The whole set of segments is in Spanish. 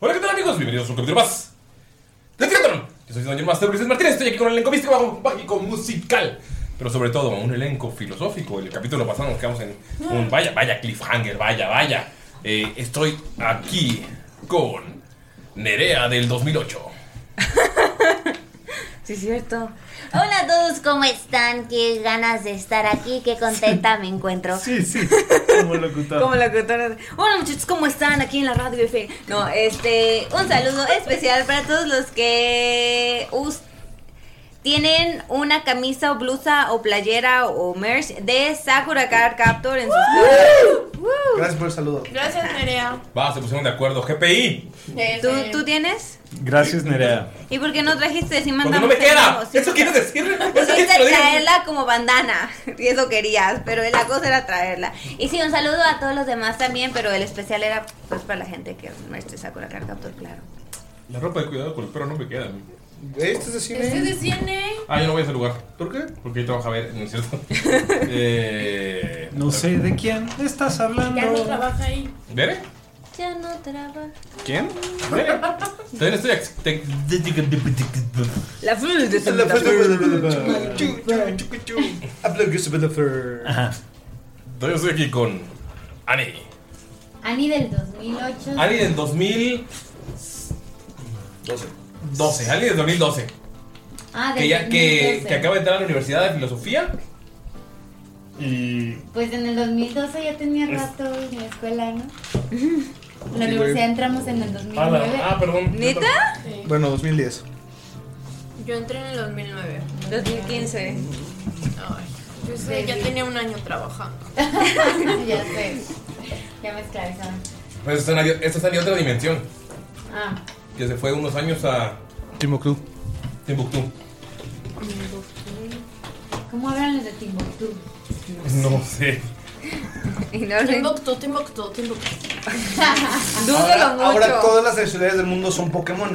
Hola, ¿qué tal amigos? Bienvenidos a un capítulo más de Triatlón. Yo soy Daniel Master Ulises Martínez, estoy aquí con el elenco místico, mago- mágico, musical, pero sobre todo un elenco filosófico. El capítulo pasado nos quedamos en Ah. un vaya, vaya cliffhanger, vaya, vaya. Eh, estoy aquí con Nerea del 2008. Sí, cierto. Hola a todos, ¿cómo están? Qué ganas de estar aquí, qué contenta me encuentro. Sí, sí. Como locutor. Como la cotorra. Hola muchachos, ¿cómo están aquí en la radio F? No, este, un saludo especial para todos los que us- tienen una camisa o blusa o playera o merch de Sakura Card Captor en sus Gracias por el saludo. Gracias, Nerea. Va, se pusieron de acuerdo. GPI. eh, ¿Tú, ¿Tú tienes? Gracias, Nerea. ¿Y por qué no trajiste si Porque no mandamos me queda. saludos? Eso quiere decir. eso Quisiste quiere decir- traerla como bandana, y eso querías, pero la cosa era traerla. Y sí, un saludo a todos los demás también, pero el especial era pues para la gente que merece Sakura Card Captor, claro. La ropa de cuidado con el perro no me queda. a mí. Este es de Ah, yo no voy a ese lugar. ¿Por qué? Porque ahí trabaja ver, ¿no es cierto? eh, No sé de quién estás hablando. trabaja ahí. ¿Dere? Ya no trabaja. ¿Quién? ¿Dere? También estoy. ex- te- La full de Ajá. Todavía estoy aquí con Ani. Ani del 2008. Ani del 2012. 12. Ani del 2012. Ah, del Que, ya, que, 2012. que acaba de entrar a la Universidad de Filosofía. Y. Pues en el 2012 ya tenía rato en la escuela, ¿no? La Sí, universidad güey. entramos en el Ah, 2009. la- ah, perdón. ¿Neta? Bueno, 2010. Yo entré en el 2009. 2015. Yo sé, ya tenía un año trabajando. ya sé. Ya me esclavizaron. Pues esta es Ani- esta es Ani otra dimensión. Ah. Que se fue unos años a. Timbuktu. Timbuktu. ¿Cómo hablan los de Timbuktu? Pues No sé. Timbuktu, Timbuktu, Timbuktu. ahora, mucho. ahora todas las sexualidades del mundo son Pokémon.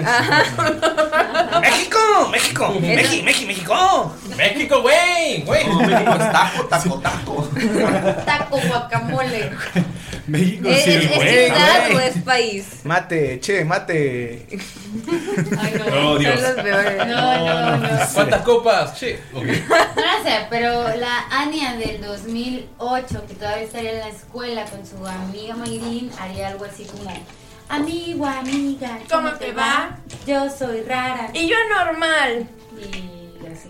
¡México! ¡México! ¡México! ¡México! ¡México! ¡México, güey! ¡Güey! México es taco, taco, taco. Taco guacamole. México ¿Es, Eh, es- es ciudad pues. o es país? Mate, che, mate. No, Dios. Son los peores. No, no, no. ¿Cuántas copas? Che. No lo sé, pero la Ania del 2008, que todavía estaría en la escuela con su amiga Mayrin, haría algo así como: Amigo, amiga, ¿Cómo te va? Yo soy rara. Y yo normal. Y así.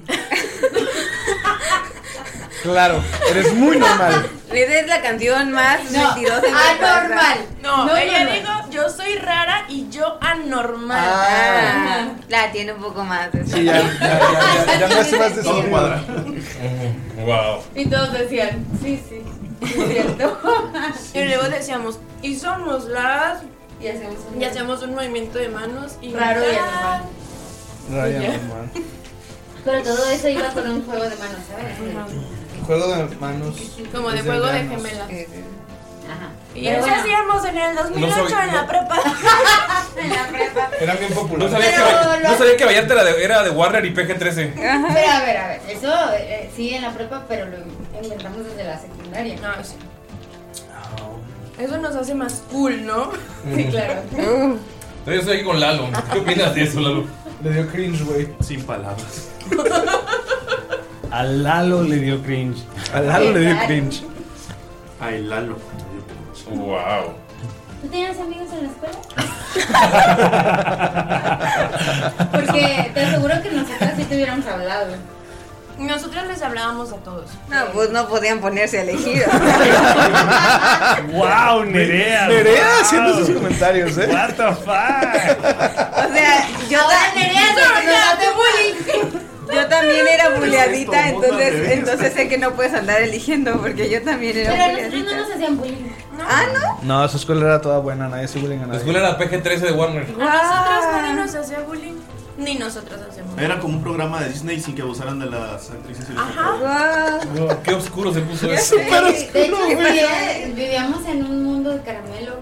Claro, eres muy normal. Esa es la canción más No, mentirosa. anormal. No, No, ella no, no. dijo, yo soy yo anormal. Ah. La tiene un poco más. Sí, ya, ya, ya, ya, ya no es más de Todo su cuadra. Wow. Y todos decían, sí, sí, es cierto. y luego decíamos, y somos las. Y hacemos un, movimiento de manos y Raro y ¡Ah! Raya normal. Pero todo eso iba con un juego de manos, ¿sabes? Juego de manos. Como es de juego de manos. gemelas. Ajá. Y eso hacíamos en el 2008 No soy- en la prepa. Eran bien No populares. sabía, que, Pero Bay- lo- no sabía que Vallarta era de, era de Warner y PG-13. Pero a ver, a ver, eso eh, sí en la prepa, pero lo inventamos desde la secundaria. No, sí. Eso nos hace más cool, ¿no? Sí, claro. Pero yo estoy aquí con Lalo. ¿Qué opinas de eso, Lalo? Le dio cringe, güey. Sin palabras. A Lalo le dio cringe. A Lalo le dio cringe. Ay, Lalo. le dio cringe. Wow. ¿Tú tenías amigos en la escuela? Porque te aseguro que nosotros sí te hubiéramos hablado. Ah. Nosotros les hablábamos a todos. No, pues no podían ponerse a elegir. ¡Wow, Nerea! Nerea wow. Ah. haciendo sus comentarios, eh. What the fuck? O sea, yo, ta- yo también era buleadita, entonces, entonces sé que no puedes andar eligiendo porque yo también era Pero a nosotros no nos buleadita. hacían bullying. Ah, ¿no? No, su escuela era toda buena, nadie se bullying a La nadie. escuela era PG-13 de Warner. A nosotros nadie nos hacía bullying. Ni nosotros hacemos. Era como un programa de Disney sin que abusaran de las actrices y los actores. Guau. Qué oscuro se puso eso. Pues Sí, de hecho, vivía- vivíamos en un mundo de caramelo.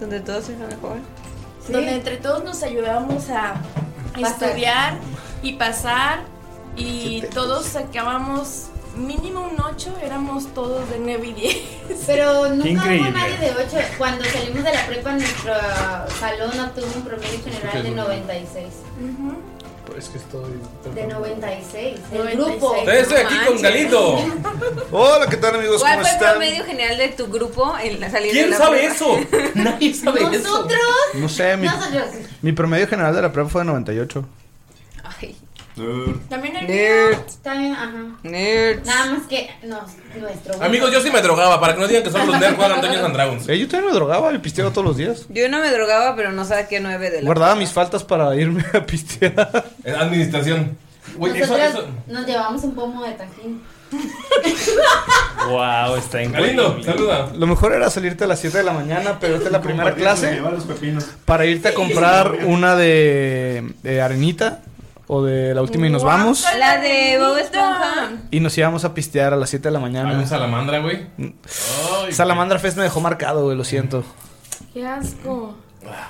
Donde todos son mejor. Donde entre todos nos ayudábamos a Pasar. estudiar y pasar. Y todos sacábamos mínimo un 8, éramos todos de 9 y 10. Pero Qué nunca hubo increíble. nadie de 8. Cuando salimos de la prepa, Pues, nuestro salón obtuvo un promedio general de 96. Pues Es que estoy. De 96. El 96. grupo. Todavía Estoy aquí con Galindo. Hola, ¿qué tal, amigos? ¿Cuál ¿Cómo fue el están? promedio general de tu grupo en la salida de ¿Quién la sabe prepa? eso? Nadie sabe eso. Nosotros. No sé, mi, Nosotros. mi promedio general de la prepa fue de 98. Ay. Nerd. También el mío. Nerds. También, ajá. Nerds. Nada más que no, nuestro. grupo. Amigos, yo sí me drogaba para que no digan que solo los nerds juegan Antonio and Dragons. Eh, yo también me drogaba y pisteaba todos los días. Yo no me drogaba, pero no saqué nueve de la. Guardaba mis faltas para irme a pistear. Eh, Administración. Güey, eso, Nosotros eso. nos llevamos un pomo de tajín. Wow, está Galindo, increíble. saluda. Lo mejor era salirte a las 7 de la mañana, pero esta es la primera clase. Lleva los pepinos. para irte a comprar una de, de arenita o de la última y nos vamos. La de Bob Esponja. Y nos íbamos a pistear a las 7 de la Ah, Hay un mañana. salamandra, güey. Ay, Salamandra Fest me dejó marcado, güey, lo siento. Qué asco.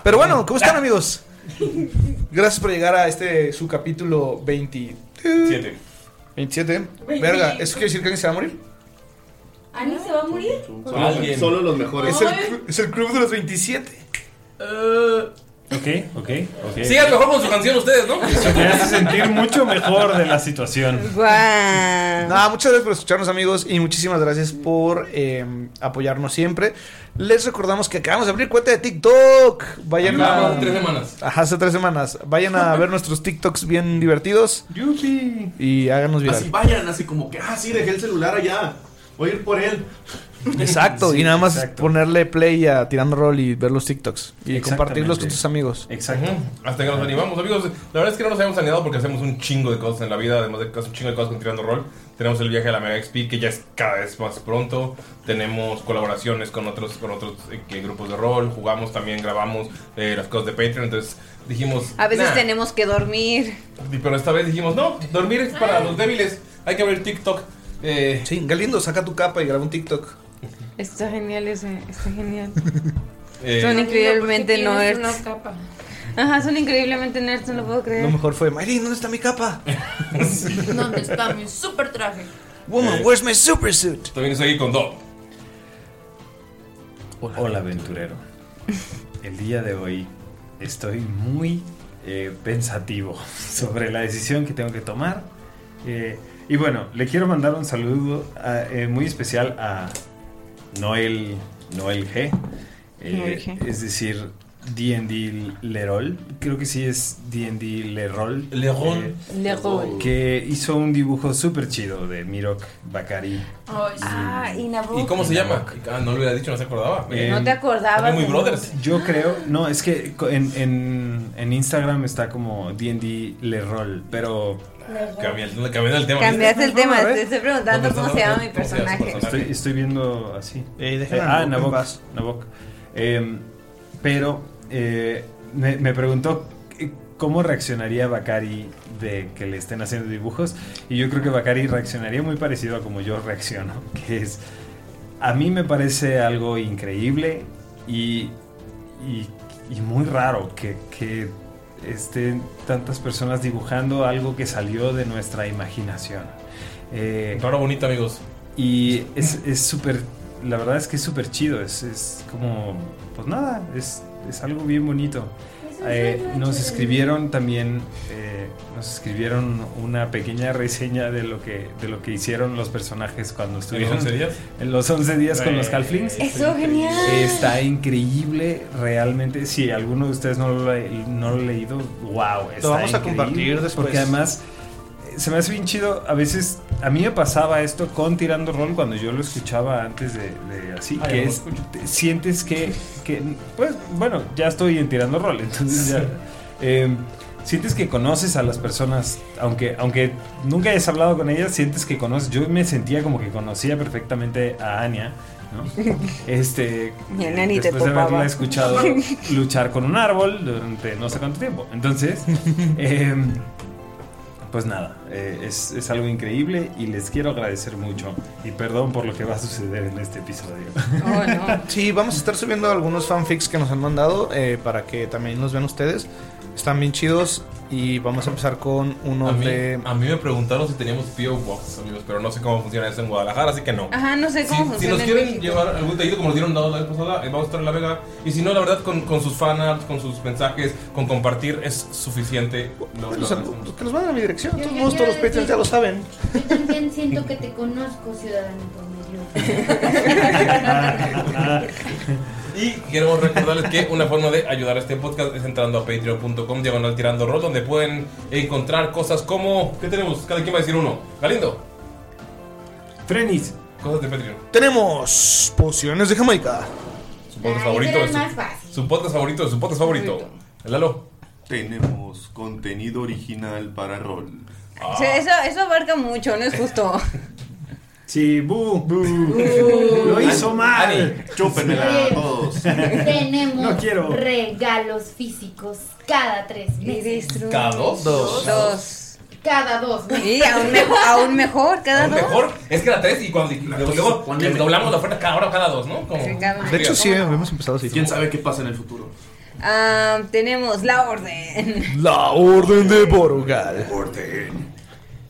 Pero bueno, ¿cómo Ah. están amigos? Gracias por llegar a este su capítulo 20, Siete. 27. Verga, ¿eso quiere decir que alguien se va a morir? ¿Ani se va a morir? Alguien. Solo, solo los mejores. Es el, cru- es el club de los 27. Eh, Ok, ok, ok. Sigan mejor con su canción ustedes, ¿no? Me hace sentir mucho mejor de la situación. Guau. Nada, muchas gracias por escucharnos amigos y muchísimas gracias por eh, apoyarnos siempre. Les recordamos que acabamos de abrir cuenta de TikTok. Vayan Llevamos a... tres semanas. Ajá, hace tres semanas. Vayan a ver nuestros TikToks bien divertidos Yupi. y háganos Así viral. vayan, así como que, ah, sí, dejé el celular allá. Voy a ir por él. Exacto, Sí, y nada más exacto. ponerle play a Tirando Roll y ver los TikToks y Exactamente. compartirlos con tus amigos. Exacto. Ujú. Hasta que nos animamos, amigos. La verdad es que no nos habíamos animado porque hacemos un chingo de cosas en la vida, además de que hacemos un chingo de cosas con Tirando Roll. Tenemos el viaje a la Mega XP que ya es cada vez más pronto. Tenemos colaboraciones con otros, con otros eh, que grupos de rol. Jugamos también, grabamos eh, las cosas de Patreon. Entonces dijimos. A veces "Nah". tenemos que dormir. Y- Pero esta vez dijimos, no, dormir es Ah. para los débiles. Hay que abrir TikTok. Eh, Sí, Galindo, saca tu capa y graba un TikTok. Está genial ese, está genial. eh, Son increíblemente Porque pues, nerds. tienes Una capa. Ajá, son increíblemente nerds, no lo puedo Lo creer. mejor fue, Mayrin, ¿dónde está mi capa? Eh, ¿Dónde está mi super traje? Woman, Eh, where's my super suit? también estoy aquí con Dob. Hola, aventurero. El día de hoy estoy muy eh, pensativo sobre la decisión que tengo que tomar. Eh, y bueno, le quiero mandar un saludo a- eh, muy especial a Noel, Noel G. Eh, Noel G. Es decir, D&D Lerol, creo que sí es D&D Lerol. Lerol. eh, Lerol. Que hizo un dibujo súper chido de Mirok Bakari. ah, y Nabucco. ¿Y cómo se llama? Ah, no lo hubiera dicho, no se acordaba. Eh, No te acordabas. Muy de- brothers. Yo creo, no, es que co- en, en, en Instagram está como D&D Lerol, pero... Lerol. Cambiaste el tema. Cambiaste el tema, ¿eh? te estoy preguntando No, pero cómo no, se llama no, mi ¿cómo se llama su personaje. Estoy, estoy viendo así. Eh, déjala ah, en Nabok. paz. Nabok. Eh, pero eh, me, me preguntó eh, cómo reaccionaría Bakari de que le estén haciendo dibujos. Y yo creo que Bakari reaccionaría muy parecido a como yo reacciono. Que es. A mí me parece algo increíble y, y, y muy raro que, que estén tantas personas dibujando algo que salió de nuestra imaginación. Eh, Raro bonito, amigos. Y es es súper, la verdad es que es súper chido, es, es como, pues nada, es, es algo bien bonito. Eh, nos escribieron también, eh, nos escribieron una pequeña reseña de lo que, de lo que hicieron los personajes cuando estuvieron 11 días? en los 11 días con los Eh, Halflings. Eso, genial. Está increíble, realmente. Si alguno de ustedes no lo, ha- no lo ha leído, wow. está vamos a increíble, compartir después. Porque además eh, se me hace bien chido. A veces a mí me pasaba esto con Tirando Rol cuando yo lo escuchaba antes de, de así. Ah, ya que no lo es- te- sientes que, que, pues bueno, ya estoy en Tirando Rol, entonces ya. eh, Sientes que conoces a las personas, aunque, aunque nunca hayas hablado con ellas, sientes que conoces. Yo me sentía como que conocía perfectamente a Anya, ¿no? Este, Y Anya ni te después de haberla topaba. escuchado luchar con un árbol durante no sé cuánto tiempo. Entonces, eh, pues nada, eh, es, es algo increíble y les quiero agradecer mucho. Y perdón por lo que va a suceder en este episodio. Sí, vamos a estar subiendo algunos fanfics que nos han mandado eh, para que también los vean ustedes. Están bien chidos y vamos a empezar con uno A mí, de... a mí me preguntaron si teníamos P.O. Box, amigos, pero no sé cómo funciona eso en Guadalajara, así que no. Ajá, no sé cómo Si- Si funciona nos en quieren México. llevar algún detallito como nos dieron dados la vez pasada, eh, vamos a estar en La Vega. Y si no, la verdad, con, con sus fanarts, con sus mensajes, con compartir es suficiente. Lo- lo Los- agradecemos. los que nos van a mi dirección, Yo- todos, yo modos, todos quiero los Patreons decir- ya lo saben. Yo también siento que te conozco, ciudadano promedio. Y queremos recordarles que una forma de ayudar a este podcast es entrando a patreon.com diagonal tirando rol, donde pueden encontrar cosas como. ¿Qué tenemos? Cada quien va a decir uno. Galindo. Frenis. Cosas de Patreon. Tenemos pociones de Jamaica. Su podcast Ay, favorito. ese es era el su- más fácil. Su podcast favorito es su podcast favorito. Lalo. Tenemos contenido original para rol. Ah. Sí, eso, eso abarca mucho, no es justo. Sí, bu, Uh. Lo hizo mal. Chúpenmela a todos. Tenemos No quiero. regalos físicos cada tres meses. Cada dos. Dos. Cada dos meses. Y aún mejor, aún mejor cada dos. Mejor es que la tres y cuando y luego, luego les doblamos la oferta cada hora o cada dos, ¿no? Como, Sí, cada- De hecho, sí, hemos empezado así. ¿Quién sabe qué pasa en el futuro? Ah, tenemos la orden. La Orden de Borugal. Orden.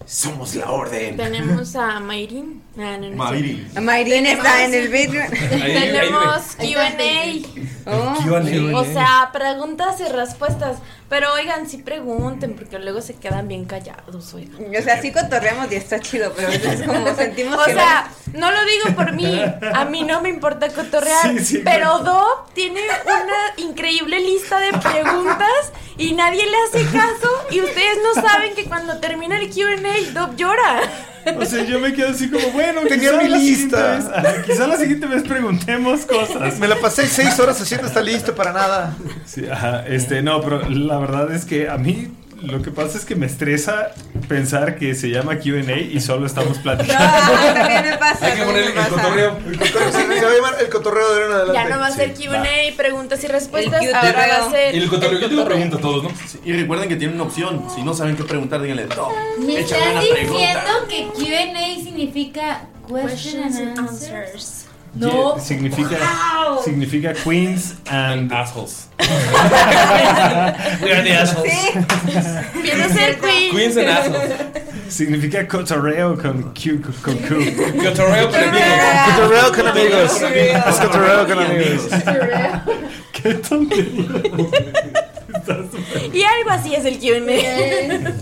Somos la Orden. Tenemos a Mayrin. Ah, no, no es Mayrin. cierto. Mayrin Tenemos- está en el Patreon. Ahí- ahí- Tenemos ahí- QA. Oh. Q&A. O sea, preguntas y respuestas. Pero oigan, sí pregunten, porque luego se quedan bien callados, oigan. O sea, sí cotorreamos y está chido, pero a veces como sentimos O que no- sea, no lo digo por mí, a mí no me importa cotorrear, Sí, sí, claro. pero Dob tiene una increíble lista de preguntas y nadie le hace caso y ustedes no saben que cuando termina el Q&A Dob llora. O sea, yo me quedo así como, bueno, Tenía quizá mi la lista. siguiente vez- quizá la siguiente vez preguntemos cosas. Me la pasé seis horas haciendo esta lista para nada. Sí, ajá, este, no, pero la verdad es que a mí lo que pasa es que me estresa pensar que se llama QA y solo estamos platicando. también me pasa. Hay que poner el cotorreo. El cotorreo, sí, se va a llamar el cotorreo de ahora en Ya adelante. no va a ser Sí, Q&A, preguntas y respuestas, El ahora va a ser... cotorreo, yo tengo preguntas a todos, ¿no? y recuerden que tienen una opción. Si no saben qué preguntar, díganle, no, Me échame una estás pregunta. diciendo que QA significa question and answers. No. Significa, Wow. significa Queens and Assholes. We are the assholes. Quiero ser Queen. Queens and Significa cotorreo con Q. Con Q. Cotorreo con amigos. Ah. Cotorreo con amigos. Es cotorreo con amigos. Qué tontería. Y algo así es el Q&A.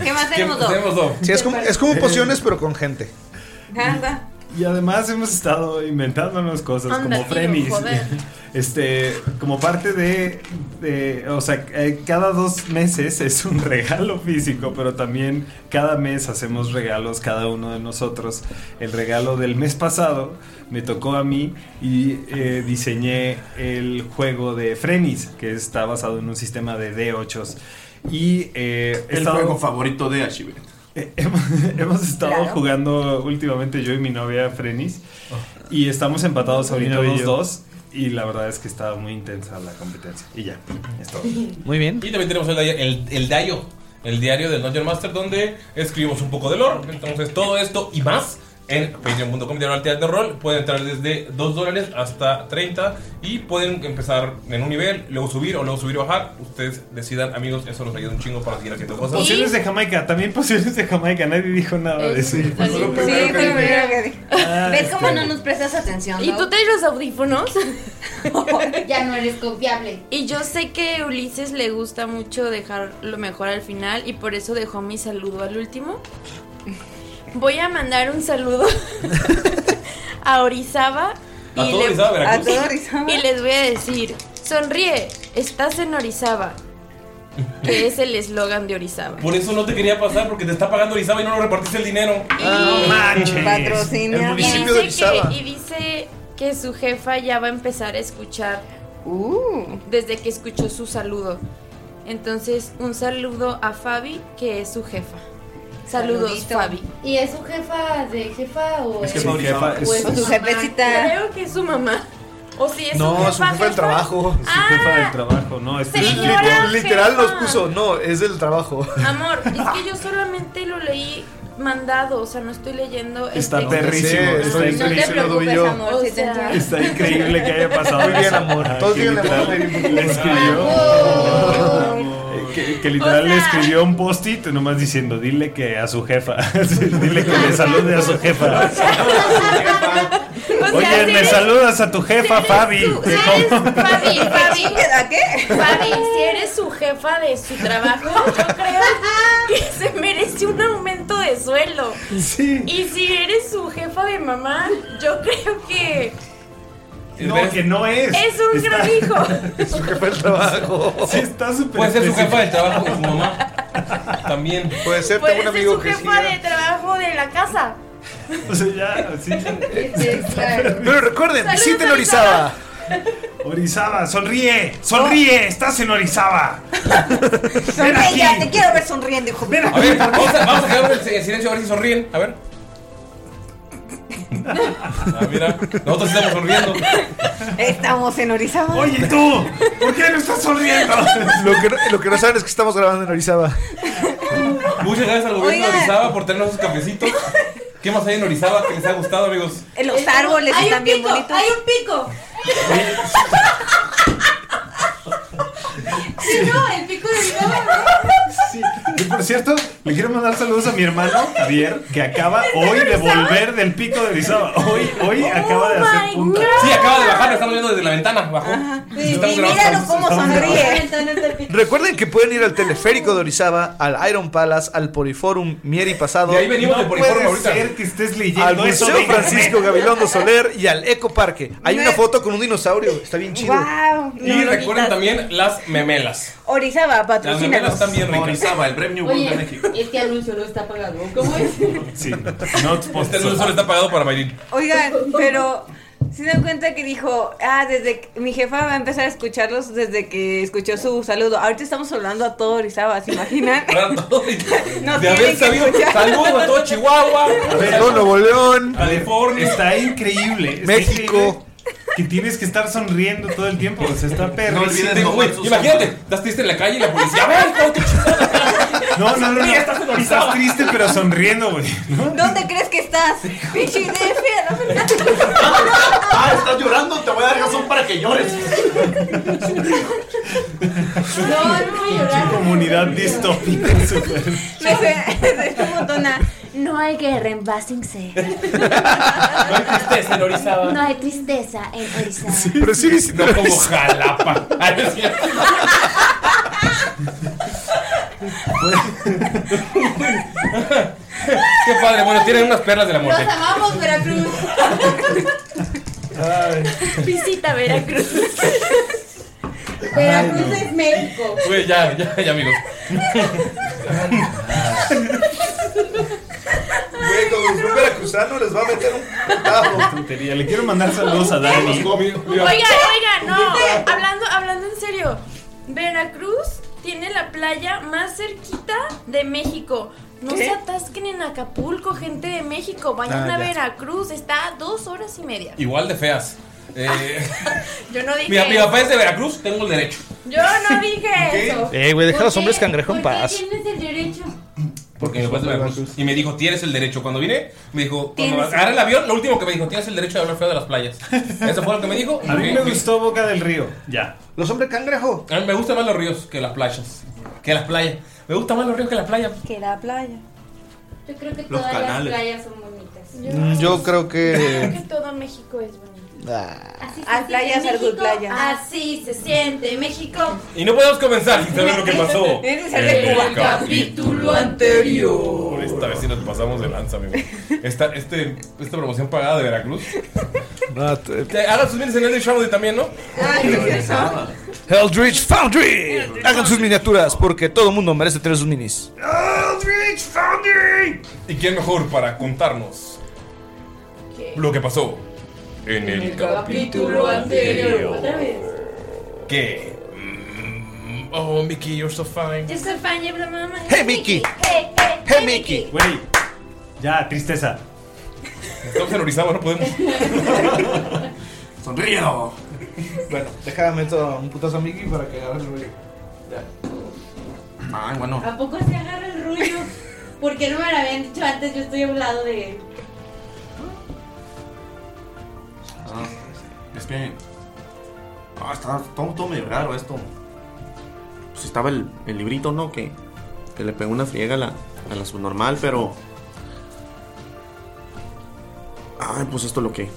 ¿Qué más tenemos, Ah, Dob? Sí, es como, es como pociones, pero con gente. Anda. Y además hemos estado inventándonos cosas como Anda, frenis. joder. Este, como parte de, de- o sea, eh, cada dos meses es un regalo físico, pero también cada mes hacemos regalos cada uno de nosotros. El regalo del mes pasado me tocó a mí y eh, diseñé el juego de frenis, que está basado en un sistema de D8s. Y eh, he El estado- juego favorito de Ashibet. Hemos estado Claro. jugando últimamente yo y mi novia Frenis y estamos empatados ahorita Oh. Mi novia y los yo. dos y la verdad es que está muy intensa la competencia y ya, es todo. Muy bien. Y también tenemos el, dia- el, el diario, el diario del Dungeon Master, donde escribimos un poco de lore. Entonces, todo esto y más en patreon.com de Altea de Rol. Pueden entrar desde 2 dólares hasta 30 y pueden empezar en un nivel, luego subir o luego subir o bajar. Ustedes decidan, amigos, eso nos ayuda un chingo para seguir haciendo cosas. Pociones de Jamaica, también pociones de Jamaica, nadie dijo nada de eso. Pues, Sí, fue lo primero que dije. Ah, ¿Ves este- cómo no nos prestas atención? ¿Y Lau? tú traes los audífonos? ya no eres confiable. Y yo sé que a Ulises le gusta mucho dejar lo mejor al final y por eso dejó mi saludo al último. Voy a mandar un saludo a Orizaba. A todo Orizaba, Veracruz. A todo y les voy a decir, sonríe, estás en Orizaba, que es el eslogan de Orizaba. Por eso no te quería pasar, porque te está pagando Orizaba y no nos repartiste el dinero. Ah, No manches. Patrocina. El Y municipio de dice, Orizaba. que, y dice que su jefa ya va a empezar a escuchar desde que escuchó su saludo. Entonces, un saludo a Fabi, que es su jefa. Saludos, Saludito. Fabi. ¿Y es su jefa de jefa o Es que Sí, jefa es- Pues o Su mamá? Creo que es su mamá. O si es su No, jefa. Ah. su jefa del trabajo. Su jefa del trabajo, no, es Señora Li- Literal jefa. los puso, no, es del trabajo. Amor, es que yo solamente lo leí mandado, o sea, no estoy leyendo. Está este- perrísimo, Sí, está estoy- increíble. sí, lo doy yo. O sea, Está increíble que haya pasado. Muy bien, eso. amor. Ah, Todos que díganle literal amor, le escribió. Eh, Que, que literal le escribió un post-it nomás diciendo, dile que a su jefa, dile que le salude a su jefa. O sea, Oye, si me eres- saludas a tu jefa, Fabi. Te como- Fabi, Fabi, qué? Fabi, si eres su jefa de su trabajo, yo creo que se merece un aumento de sueldo. Sí. Y si eres su jefa de mamá, yo creo que No, que no es. es un gran hijo. su jefa del trabajo. Sí, está súper Puede ser su jefa de trabajo y su mamá. También. Puede ser, Puede ser su jefa de trabajo de la casa. O sea, ya, sí. Pero recuerden, Saludos, visiten Orizaba. Orizaba, sonríe, sonríe, estás en Orizaba. Ven aquí. Sonríe, te quiero ver sonriendo, hijo. Ven A ver, vamos a, vamos a quedar en el- en silencio a ver si sonríen. A ver. Ah, mira, nosotros estamos sonriendo. Estamos en Orizaba. Oye, tú, ¿por qué no estás sonriendo? Lo que, no- lo que no saben es que estamos grabando en Orizaba. Muchas gracias al gobierno Oigan. de Orizaba por tenernos sus cafecitos. ¿Qué más hay en Orizaba que les ha gustado, amigos? Los árboles Hay un están bien pico, bonitos. hay un pico. No, el pico de Sí. Y por cierto, le quiero mandar saludos a mi hermano Javier, que acaba hoy de volver del pico de Orizaba. Hoy, Oh hoy acaba de hacer punta. Sí, acaba de bajar, lo estamos viendo desde la ventana. Bajó. Sí, Estamos y grabando. míralo cómo sonríe. Recuerden que pueden ir al teleférico de Orizaba, al Iron Palace, al Poliforum Mieri Pasado. Y ahí venimos No del Poliforum puede ahorita. ser que estés leyendo Al eso Museo de Francisco internet. Gabilondo Soler y al Ecoparque. Hay No una es- foto con un dinosaurio. Está bien chido. Wow. Y recuerden también las memelas. Orizaba, Las memelas patrocínanos. están bien ricas. Orizaba, el Premio Este anuncio no está pagado. ¿Cómo es? Sí, no Este anuncio solo está pagado para Mayrin. Oigan, pero se dan cuenta que dijo, ah, desde que- mi jefa va a empezar a escucharlos desde que escuchó su saludo. Ahorita estamos hablando a todo Orizaba, ¿se imaginan? de haber tienen que sabido. escuchar. Saludos a todo Chihuahua. Todo Nuevo León. California. Está increíble. está México. increíble Que tienes que estar sonriendo todo el tiempo. O sea, está perro. No olvides no ver sus Imagínate, estás triste en la calle y la policía. ¡Ven, hijo de tu No, no, no. no. Sonríe, estás en Orizaba. Estás triste, pero sonriendo, güey. ¿Dónde crees que estás? Pinche DF, a la verga. Ah, estás llorando, te voy a dar razón para que llores. No, no voy a llorar. Comunidad distópica. súper. Me sé, es como tona. No hay guerra en Basingse. tristeza en Orizaba. No hay tristeza en Orizaba. Pero sí visitó No como jalapa. Ay, no es cierto. Pues, Qué padre, bueno, tienen unas perlas de la muerte. amamos, Veracruz. Veracruz. Visita Veracruz. Veracruz no. es México. Güey, ya, ya, ya, amigos. Güey, con el club veracruzano les va a meter un putazo. Tontería. Le quiero mandar saludos a Dani. Oigan, oigan, no. Hablando, hablando en serio. Veracruz tiene la playa más cerquita de México. No ¿Qué? se atasquen en Acapulco, gente de México. Vayan Ah, a ya. Veracruz. Está a dos horas y media. Igual de feas. Eh, Yo no dije mi, mi eso. papá es de Veracruz, tengo el derecho. Yo no dije eso. Eh, güey, deja a los hombres cangrejo en ¿Por qué paz. tienes el derecho? Porque mi papá es de Veracruz. Y me dijo, tienes el derecho. Cuando vine, me dijo, cuando Tienes- agarré el avión, lo último que me dijo, tienes el derecho de hablar feo de las playas. Eso fue lo que me dijo. A mí me gustó Boca del Río. Ya. Los hombres cangrejo. A mí me gustan más los ríos que las playas. Que las playas. Me gustan más los ríos que las playas. Que la playa. Yo creo que Los todas canales. las playas son bonitas. Mm, Yo creo Creo que. que todo México es bonito. Ah. Así Haz playas, haz good playa. Así se siente México. Y no podemos comenzar sin saber lo que pasó. Tienes que ser de en Cuba. el capítulo anterior. Esta vez sí nos pasamos de lanza, amigo. Esta, este, esta promoción pagada de Veracruz. Que Hagan sus bienes en el Shroud también, ¿no? Eldritch Foundry. Hagan sus miniaturas porque todo mundo merece tener sus minis. Eldritch Foundry. ¿Y quién mejor para contarnos lo que pasó en el, capítulo Otra vez. Que. Mm, Oh, Mickey, you're so fine. Yo soy fan de mamá. Hey, Mickey. Hey, hey, Hey, Mickey. Güey, ya, tristeza. Estamos en Orizaba, no podemos. Sonrío. Bueno, déjame meter un putazo a Mickey para que agarre el rollo. Ya. Ay, bueno. ¿A poco se agarra el rollo? ¿Por qué no me lo habían dicho antes? Yo estoy hablado de él. Ah, es que. Ah, está todo, todo medio raro esto. Pues estaba el, el librito, ¿no? Que, que le pegó una friega a la, a la subnormal, pero. Ay, pues esto lo que.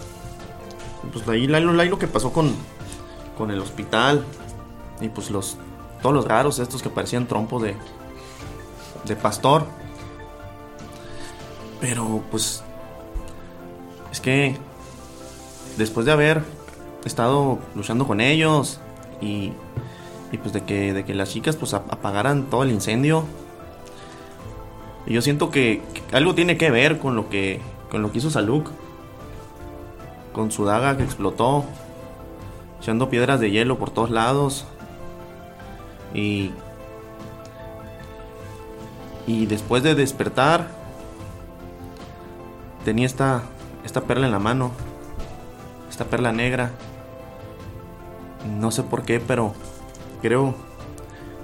Pues ahí, ahí lo- ahí lo que pasó con, con el hospital. Y pues los. Todos los raros estos que parecían trompos de. de pastor. Pero pues. Es que después de haber estado luchando con ellos y, y pues de que, de que las chicas pues ap- apagaran todo el incendio. Y yo siento que, que algo tiene que ver con lo que, con lo que hizo Saluk. Con su daga que explotó, echando piedras de hielo por todos lados. Y, y después de despertar, tenía esta, esta perla en la mano esta perla negra. No sé por qué, pero creo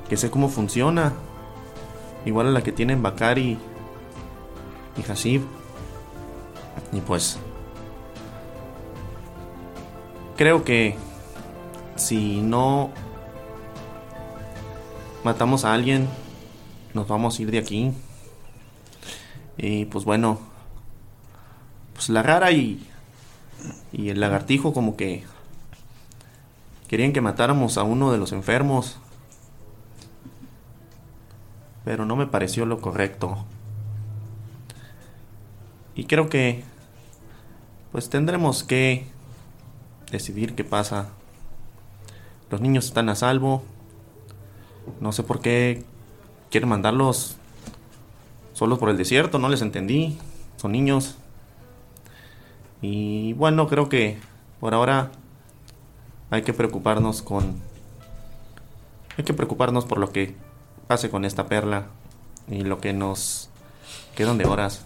que sé cómo funciona. Igual a la que tienen Bakari y Hashib. Y pues. Creo que si no matamos a alguien, nos vamos a ir de aquí. Y pues bueno. Pues la rara y y el lagartijo como que querían que matáramos a uno de los enfermos. Pero no me pareció lo correcto. Y creo que pues tendremos que decidir qué pasa. Los niños están a salvo. No sé por qué quieren mandarlos solos por el desierto, no les entendí. Son niños. Y bueno, creo que por ahora hay que preocuparnos con. Hay que preocuparnos por lo que pase con esta perla y lo que nos quedan de horas.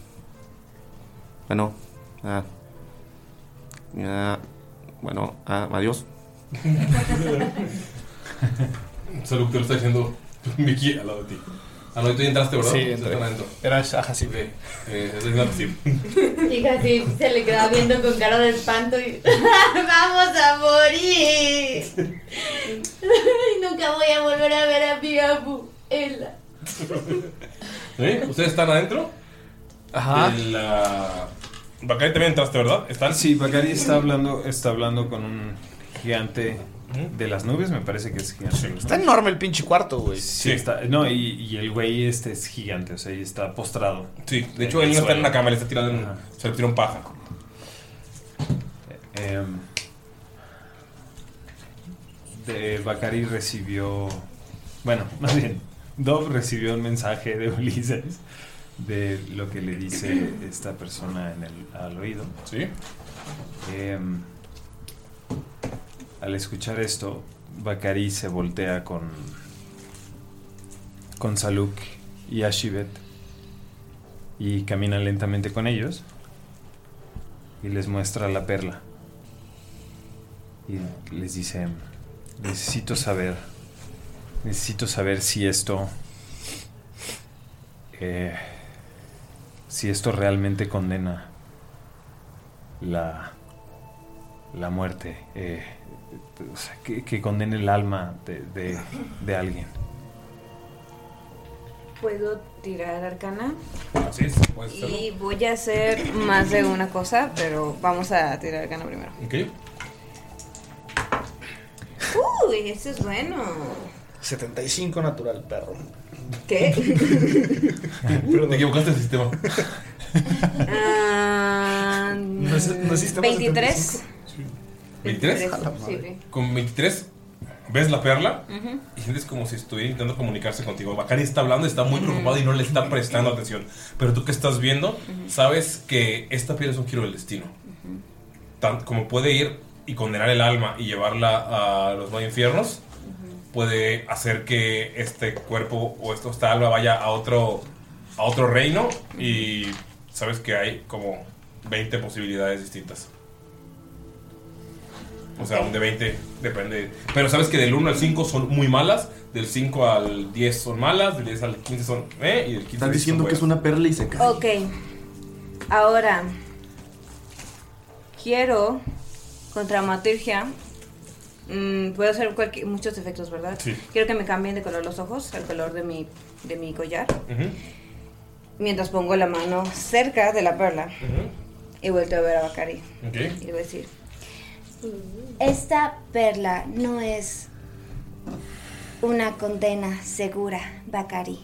Bueno, ah, ah, bueno, ah, adiós. Salud, te lo está diciendo Mickey al lado de ti. Ah, no, y tú ya entraste, ¿verdad? Sí, Ya entré. están adentro. Eras ajá, sí. Eh, es de Hasib. Hija, sí, se le quedaba viendo con cara de espanto y. ¡Vamos a morir! Y Nunca voy a volver a ver a mi abuela. ¿Eh? ¿Ustedes están adentro? Ajá. De La... Bacari también entraste, ¿verdad? ¿Están? Sí, Bacari está hablando, está hablando con un gigante de las nubes, me parece que es gigante. Está enorme el pinche cuarto, güey. Sí, está. No, y, y el güey este es gigante, o sea, y está postrado. Sí, De hecho, él no está en una cama, él está tirado en. Se le tiró un paja. Em, de Bacari recibió, bueno, más bien, Dov recibió un mensaje de Ulises de lo que le dice esta persona en el, al oído. Em, Sí. al escuchar esto, Bacari se voltea con, con Saluk y Ashibet y camina lentamente con ellos y les muestra la perla. Y les dice, necesito saber, necesito saber si esto, eh, si esto realmente condena la, la muerte, eh, o sea, que, que condene el alma de, de- de alguien. Puedo tirar arcana Así es, puedes hacerlo. y voy a hacer más de una cosa, pero vamos a tirar arcana primero. Ok. Uy, eso es bueno. 75 natural, perro. ¿Qué? Te equivocaste el sistema. Ah, No es- no es sistema 23. 23. Sí, sí. Con 23 ves la perla Ujú. y sientes como si estuviera intentando comunicarse contigo. Bacari está hablando, está muy preocupado y no le está prestando atención. Pero tú que estás viendo, sabes que esta piel es un giro del destino. Tan- como puede ir y condenar el alma y llevarla a los nueve infiernos, puede hacer que este cuerpo o esto- esta alma vaya a otro, a otro reino y sabes que hay como 20 posibilidades distintas. O sea, Ok. un de 20 depende. Pero sabes que del 1 al 5 son muy malas, del 5 al 10 son malas, del 10 al 15 son... ¿eh? Y del 15 Estás diciendo que es una perla y se cae. Ok. Ahora, quiero contra Maturgia. mm, puedo hacer cualquier- muchos efectos, ¿verdad? Sí. Quiero que me cambien de color los ojos, al color de mi, de mi collar. Ujú. Mientras pongo la mano cerca de la perla y vuelto a ver a Bakari. Ok. Y voy a decir: Esta perla no es una condena segura, Bakari.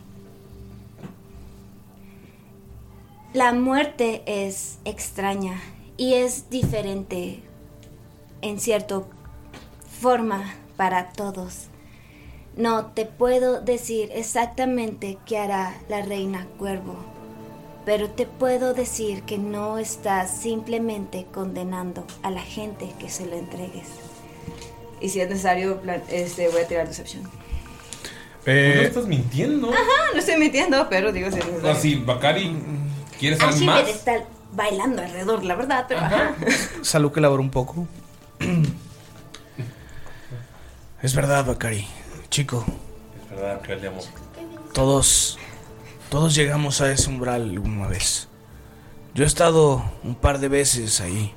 La muerte es extraña y es diferente en cierta forma para todos. No te puedo decir exactamente qué hará la reina cuervo, pero te puedo decir que no estás simplemente condenando a la gente que se lo entregues. Y si es necesario, plan- este, voy a tirar decepción. Eh, Eh, no estás mintiendo. Ajá, no estoy mintiendo, pero digo si es eh, necesario. No, sí, mm, Bacari, ¿quieres saber Así más? me está bailando alrededor, la verdad, pero ajá. Salud que elaboró un poco. Es verdad, Bakari. Chico, Es verdad, cruel de amor. Todos, todos llegamos a ese umbral alguna vez. Yo he estado un par de veces ahí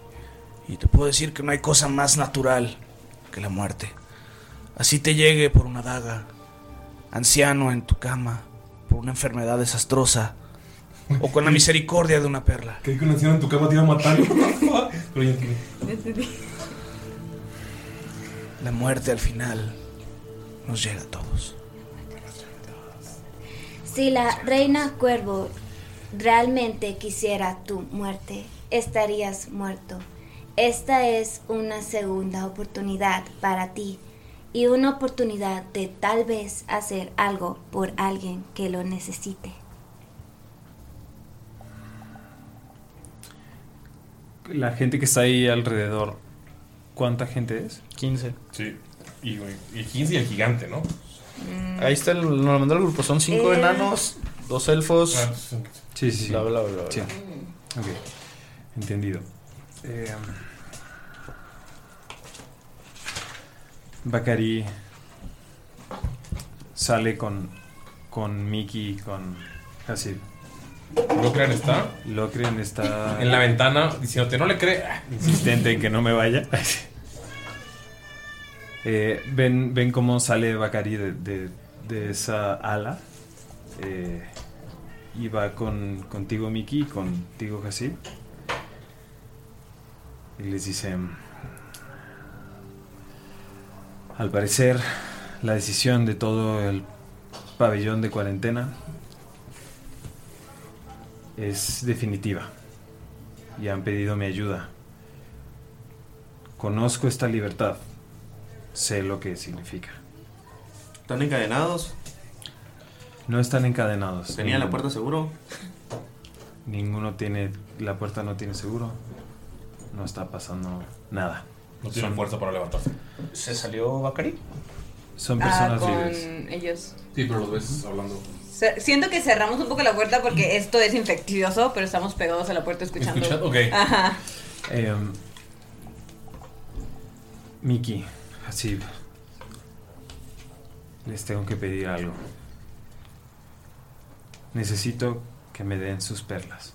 y te puedo decir que no hay cosa más natural que la muerte. Así te llegue por una daga, anciano en tu cama, por una enfermedad desastrosa o con la misericordia de una perla. Creí que un anciano en tu cama te iba a matar. Pero ya entendí. La muerte al final nos llega a todos. Si la reina cuervo realmente quisiera tu muerte, estarías muerto. Esta es una segunda oportunidad para ti y una oportunidad de tal vez hacer algo por alguien que lo necesite. La gente que está ahí alrededor, ¿cuánta gente es? 15. Sí. Y, el 15 y el gigante, ¿no? Mm. Ahí está, el, nos lo mandó el grupo. Son 5 Eh. enanos, 2 elfos. Ah, sí, sí, sí. Bla, bla, bla, bla. Sí. Ok, entendido. Eh, Bacari sale con, con Mickey y con Hasib. Locren está. Locren está. En la ventana diciéndote, no le cree. Ah, insistente en que no me vaya. Eh, ven, ven cómo sale Bakari de, de- de esa ala. eh, y va con, contigo, Miki, y contigo, Hasib. Y les dice: Al parecer, la decisión de todo el pabellón de cuarentena es definitiva. Y han pedido mi ayuda Conozco esta libertad. Sé lo que significa. ¿Están encadenados? No están encadenados. ¿Tenía la Ninguno. puerta seguro? Ninguno tiene. La puerta no tiene seguro. No está pasando nada. No tienen fuerza para levantarse. ¿Se salió Bakari? Son Ah, personas con libres. ellos. Sí, pero los ves hablando. Se- Siento que cerramos un poco la puerta porque esto es infeccioso, pero estamos pegados a la puerta escuchando. Escuchando, ok. Ajá. Em, Miki, así. Les tengo que pedir algo. Necesito que me den sus perlas.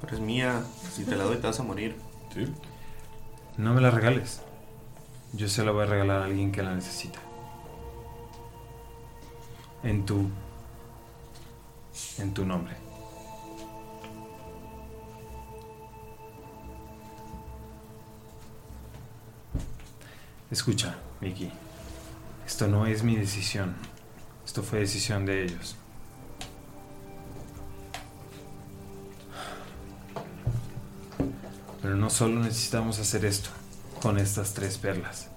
Pero es mía. Si te la doy, te vas a morir. Sí. No me las regales. Yo se la voy a regalar a alguien que la necesita. En tu. En tu nombre. Escucha, Mickey. Esto no es mi decisión. Esto fue decisión de ellos. Pero no solo necesitamos hacer esto con estas tres perlas.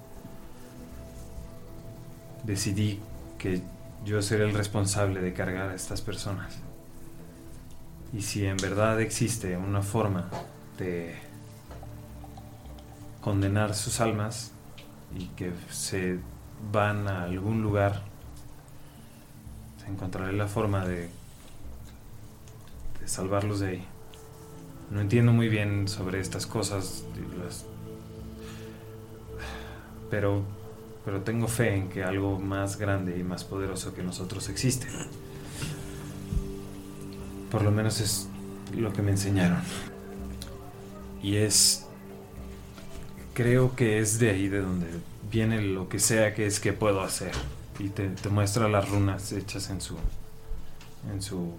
Decidí que yo seré el responsable de cargar a estas personas. Y si en verdad existe una forma de condenar sus almas y que se van a algún lugar, encontraré la forma de, de salvarlos de ahí. No entiendo muy bien sobre estas cosas, y las- pero, pero tengo fe en que algo más grande y más poderoso que nosotros existe. Por lo menos es lo que me enseñaron. Y es... Creo que es de ahí de donde viene lo que sea que es que puedo hacer. Y te, te muestra las runas hechas en su... En su...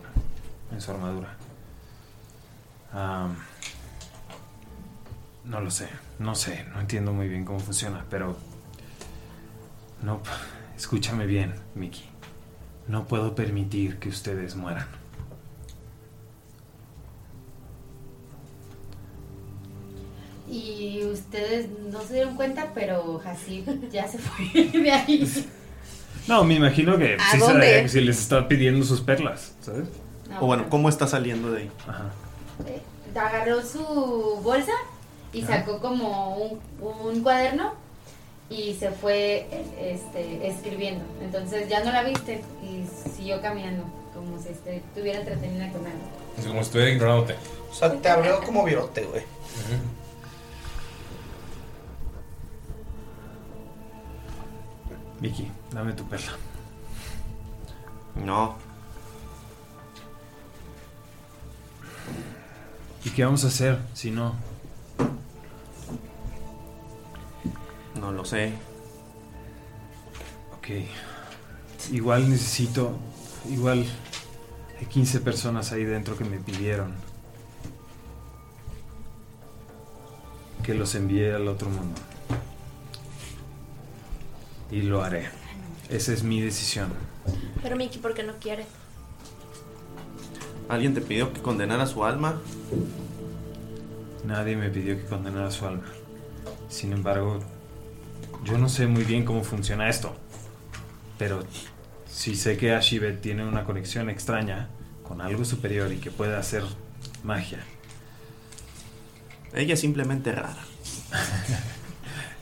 En su armadura. Am, no lo sé, no sé, no entiendo muy bien cómo funciona, pero... No, p- escúchame bien, Mickey. No puedo permitir que ustedes mueran. Y ustedes no se dieron cuenta, pero así ya se fue de ahí. No, me imagino que ¿A sí se dónde? Ah, daría que si les está pidiendo sus perlas, ¿sabes? No, O bueno, ¿cómo está saliendo de ahí? Ajá. eh, Agarró su bolsa y Ajá. sacó como un, un cuaderno y se fue este, escribiendo. Entonces ya no la viste y siguió caminando, como si este- estuviera entretenida con algo. Es como si estuviera ignorándote. O sea, te habló como virote, güey. Mickey, dame tu perla. No. ¿Y qué vamos a hacer si no? No lo sé. Ok. Igual necesito. Igual. Hay 15 personas ahí dentro que me pidieron. Que los envíe al otro mundo. Y lo haré. Esa es mi decisión. Pero Miki, ¿por qué no quieres? ¿Alguien te pidió que condenara su alma? Nadie me pidió que condenara su alma. Sin embargo, yo no sé muy bien cómo funciona esto. Pero sí sé que Ashibet tiene una conexión extraña con algo superior y que puede hacer magia. Ella es simplemente rara.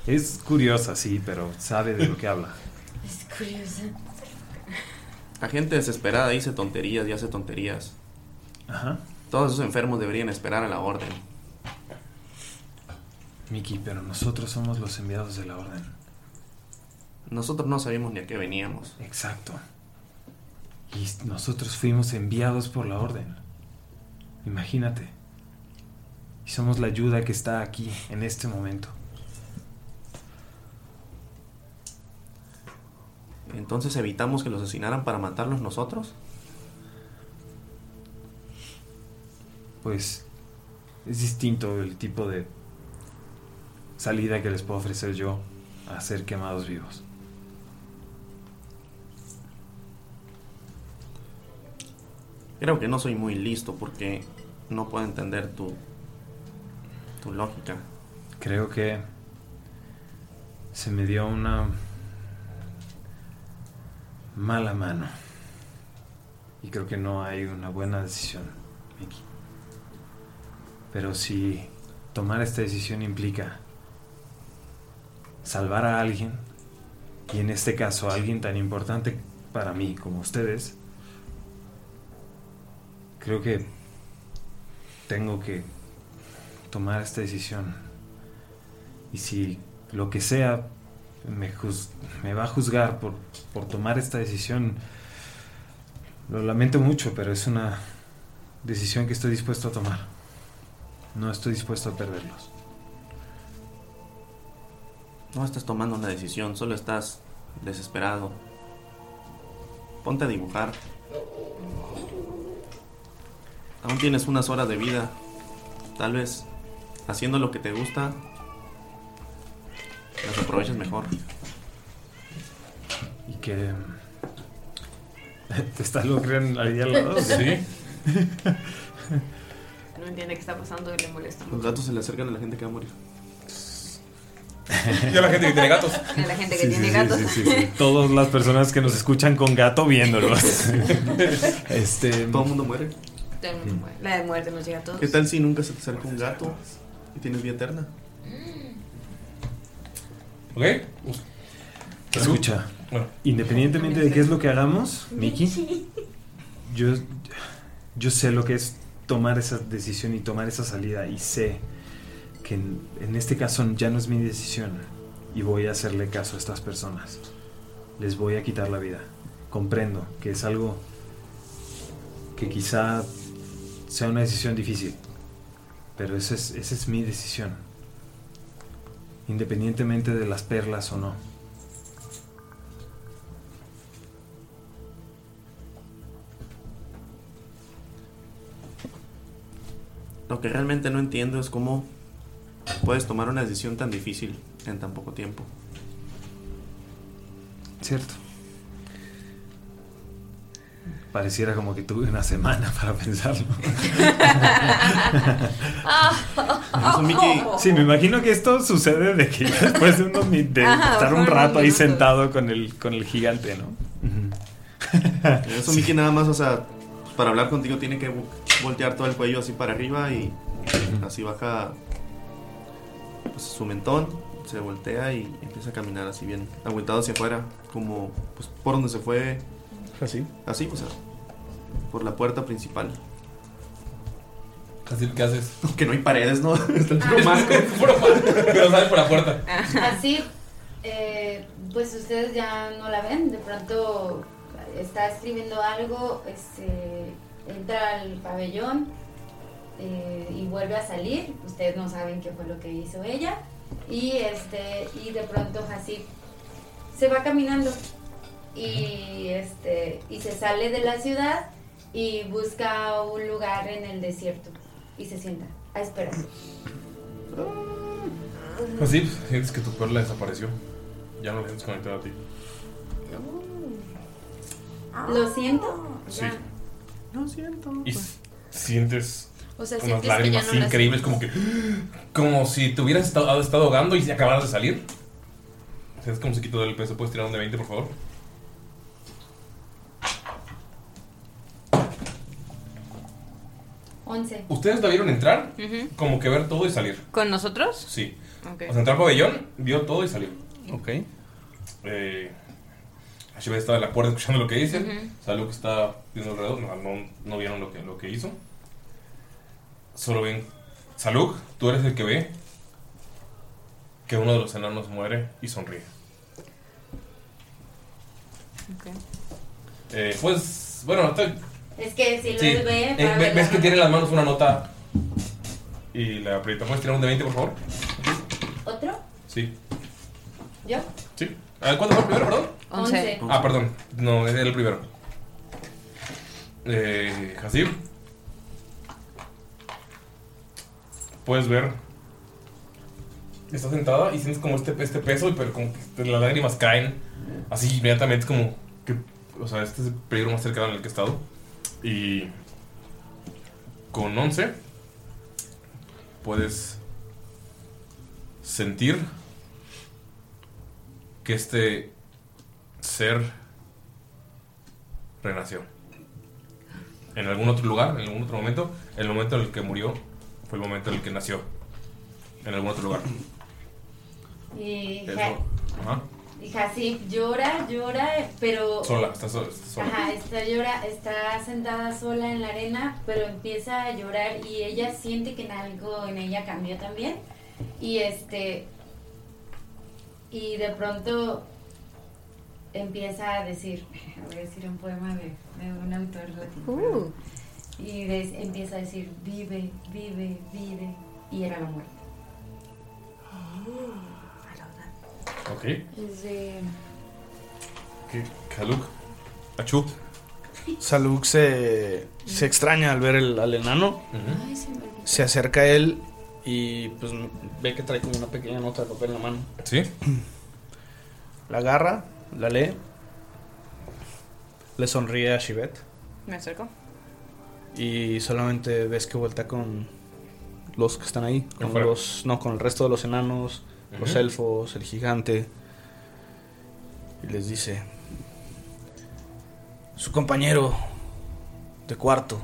Es curiosa, sí, pero sabe de lo que habla. Es curiosa. La gente desesperada dice tonterías y hace tonterías. Ajá. Todos esos enfermos deberían esperar a la orden. Miki, pero nosotros somos los enviados de la orden. Nosotros no sabíamos ni a qué veníamos. Exacto. Y nosotros fuimos enviados por la orden. Imagínate. Y somos la ayuda que está aquí, en este momento. Entonces evitamos que los asesinaran para matarlos nosotros. Pues es distinto el tipo de salida que les puedo ofrecer yo a ser quemados vivos. Creo que no soy muy listo porque no puedo entender tu Tu lógica. Creo que se me dio una mala mano. Y creo que no hay una buena decisión, Mickey. Pero si tomar esta decisión implica salvar a alguien, y en este caso a alguien tan importante para mí como ustedes, creo que tengo que tomar esta decisión. Y si lo que sea me, juz- me va a juzgar por, por tomar esta decisión, lo lamento mucho, pero es una decisión que estoy dispuesto a tomar. No estoy dispuesto a perderlos. No estás tomando una decisión, solo estás desesperado. Ponte a dibujar. Aún tienes unas horas de vida. Tal vez haciendo lo que te gusta, las aprovechas mejor. Y que... mm, ¿Te estás lucrando ahí al lado? Sí. No entiende qué está pasando y le molesta. Los gatos se le acercan a la gente que va a morir. Y a la gente que tiene gatos. A la gente que Sí, sí, tiene sí, gatos. sí, sí, sí. Todas las personas que nos escuchan con gato viéndolos. este, Todo el mundo muere. Todo el mundo muere. La de muerte nos llega a todos. ¿Qué tal si nunca se te acerca un gato y tienes vida eterna? ¿Ok? Escucha, independientemente de qué es lo que hagamos, Miki, yo, yo sé lo que es tomar esa decisión y tomar esa salida y sé que en, en este caso ya no es mi decisión y voy a hacerle caso a estas personas. Les voy a quitar la vida. Comprendo que es algo que quizá sea una decisión difícil, pero esa es, esa es mi decisión, independientemente de las perlas o no. Lo que realmente no entiendo es cómo puedes tomar una decisión tan difícil en tan poco tiempo. Cierto. Pareciera como que tuve una semana para pensarlo. Ah, Ah. Eso, Mickey. Sí, me imagino que esto sucede de que ya después de, unos mi- de Ajá, estar un fueron rato ahí minutos. sentado con el, con el gigante, ¿no? Eso, Mickey, nada más, o sea, pues, para hablar contigo tiene que vo- voltear todo el cuello así para arriba y así baja pues, su mentón, se voltea y empieza a caminar así bien, aguantado hacia afuera, como pues, por donde se fue. Así. Así, o sea, por la puerta principal. Así, ¿qué haces? Que no hay paredes, ¿no? Está el puro Es marco. puro marco, pero sale por la puerta. Ah. Así, eh, pues ustedes ya no la ven. De pronto está escribiendo algo, este, entra al pabellón eh, y vuelve a salir. Ustedes no saben qué fue lo que hizo ella. Y este, y de pronto así se va caminando y este y se sale de la ciudad y busca un lugar en el desierto y se sienta a esperar. Así, pues, sientes que tu perla desapareció. Ya no la sientes conectada a ti. Ah, Lo siento. Sí. Lo siento. Y s- sientes Pues O sea, unas sientes que lágrimas ya no las- increíbles, como que. Como si te hubieras estado, estado ahogando y se acabaras de salir. ¿Sabes cómo se quitó el peso? ¿Puedes tirar un de 20, por favor? Once. Ustedes la vieron entrar, Ujú. como que ver todo y salir. ¿Con nosotros? Sí. Ok. O sea, entró al pabellón, vio todo y salió. Ok. Eh, Ashibet estaba en la puerta escuchando lo que dicen. Ujú. Sabe lo que está viendo alrededor. No, no, no vieron lo que, lo que hizo. Solo ven. Salud, tú eres el que ve que uno de los enanos muere y sonríe. Eh, pues, bueno, estoy- Es que si lo sí. ve, Eh, va a ve- ver la ves que mano. tiene en las manos una nota y la aprieta. ¿Puedes tirar un de 20, por favor? ¿Otro? Sí. ¿Yo? Sí. A ver, ¿Cuánto fue el primero, perdón? Once. Ah, perdón. No, era el primero. Eh, Hasib. Puedes ver. Estás sentada y sientes como este, este peso, pero como que las lágrimas caen. Así inmediatamente, como que. O sea, este es el peligro más cercano en el que he estado. Y. Con 11. Puedes sentir que este ser renació. En algún otro lugar, en algún otro momento, el momento en el que murió fue el momento en el que nació. En algún otro lugar. Y, Eso. Ja- Ajá. y Hasif llora, llora, pero... Sola, está sola. está sola. Ajá, está, llora, está sentada sola en la arena, pero empieza a llorar y ella siente que en algo en ella cambió también. Y este. Y de pronto empieza a decir, voy a decir un poema de, de un autor latino. Uh. Y des- empieza a decir, vive, vive, vive. Y era la muerte. Ok. Es de... ¿Qué? Kaluk. Achú. Saluk se, se extraña al ver el, al enano. Ay, se me olvidó. Se acerca a él y pues ve que trae como una pequeña nota de papel en la mano. ¿Sí? La agarra, la lee. Le sonríe a Shivet. Me acerco. Y solamente ves que vuelta con los que están ahí. Con Afuera. los, no, con el resto de los enanos, los Ujú. elfos, el gigante. Y les dice... Su compañero de cuarto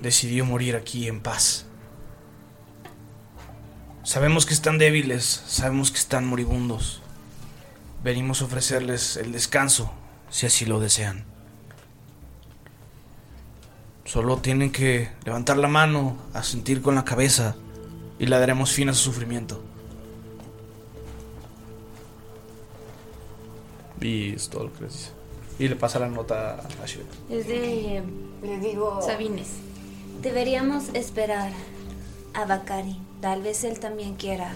decidió morir aquí en paz. Sabemos que están débiles, sabemos que están moribundos. Venimos a ofrecerles el descanso, si así lo desean. Solo tienen que levantar la mano, asentir con la cabeza y le daremos fin a su sufrimiento. Y es todo lo que les dice. Y le pasa la nota a Shivet. Es de. Le digo. Sabines. Deberíamos esperar a Bakari. Tal vez él también quiera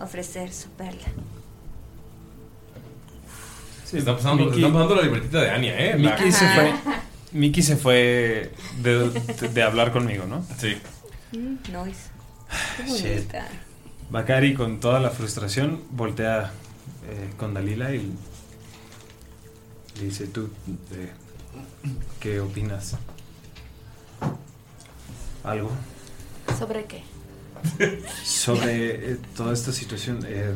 ofrecer su perla. Sí, está pasando, Mickey- está pasando la libertita de Anya, ¿eh? La- Mickey se fue. Mickey se fue de, de- de hablar conmigo, ¿no? Sí. Mm. Noise. Qué Ah, Shit. bonita. Bakari, con toda la frustración, voltea eh, con Dalila y le dice: ¿Tú eh, qué opinas? ¿Algo? ¿Sobre qué? Sobre eh, toda esta situación, eh,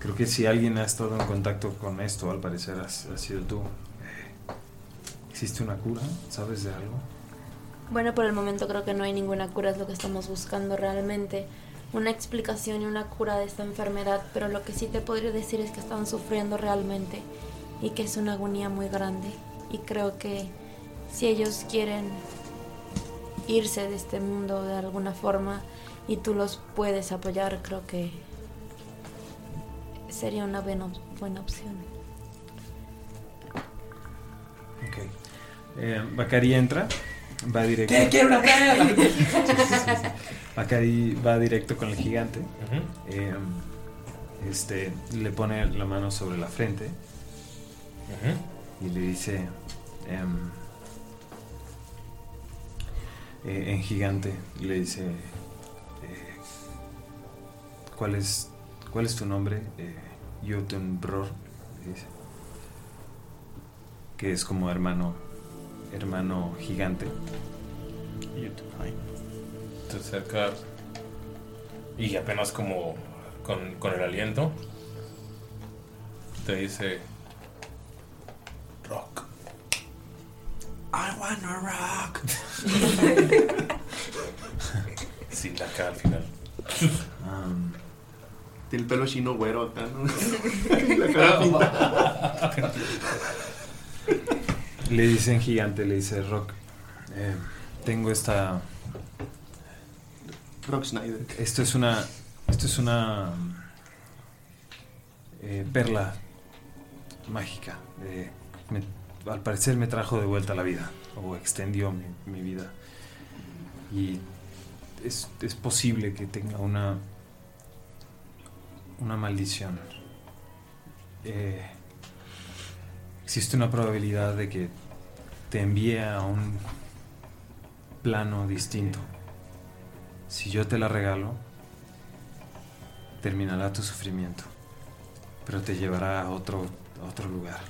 creo que si alguien ha estado en contacto con esto, al parecer has- has sido tú. Eh, ¿Existe una cura? ¿Sabes de algo? Bueno, por el momento creo que no hay ninguna cura, es lo que estamos buscando realmente. Una explicación y una cura de esta enfermedad, pero lo que sí te podría decir es que están sufriendo realmente y que es una agonía muy grande. Y creo que si ellos quieren irse de este mundo de alguna forma y tú los puedes apoyar, creo que sería una buena, op- buena opción. Ok. Eh, Bacari entra, va directo. ¡Te quiero una perla! Sí, sí, sí, sí. Bacari va directo con el gigante. Eh, este le pone la mano sobre la frente y le dice em, eh, en gigante le dice eh, ¿cuál es cuál es tu nombre? Eh, Jotunbror le dice que es como hermano hermano gigante. Te acerca y apenas como con, con el aliento te dice rock. I wanna rock. Sin la K al final. Tiene el pelo chino güero acá, ¿no? La cara pintada. Le dicen gigante, le dice Rock. eh, tengo esta. Rock Snyder. Esto es una. Esto es una. eh, perla mágica. eh, me- al parecer me trajo de vuelta la vida. O extendió mi, mi vida. Y es, es posible que tenga una. Una maldición. Eh, existe una probabilidad de que te envíe a un plano distinto. Si yo te la regalo, terminará tu sufrimiento, pero te llevará a otro, a otro lugar.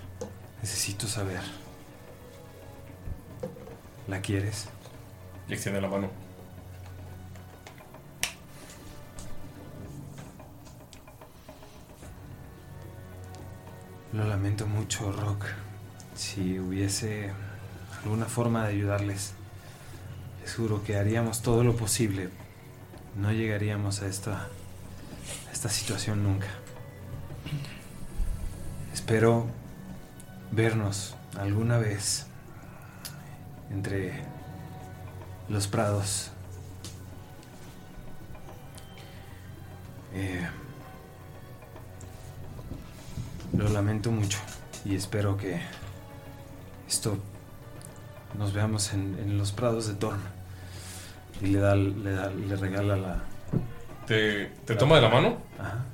Necesito saber. ¿La quieres? Y extiende la mano. Lo lamento mucho, Rock. Si hubiese alguna forma de ayudarles, les juro que haríamos todo lo posible. No llegaríamos a esta, a esta situación nunca. Espero vernos alguna vez entre los prados. Eh, lo lamento mucho y espero que esto nos veamos en, en los prados de Torm. Y le da, le da- le regala la. Te, eh, te toma de la mano. Ajá.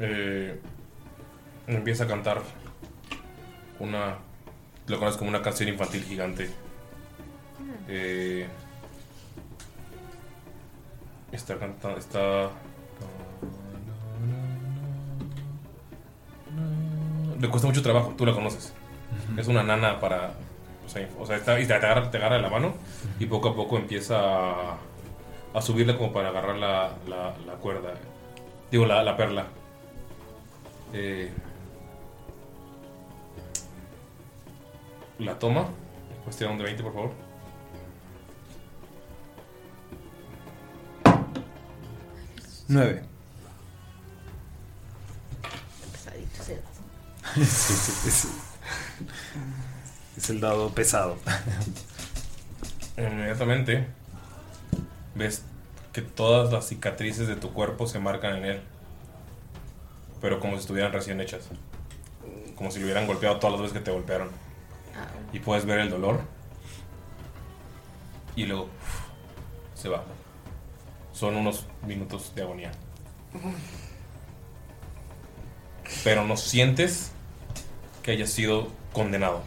Eh, empieza a cantar una. Lo conoces como una canción infantil gigante. Eh, está cantando. Está. Le cuesta mucho trabajo, tú la conoces. Ujú. Es una nana para. O sea, inf- o sea, está- y te agarra, te agarra de la mano y poco a poco empieza a, a subirla como para agarrar la, la- la cuerda. Digo, la, la perla. Eh, la toma. Cuestión de 20, por favor. Nueve. Pesadito ese dado. es, es el dado pesado. Inmediatamente ves que todas las cicatrices de tu cuerpo se marcan en él. Pero como si estuvieran recién hechas. Como si lo hubieran golpeado todas las veces que te golpearon. Y puedes ver el dolor. Y luego uf, se va. Son unos minutos de agonía. Pero no sientes que hayas sido condenado.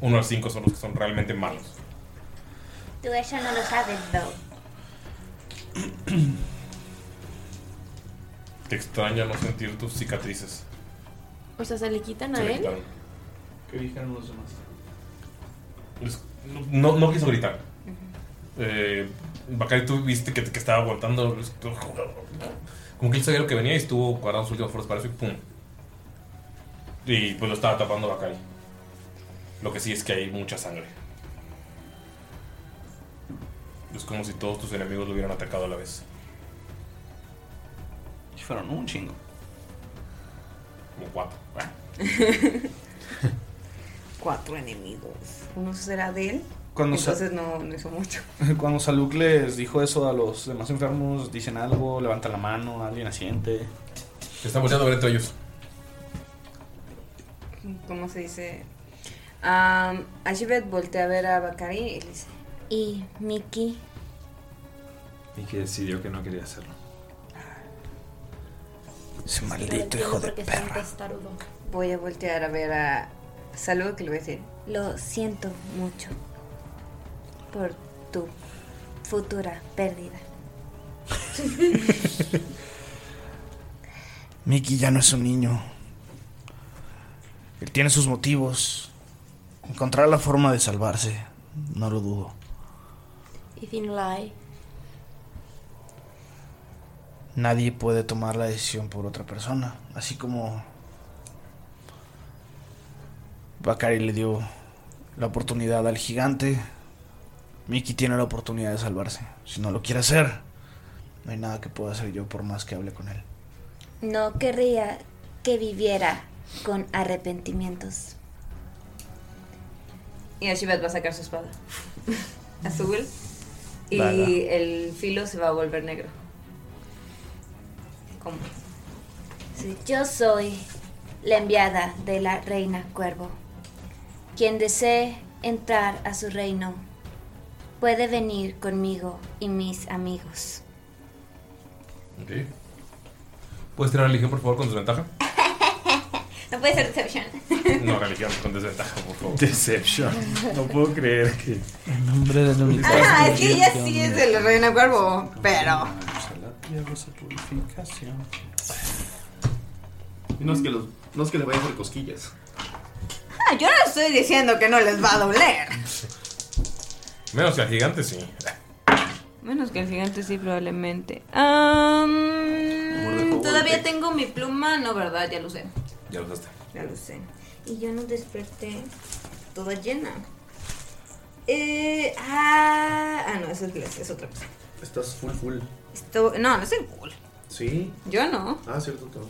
Uno al cinco son los que son realmente malos. Tú eso no lo sabes, Doug. Te extraña no sentir tus cicatrices. O sea, se le quitan Se a le él. quitaron. ¿Qué dijeron los demás? Es- No, no quiso gritar. Eh, Bacari, tú viste que, que estaba aguantando. Como que él sabía lo que venía y estuvo guardando sus últimas fuerzas para eso y pum. Y pues lo estaba tapando Bacari. Lo que sí es que hay mucha sangre. Es como si todos tus enemigos lo hubieran atacado a la vez. Y fueron un chingo. Como cuatro. Cuatro enemigos. Uno será de él. Cuando sa- Entonces no, no hizo mucho. Cuando Saluk les dijo eso a los demás enfermos, dicen algo, levanta la mano, alguien asiente. Se están volteando a ver entre ellos. ¿Cómo se dice? Am, Ashibet voltea a ver a Bakari y le dice: Y Mickey, Y que decidió que no quería hacerlo. Ese maldito hijo de perra. Ah. Voy a voltear a ver a Salud que le voy a decir. lo siento mucho por tu futura pérdida. Mickey ya no es un niño. Él tiene sus motivos. Encontrar la forma de salvarse, no lo dudo. Y E. Thin Lie. Nadie puede tomar la decisión por otra persona. Así como Bakari le dio la oportunidad al gigante, Mickey tiene la oportunidad de salvarse. Si no lo quiere hacer, no hay nada que pueda hacer yo por más que hable con él. No querría que viviera con arrepentimientos. Y Ashibet va a sacar su espada azul. Y Daga. el filo se va a volver negro. ¿Cómo? Sí, Yo soy la enviada de la reina cuervo. Quien desee entrar a su reino puede venir conmigo y mis amigos. Ok. ¿Puedes tirar religión, por favor, con desventaja? No puede ser decepción. No, religión, con desventaja, por favor. Deception. No puedo creer que. En nombre del Ah, es que ella sí es el reina cuervo, pero. No es que, los, no es que le vaya a hacer cosquillas. Ah, yo no estoy diciendo que no les va a doler. Menos que al gigante, sí. Menos que el gigante sí, probablemente. Am, Amor de favor, Todavía tengo mi pluma, no, ¿verdad? Ya lo usé. Ya lo usaste. Ya lo sé. Y yo no desperté toda llena. Eh, ah, ah, no, eso es, es otra cosa. Estás full, full. Esto- no, no es el cool. Sí. Yo no. Ah, cierto, todo.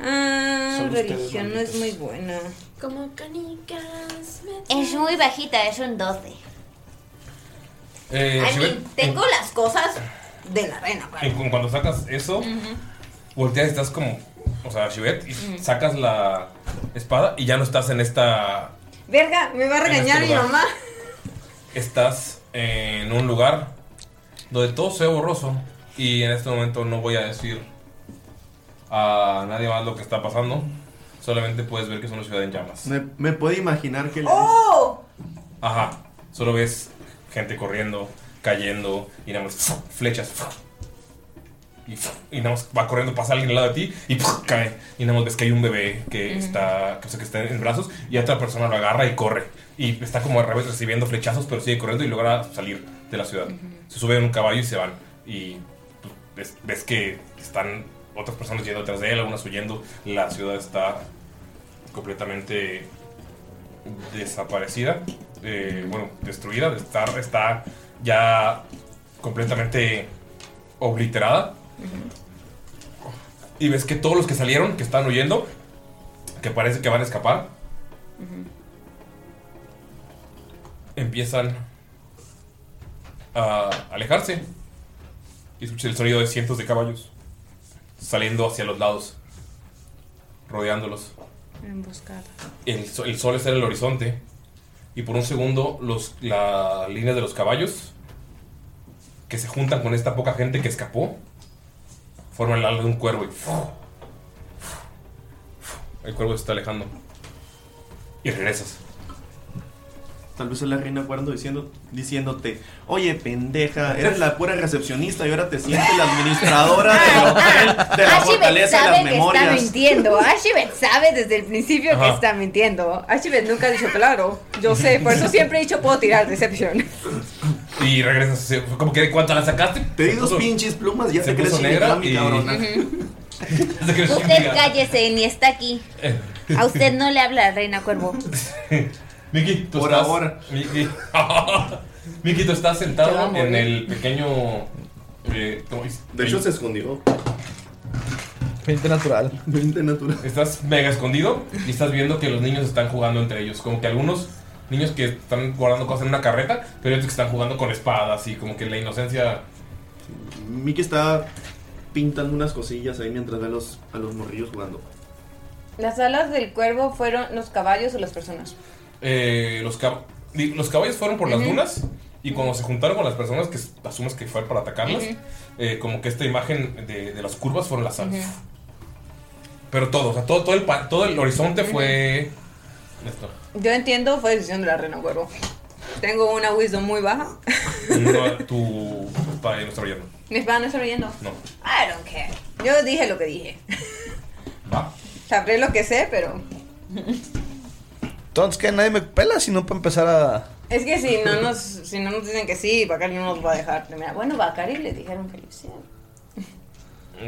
Ah, Son ustedes, religión no es malditos. muy buena. Como canicas. Es muy bajita, es un 12. Eh, Ay, Shibet, Tengo las cosas de la reina. en- en- cuando sacas eso, volteas y estás como. O sea, Shivet, y Ujú. sacas la espada y ya no estás en esta. Verga, me va a En regañar este mi lugar. mamá. Estás en un lugar donde todo se ve borroso. Y en este momento no voy a decir a nadie más lo que está pasando. Solamente puedes ver que es una ciudad en llamas. Me, me puedo imaginar que. le- ¡Oh! Ajá. Solo ves gente corriendo, cayendo, y nada más flechas. Y, y nada más va corriendo, pasa alguien al lado de ti y cae. Y nada más ves que hay un bebé que Ujú. está, que, o sea, que está en brazos y otra persona lo agarra y corre. Y está como al revés recibiendo flechazos, pero sigue corriendo y logra salir de la ciudad. Se sube en un caballo y se van. Y pues, ves, ves que están otras personas yendo detrás de él, algunas huyendo. La ciudad está completamente desaparecida, eh, bueno, destruida, de estar, está ya completamente obliterada. Y ves que todos los que salieron, que están huyendo, que parece que van a escapar, empiezan a alejarse. Y escuchas el sonido de cientos de caballos saliendo hacia los lados, rodeándolos. Emboscada. El, so- el sol está en el horizonte. Y por un segundo, los, la línea de los caballos, que se juntan con esta poca gente que escapó, forman el ala de un cuervo. Y el cuervo se está alejando. Y regresas. Tal vez es la reina cuerno diciendo, diciéndote: Oye, pendeja, eres la pura recepcionista y ahora te sientes la administradora del Ah, hotel de la Ashibet fortaleza sabe de las que está memorias. mintiendo. Ashibet sabe desde el principio que Ajá. está mintiendo. Ashibet nunca ha dicho claro. Yo sé, por eso siempre he dicho puedo tirar decepción. Y regresas. se- fue Como que cuando la sacaste. Te di se dos puso- pinches plumas y ya se te crees puso negra mi y- cabrona. se crees Usted chingada. cállese, ni está aquí. A usted no le habla la reina cuervo. Miki, tú Por estás. ahora. Miki. Miki, tú estás Te va a sentado morir. en el pequeño. eh, De hecho, se escondió. 20 natural. 20 natural. Estás mega escondido y estás viendo que los niños están jugando entre ellos. Como que algunos niños que están guardando cosas en una carreta, pero otros que están jugando con espadas y como que la inocencia. Miki está pintando unas cosillas ahí mientras ve a los, a los morrillos jugando. ¿Las alas del cuervo fueron los caballos o las personas? Eh, los, cab- di- los caballos fueron por las Ujú. dunas y cuando se juntaron con las personas que s- asumes que fueron para atacarlas, Ujú. eh, como que esta imagen de, de las curvas fueron las alas. Ujú. Pero todo, o sea, todo, todo, el, pa- todo el horizonte fue. Esto. Yo entiendo, fue decisión de la reina cuervo. Tengo una wisdom muy baja. No, tu espada ya no está brillando. Mi espada no está brillando. No. I don't care. Yo dije lo que dije. Va. Sabré lo que sé, pero. Entonces, que nadie me pela, sino para empezar a. Es que si no nos, si no nos dicen que sí, Bacari no nos va a dejar terminar. Bueno, Bacari le dijeron que lo hicieron.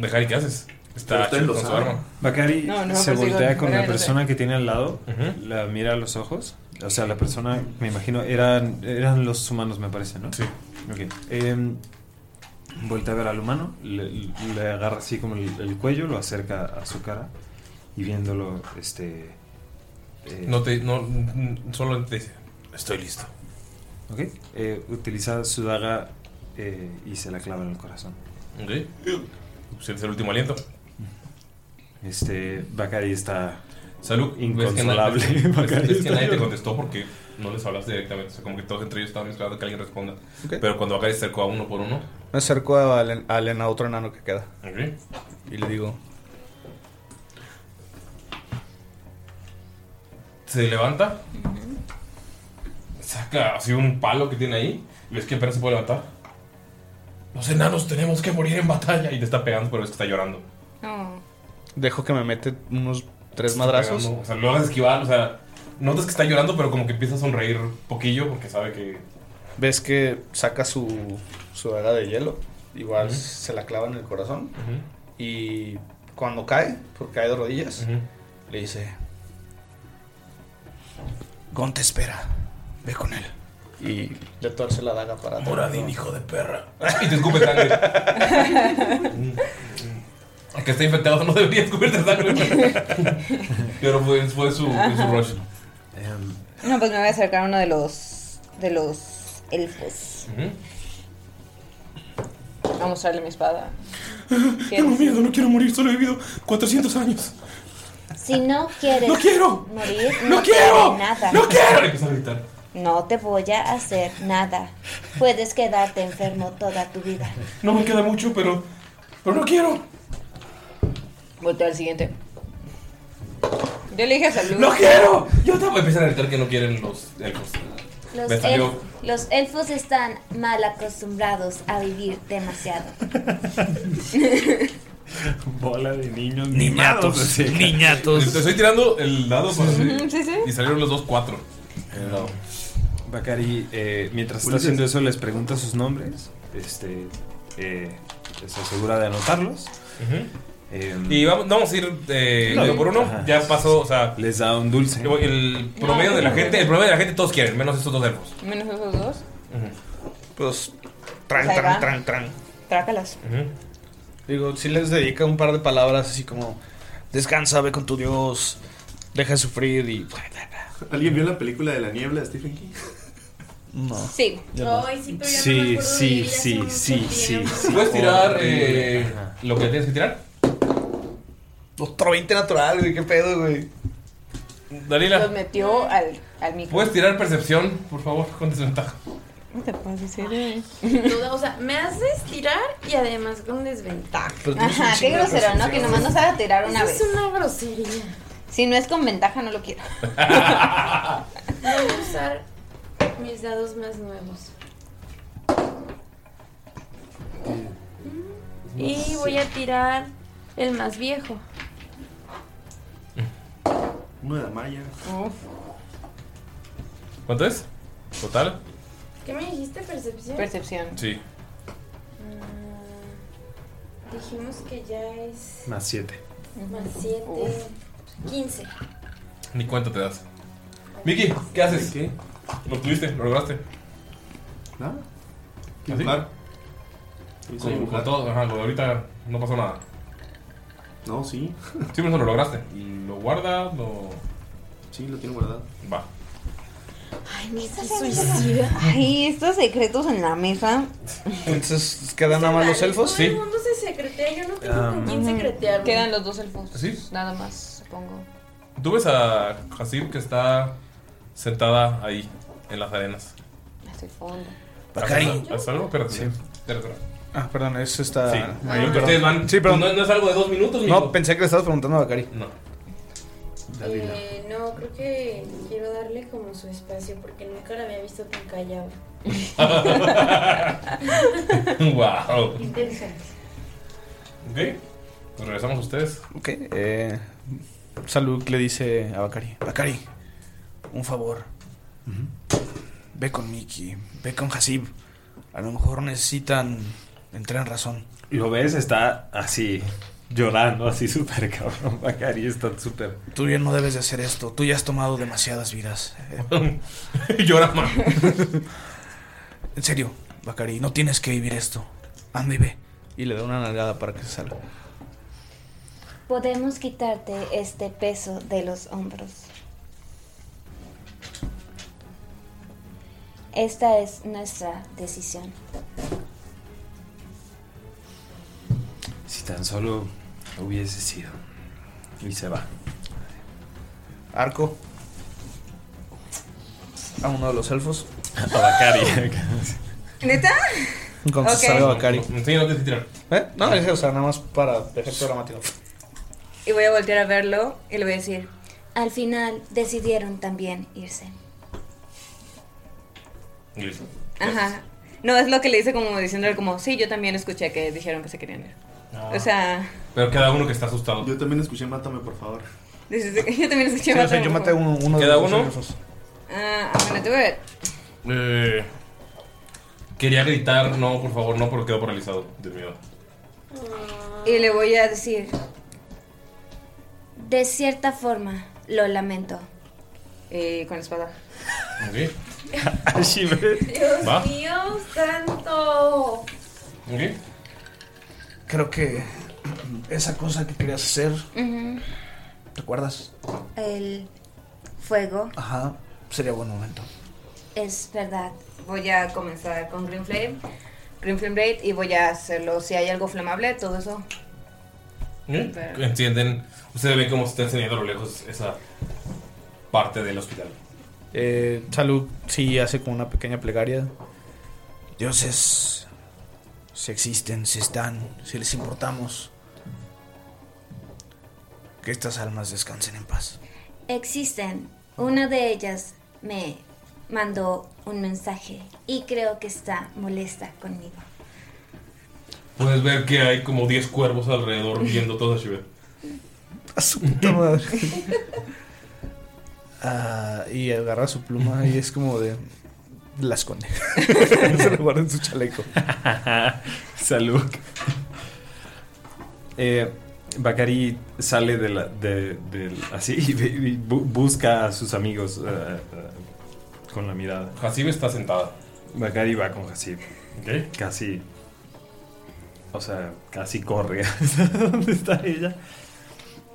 Dejar y qué haces. Pero Está ustedes chido lo con su saben. arma. Bakari No, no, se pues digo, voltea con fuera la de- persona que tiene al lado, la mira a los ojos. O sea, la persona, me imagino, eran, eran los humanos, me parece, ¿no? Sí. Ok. Em, voltea a ver al humano, le, le agarra así como el, el cuello, lo acerca a su cara y viéndolo, este. eh, No te. No, mm, solo te dice. Estoy listo. Ok. Eh, utiliza su daga eh, y se la clava en el corazón. Ok. Sientes el último aliento. Este, Bakari está Salud. inconsolable. Es que, nadie- Bakari ves- ves que está nadie te llorando. contestó porque no les hablaste directamente. O sea, como que todos entre ellos estaban esperando que alguien responda. Pero cuando Bacari se acercó a uno por uno, Me acerco al, en- al en- a otro enano que queda. Y le digo: se levanta. Saca así un palo que tiene ahí. Y ves que apenas se puede levantar. Los enanos tenemos que morir en batalla. Y te está pegando, pero ves que está llorando. Dejo que me mete unos tres madrazos. pegando, O sea, lo hagas esquivar, o sea, notas que está llorando, pero como que empieza a sonreír poquillo porque sabe que. Ves que saca su, su daga de hielo, igual se la clava en el corazón. Y cuando cae, porque cae de rodillas, Le dice, Gon te espera, ve con él. Y le torce la daga para atrás. Moradín, hijo de perra. Y te escupe sangre. El que está infectado no debería escupirte sangre. Pero fue, fue su, fue su rush. No, pues me voy a acercar a uno de los de los elfos. Voy a mostrarle mi espada. Tengo miedo, no quiero morir, solo he vivido 400 años. Si no quieres ¡No quiero! morir, ¡No no, te quiero! haré nada. ¡No quiero! Empieza a gritar. No te voy a hacer nada. Puedes quedarte enfermo toda tu vida. No me queda mucho, pero. Pero no quiero. Volteo al siguiente. Yo le dije salud. ¡No quiero! Yo tampoco empiezan a gritar que no quieren los elfos. Los, Me salió. elf- los elfos están mal acostumbrados a vivir demasiado. Bola de niños. Niñatos, niñatos. Te estoy tirando el dado para Ujú, sí, sí. Y salieron los dos cuatro. El dado. Bacari, eh, mientras está Ulises. haciendo eso, les pregunta sus nombres. Este. eh, se asegura de anotarlos. Ujú. Em, Y vamos, no, vamos a ir eh, No, uno por uno. ajá. Ya pasó, o sea. Les da un dulce. El promedio de la gente, el promedio de la gente todos quieren, menos estos dos elfos. Menos esos dos. Pues. Pues ahí va. tran. Trácalas. Digo, si les dedica un par de palabras así como: Descansa, ve con tu Dios, deja de sufrir y. ¿Alguien vio la película de la niebla de Stephen King? No. Sí. Yo no. Ay, sí, pero ya no Sí, me acuerdo de sí, ella hace sí, mucho sí, sí, tiempo. sí. Puedes tirar Horrible. eh, lo que tienes que tirar. Otro 20 natural, güey, qué pedo, güey. Dalila, Los metió al, al micro. puedes tirar percepción, por favor, con desventaja. No te pases, No, o sea, me haces tirar y además con desventaja. Pero tienes un Ajá, qué chingo de grosero, ¿no? Que nomás no sabe tirar una Eso vez. Es una grosería. Si no es con ventaja, no lo quiero. Voy a usar mis dados más nuevos. Y voy a tirar el más viejo. Uno de Maya. ¿Cuánto es? ¿Total? ¿Qué me dijiste? Percepción. Percepción. Sí. Mm, Dijimos que ya es Más 7. más 7. 15. Ni cuenta te das. Miki, ¿qué haces? ¿Qué? Lo tuviste, lo lograste. Nada. ¿Así? Hice Con, dibujar. con todo, ajá, con ahorita no pasó nada. No, sí. Sí, pero eso lo lograste. ¿Lo guardas? Lo... Sí, lo tengo guardado. Va. Ay, me Ay, estos secretos en la mesa. Entonces, ¿quedan nada más los elfos? Todo el mundo se secretea, yo no tengo con Ah. quién secretearme. Quedan los dos elfos. Sí. Nada más, supongo. Tú ves a Hasib que está sentada ahí, en las arenas. Estoy fondo. ¿Haces haces algo? Espérate. Espérate, espérate. Ah, perdón, es esta. Sí. Ay, Lo que perdón. ustedes van- Sí, perdón. No- no es algo de dos minutos, mijo. No, pensé que le estabas preguntando a Bacari. No. Eh, no, creo que quiero darle como su espacio porque nunca la había visto tan callada. wow. Interesante. Ok, pues regresamos a ustedes. Ok, eh. Salud le dice a Bacari: Bacari, un favor. Ve con Mickey, ve con Hasib. A lo mejor necesitan entrar en razón. Lo ves, está así, llorando, así súper cabrón. Bacari está súper. Tú ya no debes de hacer esto. Tú ya has tomado demasiadas vidas. Llora más. en serio, Bacari, no tienes que vivir esto. Anda y ve. Y le da una nalgada para que se salga. Podemos quitarte este peso de los hombros. Esta es nuestra decisión. Si tan solo hubiese sido. Y se va. Arco. A uno de los elfos. A Bacari. ¿Neta? Entonces Ok. salga Bacari. Sí, no tienes que tirar. ¿Eh? No, es, o sea, nada más para efecto dramático. Y voy a voltear a verlo y le voy a decir. Al final decidieron también irse. Ajá. No, es lo que le hice como diciéndole como, sí, yo también escuché que dijeron que se querían ir. Ah. O sea, Pero queda uno que está asustado. Yo también escuché Mátame, por favor. dices, yo también escuché Sí, o más sea, yo maté a uno, uno ¿Queda de los uno? elfos. Ah, I'm gonna do it. Eh, quería gritar, no, por favor, no, porque quedo paralizado de miedo. Y le voy a decir, De cierta forma, lo lamento. Eh, con la espada. Ok. Dios Va. mío, santo. Creo que esa cosa que querías hacer, ¿te acuerdas? El fuego Ajá, sería buen momento. es verdad. Voy a comenzar con Green Flame. Green Flame Blade y voy a hacerlo si hay algo flamable, todo eso. ¿Ok? Encienden. Ustedes ven cómo se está encendiendo a lo lejos esa parte del hospital. Eh, Salud sí hace como una pequeña plegaria. Dioses, si existen, si están, si les importamos, que estas almas descansen en paz. Existen. Una de ellas me mandó un mensaje y creo que está molesta conmigo. Puedes ver que hay como 10 cuervos alrededor viendo toda Shiva. A su puta madre. Ah, y agarra su pluma y es como de. La esconde. Se lo guarda en su chaleco. Salud. Eh, Bakari sale de la, de, del- así y, ve- y bu- busca a sus amigos eh, eh, con la mirada. Hasib está sentada. Bakari va con Hasib. Casi. O sea, casi corre. ¿Dónde está ella?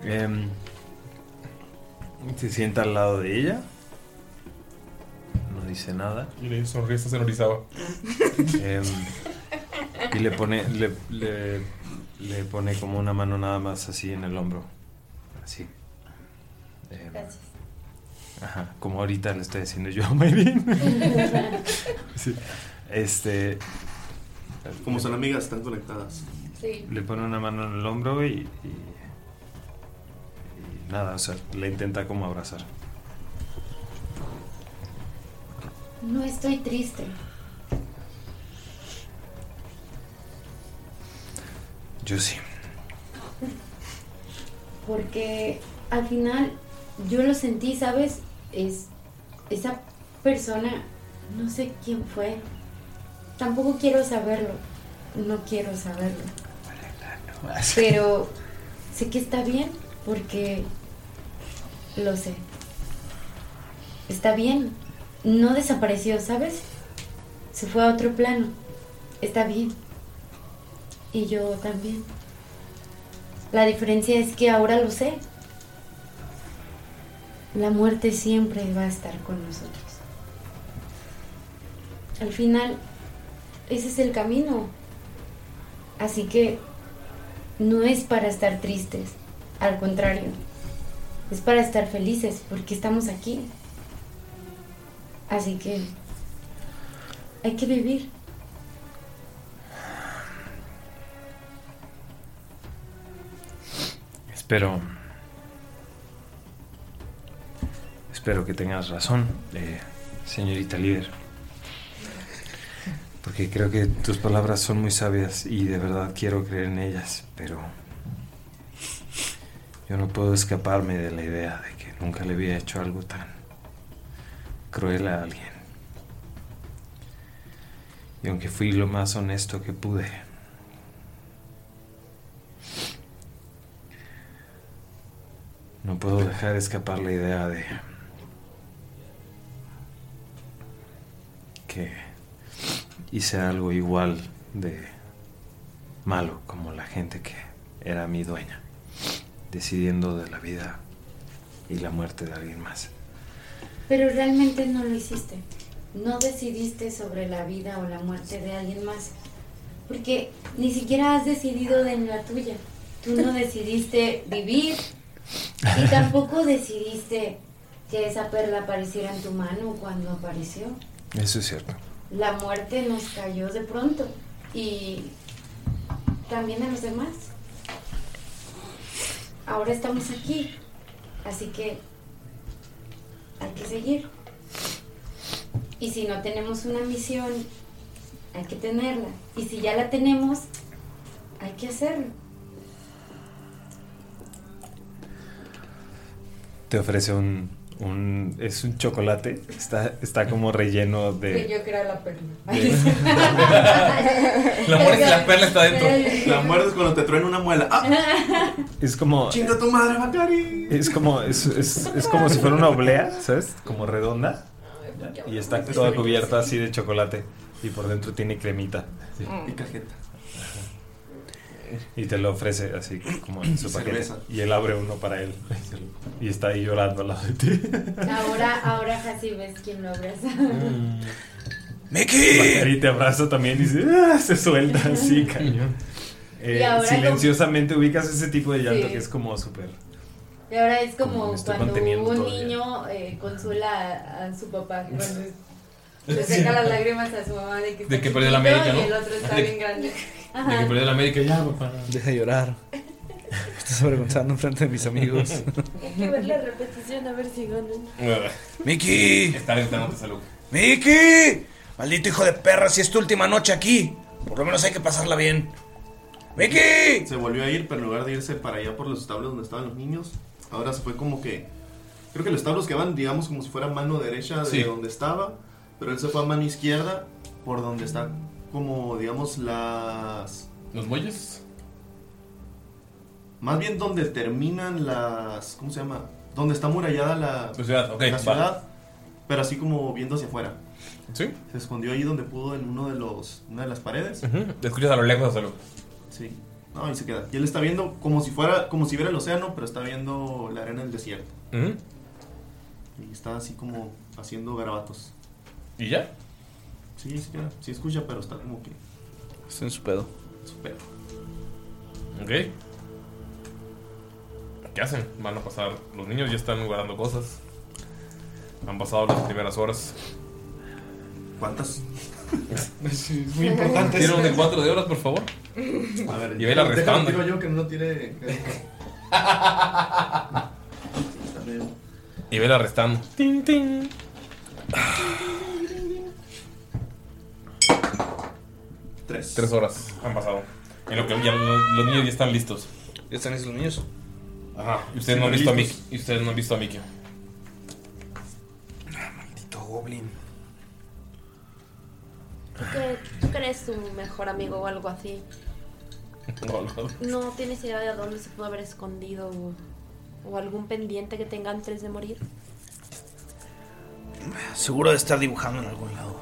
Em, se sienta al lado de ella. No dice nada. Y le sonrisa se norizaba. Em, y le pone, le, le- le pone como una mano nada más así en el hombro. Así. Em, Gracias. Ajá, como ahorita le estoy haciendo yo a Mayrin. Sí, Este. Como son le- amigas, están conectadas. Sí. Le pone una mano en el hombro y. y- y nada, o sea, le intenta como abrazar. No estoy triste. Yo sí. Porque al final yo lo sentí, ¿sabes? Es esa persona, no sé quién fue. Tampoco quiero saberlo. No quiero saberlo. Pero sé que está bien porque lo sé. Está bien. No desapareció, ¿sabes? Se fue a otro plano. Está bien. Y yo también. La diferencia es que ahora lo sé. La muerte siempre va a estar con nosotros. Al final, ese es el camino. Así que no es para estar tristes, al contrario, es para estar felices porque estamos aquí. Así que hay que vivir. Espero. Espero que tengas razón, eh, señorita líder. Porque creo que tus palabras son muy sabias y de verdad quiero creer en ellas, pero. Yo no puedo escaparme de la idea de que nunca le había hecho algo tan cruel a alguien. Y aunque fui lo más honesto que pude, No puedo dejar escapar la idea de que hice algo igual de malo como la gente que era mi dueña, decidiendo de la vida y la muerte de alguien más. Pero realmente no lo hiciste. No decidiste sobre la vida o la muerte de alguien más. Porque ni siquiera has decidido de la tuya. Tú no decidiste vivir y tampoco decidiste que esa perla apareciera en tu mano cuando apareció. Eso es cierto. La muerte nos cayó de pronto y también a los demás. Ahora estamos aquí, así que hay que seguir. Y si no tenemos una misión, hay que tenerla. Y si ya la tenemos, hay que hacerlo. Te ofrece un, un, es un chocolate, está, está como relleno Que de... yo que era la perla. La muerte la perla está dentro. La muerdes cuando te truena una muela. ¡Ah! Es como... ¡Chinga tu madre, Macari! Es como, es, es- es como si fuera una oblea, ¿sabes? Como redonda. Y está toda cubierta así de chocolate. Y por dentro tiene cremita. Y cajeta. Y te lo ofrece así como en su paquete. Cerveza. Y él abre uno para él. Y está ahí llorando al lado de ti. Ahora, ahora casi ves quién lo abraza. ¡Mickey! Y te abraza también y se, ¡ah! se suelta así, cañón. Eh, Y ahora como- silenciosamente ubicas ese tipo de llanto Sí. que es como súper... Y ahora es como estoy cuando conteniendo un todavía. niño eh, consuela a, a su papá. Cuando le saca las lágrimas a su mamá de que, está De que perdió la chiquito Y América, ¿no? el otro está De- bien grande. De que perdió la América ya, papá. Deja de llorar. Me Estás avergonzando enfrente de mis amigos. Hay que ver la repetición a ver si ganan. ¡Miki! Está aventándote salud. ¡Miki! Maldito hijo de perra, si es tu última noche aquí. Por lo menos hay que pasarla bien. ¡Miki! Se volvió a ir, pero en lugar de irse para allá por los establos donde estaban los niños, ahora se fue como que. Creo que los establos que van, digamos, como si fuera mano derecha de Sí. donde estaba, pero él se fue a mano izquierda por donde están, como, digamos, las. ¿Los muelles? Más bien donde terminan las. ¿Cómo se llama? Donde está murallada la. La ciudad, ok, la va. ciudad, pero así como viendo hacia afuera. Sí. Se escondió ahí donde pudo en uno de los, una de las paredes. Ujú, Te escuchas a lo lejos, salud. Sí. No, y se queda. Y él está viendo como si fuera, como si viera el océano, pero está viendo la arena del desierto. Ujú. Y está así como haciendo garabatos. ¿Y ya? Sí, se queda. Sí escucha, pero está como que Está en su pedo. su pedo. Ok. ¿Qué hacen? Van a pasar. Los niños ya están guardando cosas. Han pasado las primeras horas. ¿Cuántas? es muy importante. Tienen un de cuatro de horas, por favor. A ver, y ve la déjame, restante. Digo yo que no lo tire. Y vela restando. Tin, tin. Tres. Tres horas han pasado. En lo que ya los, los niños ya están listos. ¿Ya están listos los niños? Ajá. Y ustedes Sí, no han los visto a listos. Mickey. Y ustedes no han visto a Mickey. Maldito goblin. ¿Tú que- tú que eres tu mejor amigo o algo así? No, no. ¿No tienes idea de dónde se pudo haber escondido o, o algún pendiente que tenga antes de morir? Seguro de estar dibujando en algún lado.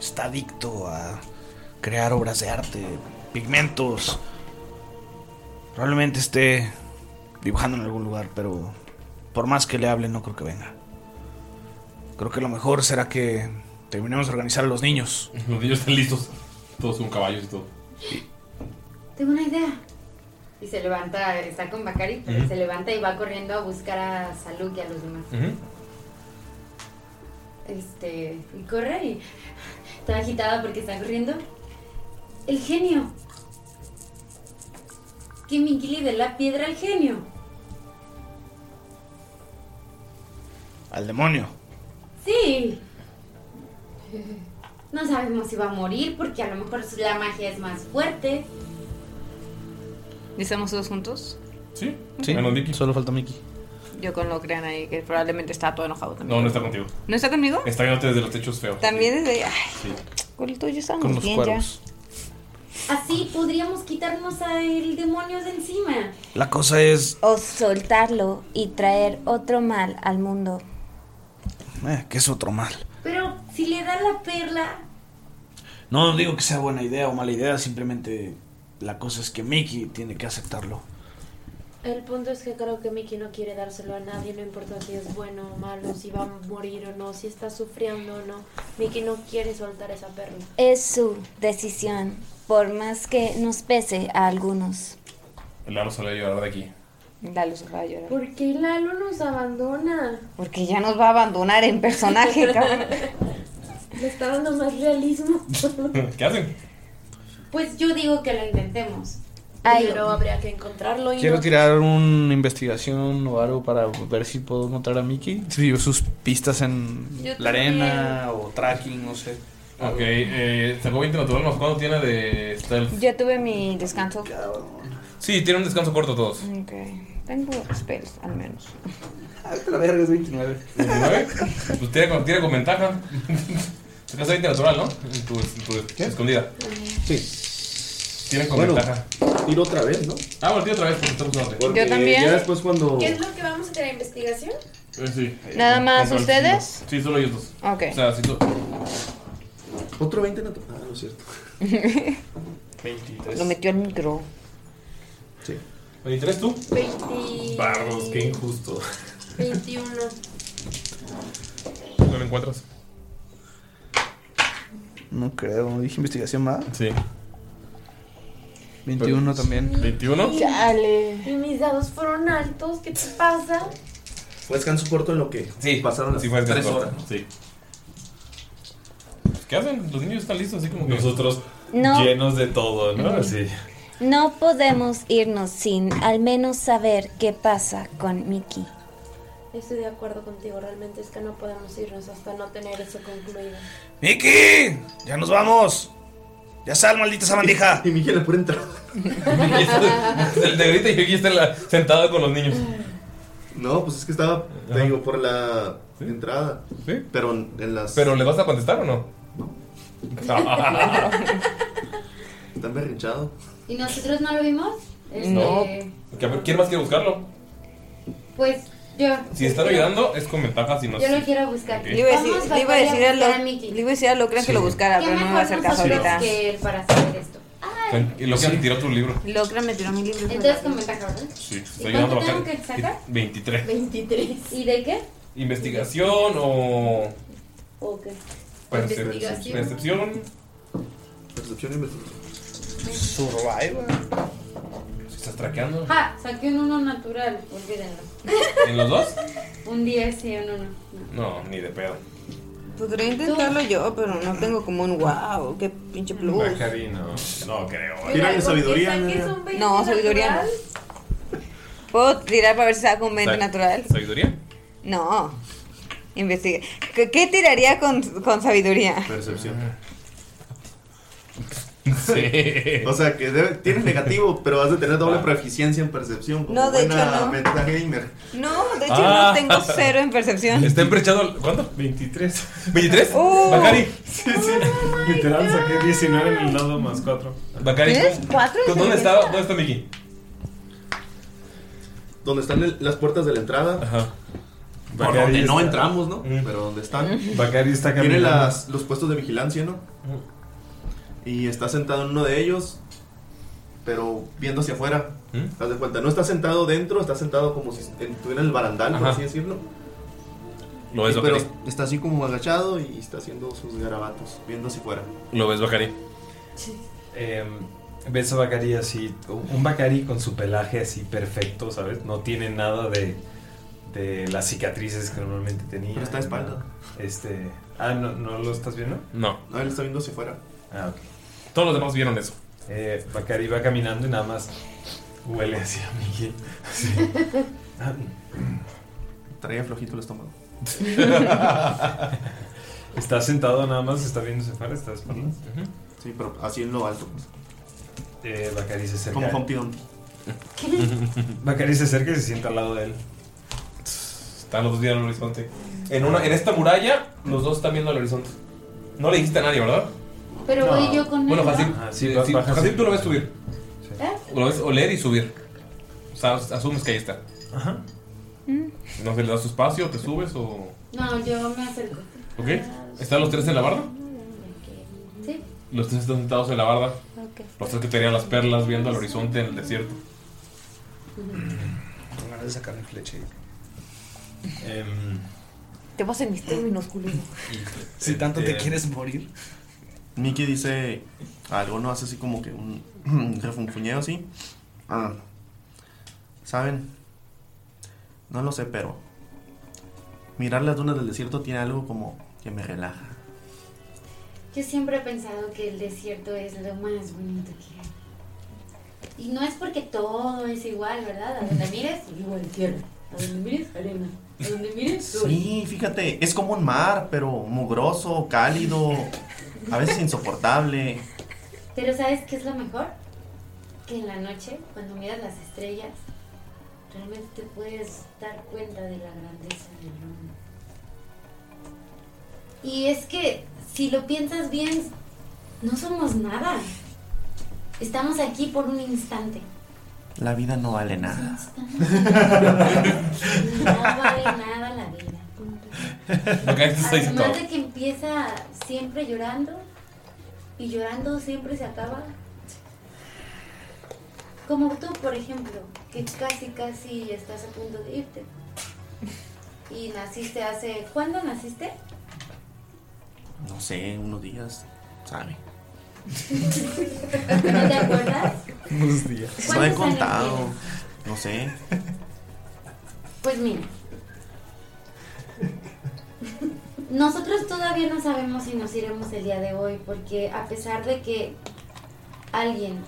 Está adicto a crear obras de arte, pigmentos. Probablemente esté dibujando en algún lugar, pero por más que le hable no creo que venga. Creo que lo mejor será que terminemos de organizar a los niños. Los niños están listos. Todos con caballos y todo. Tengo una idea. Y se levanta, está con Bacari, pero Ujú. se levanta y va corriendo a buscar a Salud y a los demás. Mhm. Este, y corre y está agitada porque está corriendo. El genio. Que Mingili de la piedra al genio. Al demonio. Sí. No sabemos si va a morir porque a lo mejor la magia es más fuerte. ¿Y estamos todos juntos? Sí. Sí, Menos Mickey. solo falta Mickey. Yo con lo crean ahí, que probablemente está todo enojado también. No, no está contigo. ¿No está conmigo? Está viéndote desde los techos feo. También desde. Ay, Sí. con el tuyo estamos Con los bien cuervos. Así podríamos quitarnos al demonio de encima. La cosa es O soltarlo y traer otro mal al mundo. eh, que es otro mal. Pero si le da la perla, No digo que sea buena idea o mala idea, simplemente la cosa es que Mickey tiene que aceptarlo. El punto es que creo que Mickey no quiere dárselo a nadie, no importa si es bueno o malo, si va a morir o no, si está sufriendo o no. Mickey no quiere soltar esa perla. Es su decisión, por más que nos pese a algunos. El Lalo se lo va a llevar de aquí. Lalo se va a llorar. ¿Por qué Lalo nos abandona? Porque ya nos va a abandonar en personaje, cabrón. Le está dando más realismo. ¿Qué hacen? pues yo digo que lo intentemos. Pero habría que encontrarlo y Quiero no- tirar una investigación o algo para ver si puedo encontrar a Mickey. Si vio sus pistas en Yo la arena o tracking, no sé. Ok, eh, sacó 20 natural, más cuánto tiene de stealth. Yo tuve mi descanso. Sí, tiene un descanso corto todos. Ok. Tengo spells, al menos. La verga es 29. ¿29? Pues tira con, tira con ventaja. Sacas 20 natural, ¿no? En tu, en tu escondida. Sí. Tienen con Bueno, ventaja. Tiro otra vez, ¿no? Ah, bueno, tiro otra vez porque estamos usando. Porque Yo también. ya después cuando- ¿Qué es lo que vamos a hacer? ¿Investigación? Eh, sí. ¿Nada más Control, ustedes? Sí, solo ellos dos. Ok. O sea, sí, tú. Otro 20 natural. Ah, no es cierto. 23. Lo metió al micro. Sí. 23 tú. 20. Barros, qué injusto. 21. ¿No lo encuentras? No creo. ¿Dije investigación más? Sí. Pues, 21 también. ¿21? Chale. Y mis dados fueron altos. ¿Qué te pasa? Fue descanso corto en lo que sí, pasaron las sí fue tres descanso horas. corto, Sí. Pues, ¿Qué hacen? Los niños están listos, así como que nosotros No. llenos de todo, ¿no? Así. No podemos irnos sin al menos saber qué pasa con Mickey. Estoy de acuerdo contigo. Realmente es que no podemos irnos hasta no tener eso concluido. ¡Miki! ¡Ya nos vamos! ¡Ya sal, maldita sabandija! Y Miki le puede entrar. El de ahorita y aquí está en la- sentado con los niños. No, pues es que estaba, te digo, por la entrada. Sí. Pero en las. ¿Pero le vas a contestar o no? Ah. Está berrinchado. ¿Y nosotros no lo vimos? Este, No. Que a ver, ¿Quién más quiere buscarlo? Pues yo. Si están ayudando, es con ventaja. Si no, Yo lo sí. quiero buscar. Ok. Le iba a decir, Vamos, le iba a Valeria, decir a buscar a lo- Mickey. le iba a decir a Locran que lo buscara, ¿Qué pero no me va a hacer mejor caso nosotros ahorita. que él para hacer esto? Y lo que han tirado tu libro. Locran me tiró mi libro. Entonces con ventaja, ¿verdad? Sí, está ¿Y ayudando cuánto a tengo bajar. que sacar? 23. 23. ¿Y de qué? ¿Investigación o ¿O qué? percep- Investigación. percepción? Percepción y investigación. Survival. Si estás traqueando. Ah, saqué un 1 natural, olvídenlo. ¿En los dos? Un 10 y un 1. No, ni de pedo. Podría intentarlo yo, pero no tengo como un wow, qué pinche plus. Bacari no, no creo. Tírale Mira, sabiduría, ¿por qué nena. saques un veinte No, sabiduría no. ¿Puedo tirar para ver si saco un 20 Sa- natural? ¿Sabiduría? No. Investigue. ¿Qué, qué tiraría con, con sabiduría? Percepción. Sí. O sea que debe- tienes negativo, pero vas a tener Ah. doble proficiencia en percepción. Como No, de hecho, buena no. meta gamer. No, de hecho Ah. Este- no tengo cero en percepción. Está emprechado. ¿Cuánto? 23. ¿23? Oh. Bacari. Sí, sí. Literal saqué 19 en el lado más 4. Bacari, ¿Ves? Cuatro de ¿dónde está, sabiduría. ¿dónde está Miki? Donde están el- las puertas de la entrada. Ajá. Por Bacari donde no está- entramos, ¿no? Pero donde están. Bacari está Tiene caminando. las, los puestos de vigilancia, ¿no? Mm, Y está sentado en uno de ellos, pero viendo hacia afuera. ¿Mm? Haz de cuenta, no está sentado dentro, está sentado como si estuviera en el barandal, por Ajá. así decirlo. Lo ves, Y- pero Bacari. está así como agachado y está haciendo sus garabatos, viendo hacia afuera. Lo ves, Bacari. Em, ves a Bacari así, un Bacari con su pelaje así perfecto, ¿sabes? No tiene nada de, de las cicatrices que normalmente tenía. Pero está de espalda. Este, ah, ¿no, ¿no lo estás viendo? No. No, él está viendo hacia afuera. Ah, ok. Todos los demás vieron eso. Eh, Bacari va caminando y nada más huele así a Miguel. Así. Ah, Traía flojito el estómago. está sentado nada más, está viendo afuera, está de espaldas. Sí, pero así en lo alto. Eh, Bacari se acerca. Como Humpty Dumpty. Bacari se acerca y se sienta al lado de él. Están los dos viendo al horizonte. En, una, en esta muralla, los dos están viendo al horizonte. No le dijiste a nadie, ¿verdad? Pero No. voy yo con Bueno, él. Hasib, Ah, sí, eh, va- sí, baja Hasib, sí. tú lo ves subir. ¿no? ¿Eh? Lo ves oler y subir. O sea, asumes que ahí está. Mm. Ajá. No sé, le das su espacio, te subes o. No, yo me acerco. ¿Ok? ¿Están los tres en la barda? Sí. Los tres están sentados en la barda. Ok. Los tres que tenían las perlas viendo al horizonte en el desierto. Con ganas de sacar mi flecha. Em, Te vas en mis términos, culero. Si tanto Este, te quieres morir. Este, Mickey dice algo, ¿no? Hace así como que un un refunfuñeo así. Ah, ¿Saben? No lo sé, pero mirar las dunas del desierto tiene algo como que me relaja. Yo siempre he pensado que el desierto es lo más bonito que hay. Y no es porque todo es igual, ¿verdad? A donde mires, igual tierra. A donde mires, arena. A donde mires, sol. Sí, fíjate, es como un mar, pero mugroso, cálido, a veces insoportable. Pero ¿sabes qué es lo mejor? Que en la noche, cuando miras las estrellas, realmente te puedes dar cuenta de la grandeza del mundo. Y es que, si lo piensas bien, no somos nada. Estamos aquí por un instante. La vida no vale nada. No vale nada la vida. Ok, esto está diciendo Además de que empieza siempre llorando y llorando siempre se acaba. Como tú, por ejemplo, que casi, casi estás a punto de irte. Y naciste hace... ¿Cuándo naciste? No sé, unos días, sabe. ¿No te acuerdas? Unos días. No he ¿Cuántos años contado. tienes? No sé. Pues mira. Nosotros todavía no sabemos si nos iremos el día de hoy, porque a pesar de que alguien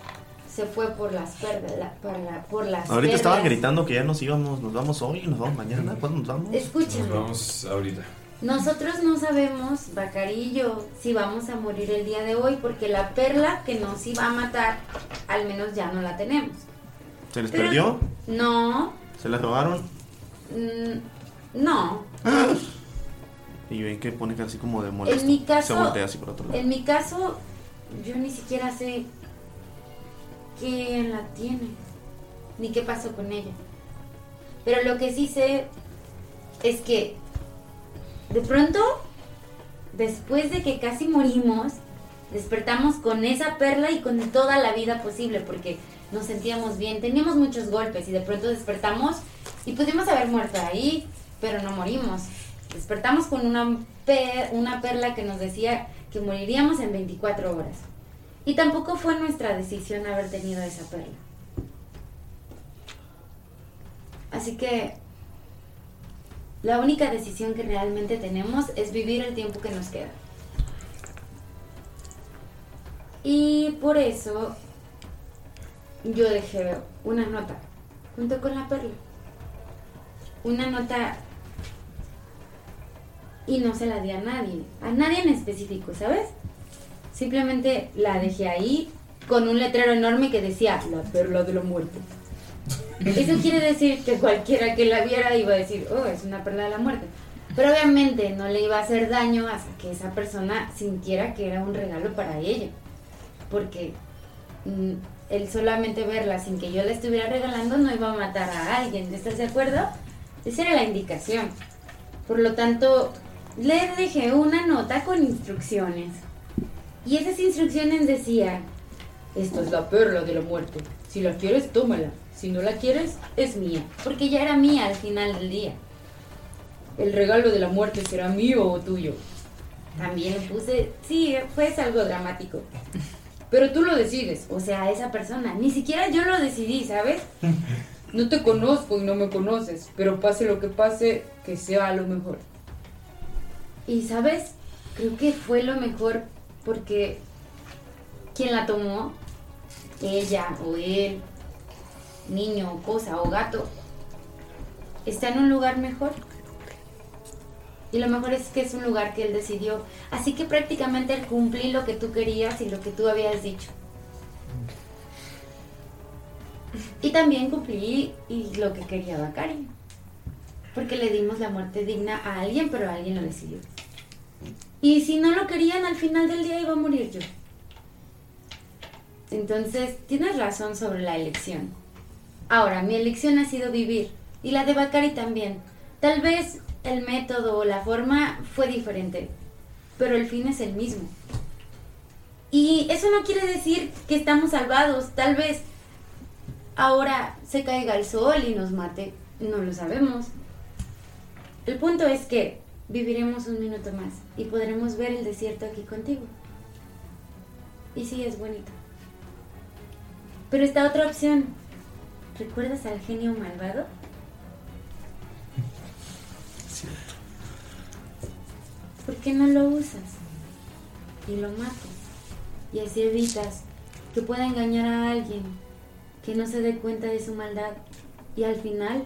se fue por las perlas, por, la, por las Ahorita estaban perlas, gritando que ya nos íbamos, nos vamos hoy, nos vamos mañana, ¿cuándo nos vamos? Escúchame. Nos vamos ahorita. Nosotros no sabemos, Bacarillo, si vamos a morir el día de hoy, porque la perla que nos iba a matar, al menos ya no la tenemos. ¿Se les Pero- perdió? No, ¿Se les robaron? mm, no. Y ven que pone así como de molesto. En mi caso- Se voltea así por otro lado. En mi caso, yo ni siquiera sé quién la tiene, ni qué pasó con ella. Pero lo que sí sé es que de pronto, después de que casi morimos, despertamos con esa perla y con toda la vida posible, porque nos sentíamos bien, teníamos muchos golpes y de pronto despertamos y pudimos haber muerto ahí, pero no morimos. Despertamos con una, per- una perla que nos decía que moriríamos en 24 horas. Y tampoco fue nuestra decisión haber tenido esa perla. Así que la única decisión que realmente tenemos es vivir el tiempo que nos queda. Y por eso yo dejé una nota junto con la perla. Una nota y no se la di a nadie, a nadie en específico, ¿sabes? Simplemente la dejé ahí con un letrero enorme que decía la perla de la muerte. Eso quiere decir que cualquiera que la viera iba a decir, oh, es una perla de la muerte. Pero obviamente no le iba a hacer daño hasta que esa persona sintiera que era un regalo para ella. Porque mm, el solamente verla sin que yo la estuviera regalando no iba a matar a alguien, ¿estás de acuerdo? Esa era la indicación. Por lo tanto, le dejé una nota con instrucciones. Y esas instrucciones decían, esto es la perla de la muerte. Si la quieres, tómala. Si no la quieres, es mía. Porque ya era mía al final del día. El regalo de la muerte será mío o tuyo. También lo puse, sí, fue algo dramático. Pero tú lo decides, o sea, esa persona. Ni siquiera yo lo decidí, ¿sabes? No te conozco y no me conoces, pero pase lo que pase, que sea lo mejor. Y sabes, creo que fue lo mejor porque quien la tomó, ella o él, niño o cosa o gato, está en un lugar mejor. Y lo mejor es que es un lugar que él decidió. Así que prácticamente él cumplí lo que tú querías y lo que tú habías dicho. Y también cumplí y lo que quería Bacari. Porque le dimos la muerte digna a alguien, pero alguien lo decidió. Y si no lo querían, al final del día iba a morir yo. Entonces, tienes razón sobre la elección. Ahora, mi elección ha sido vivir. Y la de Bacari también. Tal vez el método o la forma fue diferente. Pero el fin es el mismo. Y eso no quiere decir que estamos salvados. Tal vez ahora se caiga el sol y nos mate. No lo sabemos. El punto es que viviremos un minuto más y podremos ver el desierto aquí contigo. Y sí, es bonito. Pero está otra opción. ¿Recuerdas al genio malvado? ¿Por qué no lo usas? Y lo matas. Y así evitas que pueda engañar a alguien que no se dé cuenta de su maldad. Y al final,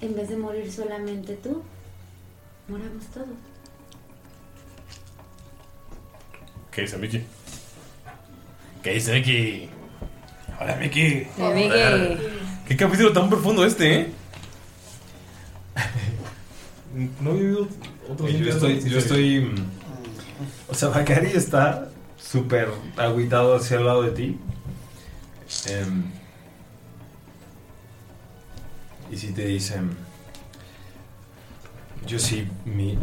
en vez de morir solamente tú, moramos todos. ¿Qué dice Mickey? ¿Qué dice Mickey? Hola Mickey. Hola, Mickey. Qué capítulo tan profundo este, ¿eh? No he vivido otros Yo días estoy, así yo seguido. estoy. mm, O sea, Bacari está súper agüitado hacia el lado de ti. Em, y si te dicen. Yo sí, mi,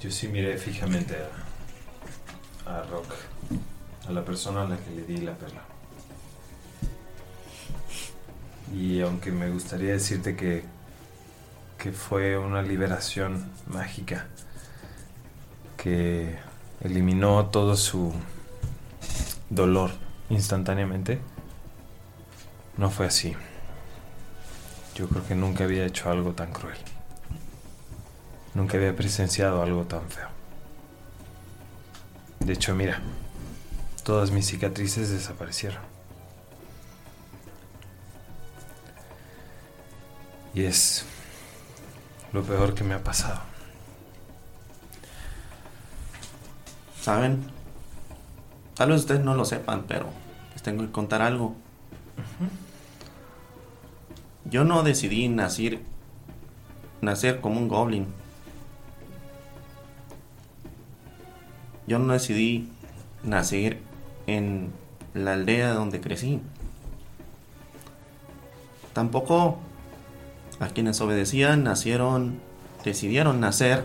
yo sí miré fijamente a, a Rock, a la persona a la que le di la perla. Y aunque me gustaría decirte que, que fue una liberación mágica, que eliminó todo su dolor instantáneamente, no fue así. Yo creo que nunca había hecho algo tan cruel. Nunca había presenciado algo tan feo. De hecho, mira, todas mis cicatrices desaparecieron. Y es lo peor que me ha pasado. ¿Saben? Tal vez ustedes no lo sepan, pero les tengo que contar algo. Yo no decidí nacer, nacer como un goblin. Yo no decidí nacer en la aldea donde crecí. Tampoco a quienes obedecían nacieron, decidieron nacer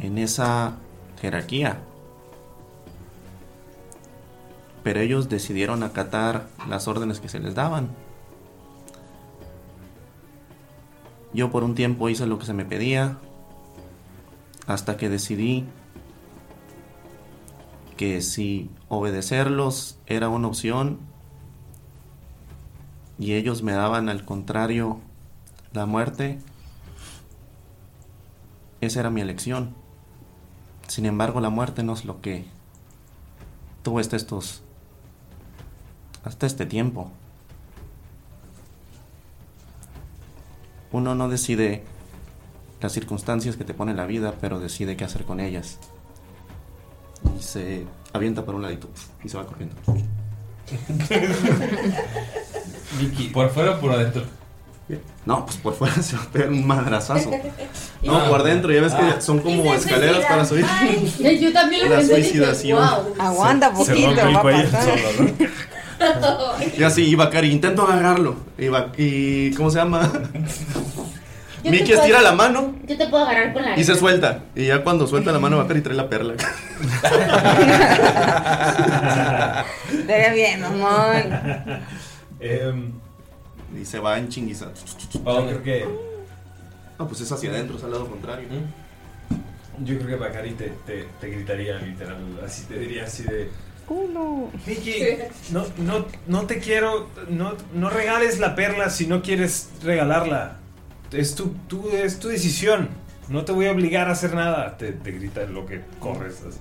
en esa jerarquía. Pero ellos decidieron acatar las órdenes que se les daban. Yo por un tiempo hice lo que se me pedía hasta que decidí que si obedecerlos era una opción y ellos me daban al contrario la muerte, esa era mi elección. Sin embargo, la muerte no es lo que tuvo hasta estos hasta este tiempo. Uno no decide las circunstancias que te pone la vida, pero decide qué hacer con ellas. Y se avienta por un ladito y se va corriendo. Vicky, ¿por fuera o por adentro? No, pues por fuera se va a pegar un madrazazo. No, Ah. por dentro, ya ves Ah. que son como escaleras para subir. Ay, yo también lo La pensé. dije, suicidación. "Wow". Aguanta Se- se poquito, rompe el va a cuello pasar. solo, ¿no? Y así, y Bakari, intento agarrarlo. Y, Ba- y- ¿cómo se llama? Yo Miki te puedo- estira la mano Yo te puedo agarrar con la y se arena. suelta. Y ya cuando suelta la mano, Bakari trae la perla. Estaría bien, mamón. Em. y se va en chinguiza. Oh, Yo creo que, No, pues es hacia adentro, es al lado contrario. yo creo que Bacari te, te, te gritaría literal, así te diría así de... Miki, no, no, no te quiero, no, no regales la perla si no quieres regalarla. Es tu, tu- es tu decisión. No te voy a obligar a hacer nada. Te, te grita lo que corres así.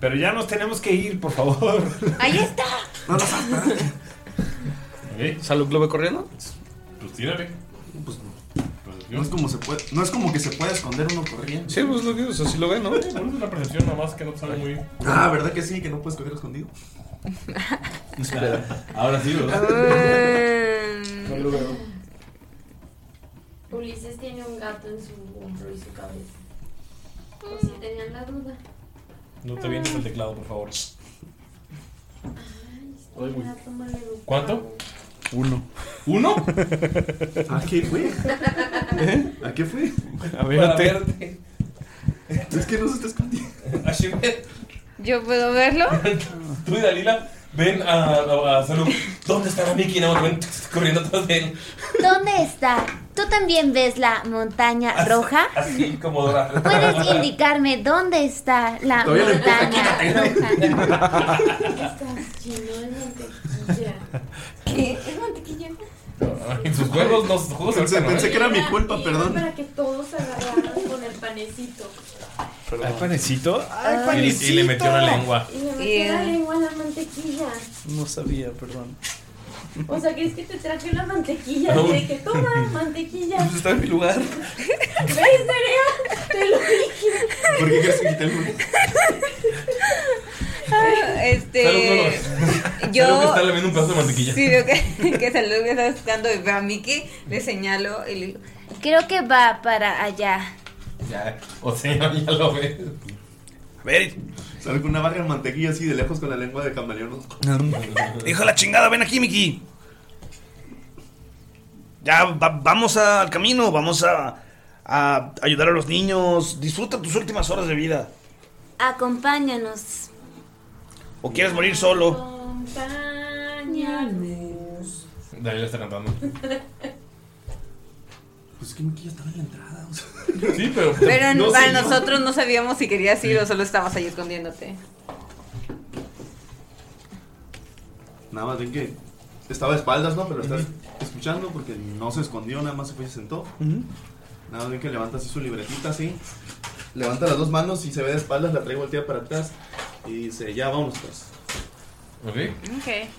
Pero ya nos tenemos que ir, por favor. Ahí está. ¿Salud lo ve corriendo? Pues tírale. Pues No es como se puede, no es como que se pueda esconder uno corriendo. Sí, pues lo que es, así lo ve, ¿no? una percepción nomás que no sabe muy bien. Ah, ¿verdad que sí? Que no puedes correr escondido. Ahora sí, Ah. No lo veo. Ulises tiene un gato en su hombro y su cabeza. Por si tenían la duda. No te vienes el teclado, por favor. Ay, güey. Gato maleducado. ¿Cuánto? Uno. ¿Uno? ¿A qué fue? ¿Eh? ¿A qué fue? A ver, Para te- verte. Es que no se está escondiendo. Ashibet, ¿Yo puedo verlo? tú y Dalila ven a, a, a Salud. ¿Dónde está la Mickey? Nada más ven corriendo atrás de él. ¿Dónde está? ¿Tú también ves la montaña roja? Así como Dora. ¿Puedes indicarme dónde está la Todavía le gusta, montaña roja? Estás lleno de mantequilla. ¿Qué? ¿Es mantequilla? En sus juegos, no, sus juegos Pensé- ahorita no. pensé que era mi culpa, perdón. Para que todos agarraran con el panecito. ¿Hay panecito? ¡Ay, Y- Y, le metió la lengua. Y le metí la Ew. lengua a la mantequilla. No sabía, perdón. O sea, que es que te traje la mantequilla. No. pues Y de que toma mantequilla. Está en mi lugar. ¿Ves, Nerea? Te lo dije. ¿Por qué crees que quité el Este. Yo- Salud está lamiendo un pedazo de mantequilla. Sí, veo que, que Salud me está buscando y veo a Miki, le señalo y le digo: Creo que va para allá. Ya, o sea, ya lo ves. A ver. Sale con una barra de mantequilla así de lejos con la lengua de camaleón. Hijo de la chingada, ven aquí, Miki. Ya va- vamos a- al camino, vamos a, a ayudar a los niños. Disfruta tus últimas horas de vida. Acompáñanos. ¿O quieres morir solo? Acompáñanos. Daniel está cantando. Pues es que Miki ya estaba en la entrada. o sea. Sí, pero. Pero No para sé, no. nosotros no sabíamos si querías ir o solo estabas ahí escondiéndote. Nada más ven que estaba de espaldas, ¿no? Pero estás escuchando porque no se escondió, nada más se fue y se sentó. Nada más ven que levanta así su libretita, así. Levanta las dos manos y se ve de espaldas, la trae volteada para atrás. Y dice, ya vamos, pues. Ok.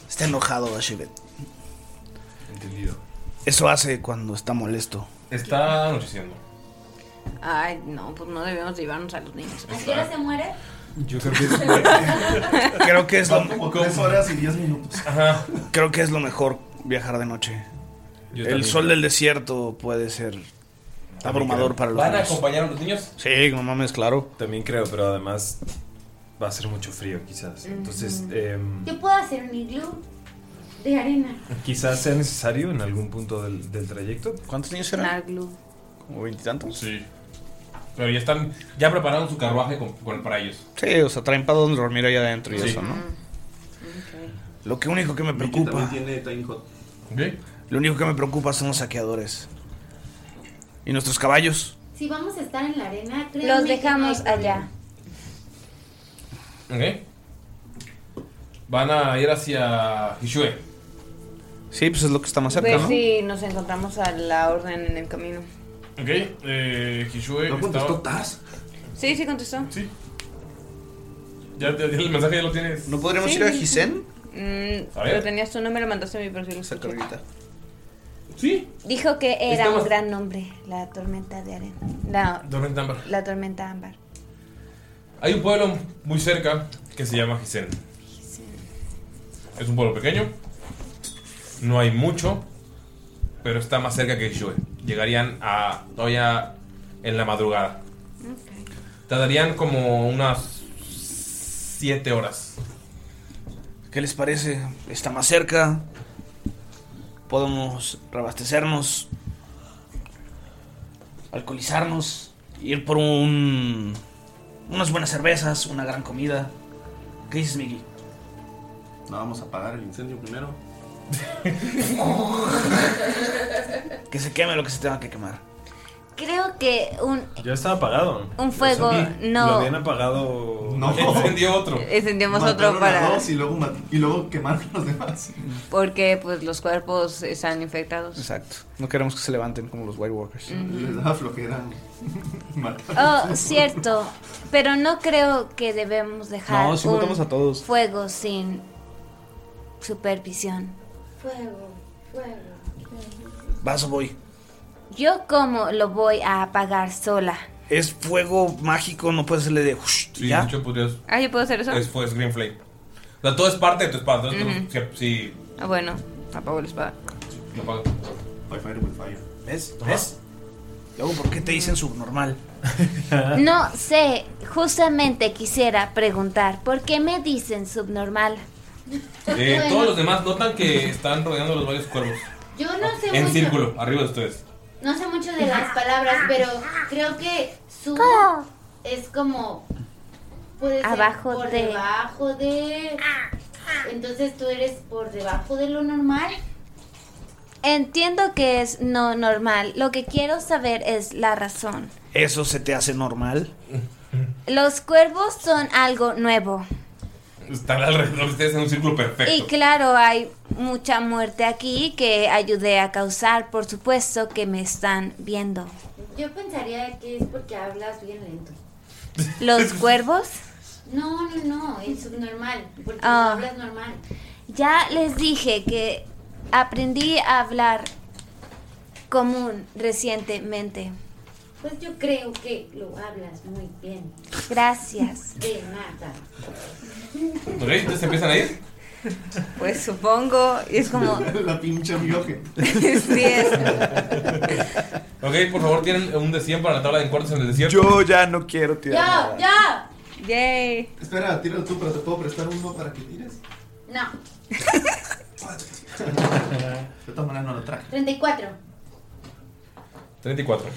Está enojado, Bashivet. Entendido. Eso hace cuando está molesto. Está anocheciendo. Ay, no, pues no debemos llevarnos a los niños. ¿A qué hora se muere? Yo creo que es Creo que es lo Como tres horas y diez minutos. Ajá. Creo que es lo mejor viajar de noche. Yo el también. sol del desierto puede ser abrumador para los ¿Van a niños. acompañar a los niños? Sí, no mames, claro. También creo, pero además va a ser mucho frío quizás. Entonces, em, Yo puedo hacer un iglú de arena. quizás sea necesario en algún punto del, del trayecto. ¿Cuántos niños Ah, ¿Como veintitantos? Sí. Pero ya están. Ya prepararon su carruaje con, con- para ellos. Sí, o sea, traen para donde dormir allá adentro y Sí. eso, ¿no? Lo que único que me preocupa. También tiene Tiny Hot. Lo único que me preocupa son los saqueadores. Y nuestros caballos. Si vamos a estar en la arena, créanme Los que no dejamos hay allá. Ok. Van a ir hacia Hishue. Sí, pues es lo que está más cerca, Ver ¿no? si nos encontramos a la orden en el camino. Ok. Eh, Hishue. ¿No contestó Tars? Sí, sí contestó. Sí. Ya, ya- ya el mensaje ya lo tienes. ¿No podríamos Sí. ir a Gisen? Mm, A ver. pero tenías tu nombre, lo mandaste a mi perfil. Sí. Dijo que era Estamos- un gran nombre, la tormenta de arena. No, Tormenta Ámbar. la tormenta ámbar. Hay un pueblo muy cerca que se llama Gisen. Es un pueblo pequeño. No hay mucho. Pero está más cerca que Hishue. Llegarían a. todavía en la madrugada. Tardarían como unas 7 horas. ¿Qué les parece? Está más cerca. Podemos reabastecernos. Alcoholizarnos. Ir por un. Unas buenas cervezas, una gran comida. ¿Qué dices, Miki? No, vamos a apagar el incendio primero. que se queme lo que se tenga que quemar. Creo que un Ya estaba apagado. Un fuego, no. Lo habían apagado. No. Encendió otro. Encendemos Mataron Eh, otro a para. dos y luego, mat- y luego quemaron los demás. Porque pues los cuerpos están infectados. Exacto. No queremos que se levanten como los White Walkers. Ujú. Les daba flojera. Oh, cierto. Pero no creo que debemos dejar No, sí un matamos a todos. fuego sin supervisión. Fuego, fuego. Vas, voy. Yo como lo voy a apagar sola. Es fuego mágico, no puede serle de. ush, y ya. Yo podría. Ah, ¿yo puedo hacer eso? Es, fue- es Green Flame. O sea, todo es parte de tu espada. Entonces, Ujú. tú- si, si Ah, bueno, apago la espada. lo pago. ¿Ves? ¿Ves? Luego, ¿por qué te dicen subnormal? No sé, justamente quisiera preguntar, ¿por qué me dicen subnormal? Eh, Bueno. Todos los demás notan que están rodeando los varios cuervos. Yo no sé En mucho. círculo, arriba de ustedes. No sé mucho de las palabras, pero creo que su es como puede ser Abajo por de. debajo de. Entonces tú eres por debajo de lo normal. Entiendo que es no normal. Lo que quiero saber es la razón. ¿Eso se te hace normal? Los cuervos son algo nuevo. Están alrededor de ustedes en un círculo Y perfecto. claro, hay mucha muerte aquí que ayudé a causar. Por supuesto que me están viendo. Yo pensaría que es porque hablas bien lento. ¿Los cuervos? No, no, no, es subnormal. Porque no Ah. hablas normal. Ya les dije que aprendí a hablar común recientemente. Pues yo creo que lo hablas muy bien. Gracias. De nada. ¿Ok? Entonces empiezan a ir. Pues supongo, y es como. La pinche mioje. sí es. Ok, por favor, tienen un de 100 para la tabla de encuentros en el desierto. Yo ya no quiero ¡Ya! ¡Ya! ¡Yay! Espera, tíralo tú, pero te puedo prestar uno para que tires. No. De todas maneras no lo traje. 34. 34.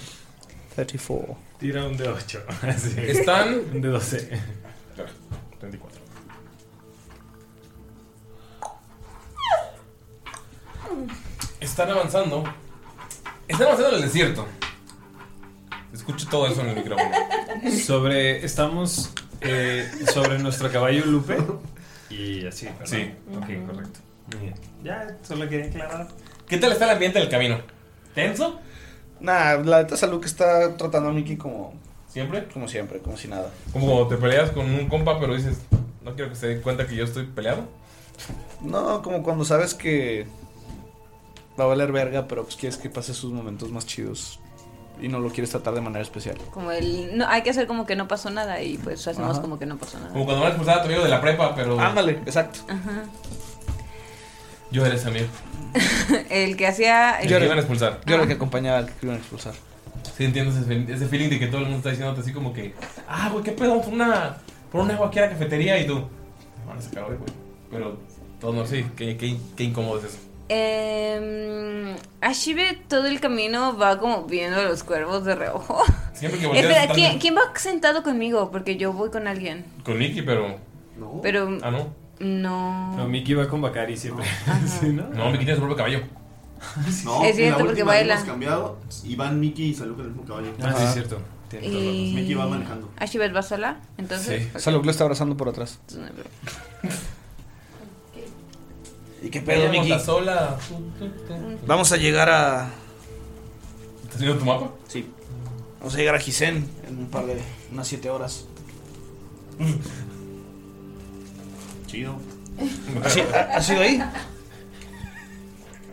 34. Tira un de 8. Están- Un de 12. 34. Están avanzando. Están avanzando en el desierto. Escucho todo eso en el micrófono. Sobre. Estamos eh, sobre nuestro caballo Lupe. Y así, ¿verdad? Sí. Ok, correcto. Muy bien. Ya, solo quería aclarar. ¿Qué tal está el ambiente del camino? ¿Tenso? Nah, la neta Salud que está tratando a Mickey como. ¿Siempre? Como siempre, como si nada. Como cuando te peleas con un compa, pero dices, no quiero que se den cuenta que yo estoy peleado. No, como cuando sabes que. Va a valer verga, pero pues quieres que pase sus momentos más chidos. Y no lo quieres tratar de manera especial. Como el. No, hay que hacer como que no pasó nada y pues hacemos Ajá. como que no pasó nada. Como cuando van a expulsar a tu amigo de la prepa, pero. Ándale, exacto. Ajá. Yo eres amigo. El que hacía. Yo era- iban a expulsar. Yo era el que acompañaba al que iban a expulsar. Sí, entiendo ese, fel- ese feeling de que todo el mundo está diciéndote así como que, ah, güey, qué pedo, vamos por una, por una agua aquí a la cafetería y tú, me van a sacar hoy, güey. Pero todo no, sí, qué, qué, qué incómodo es eso. Eh, Ashibe todo el camino va como viendo a los cuervos de reojo. Siempre que volteas Espera, están ¿quién, quién va sentado conmigo? Porque yo voy con alguien. Con Nicky, pero. No. Pero- Ah, no. No. No, Mickey va con Bacari siempre. ¿Sí, no? No, Mickey tiene su propio caballo. No, Es en la cierto, porque última baila. Hemos cambiado y van Mickey y Salud con el mismo caballo. Ah, sí, es cierto. Y- pues Mickey va manejando. Ashibet va sola, entonces. Sí. Salud lo está abrazando por atrás. ¿Y qué pedo, Ella monta Mickey? sola. Vamos a llegar a. ¿Estás viendo tu mapa? Sí. Vamos a llegar a Gisen en un par de. unas 7 horas. Chido. ¿Has, i- ha- has ido ahí?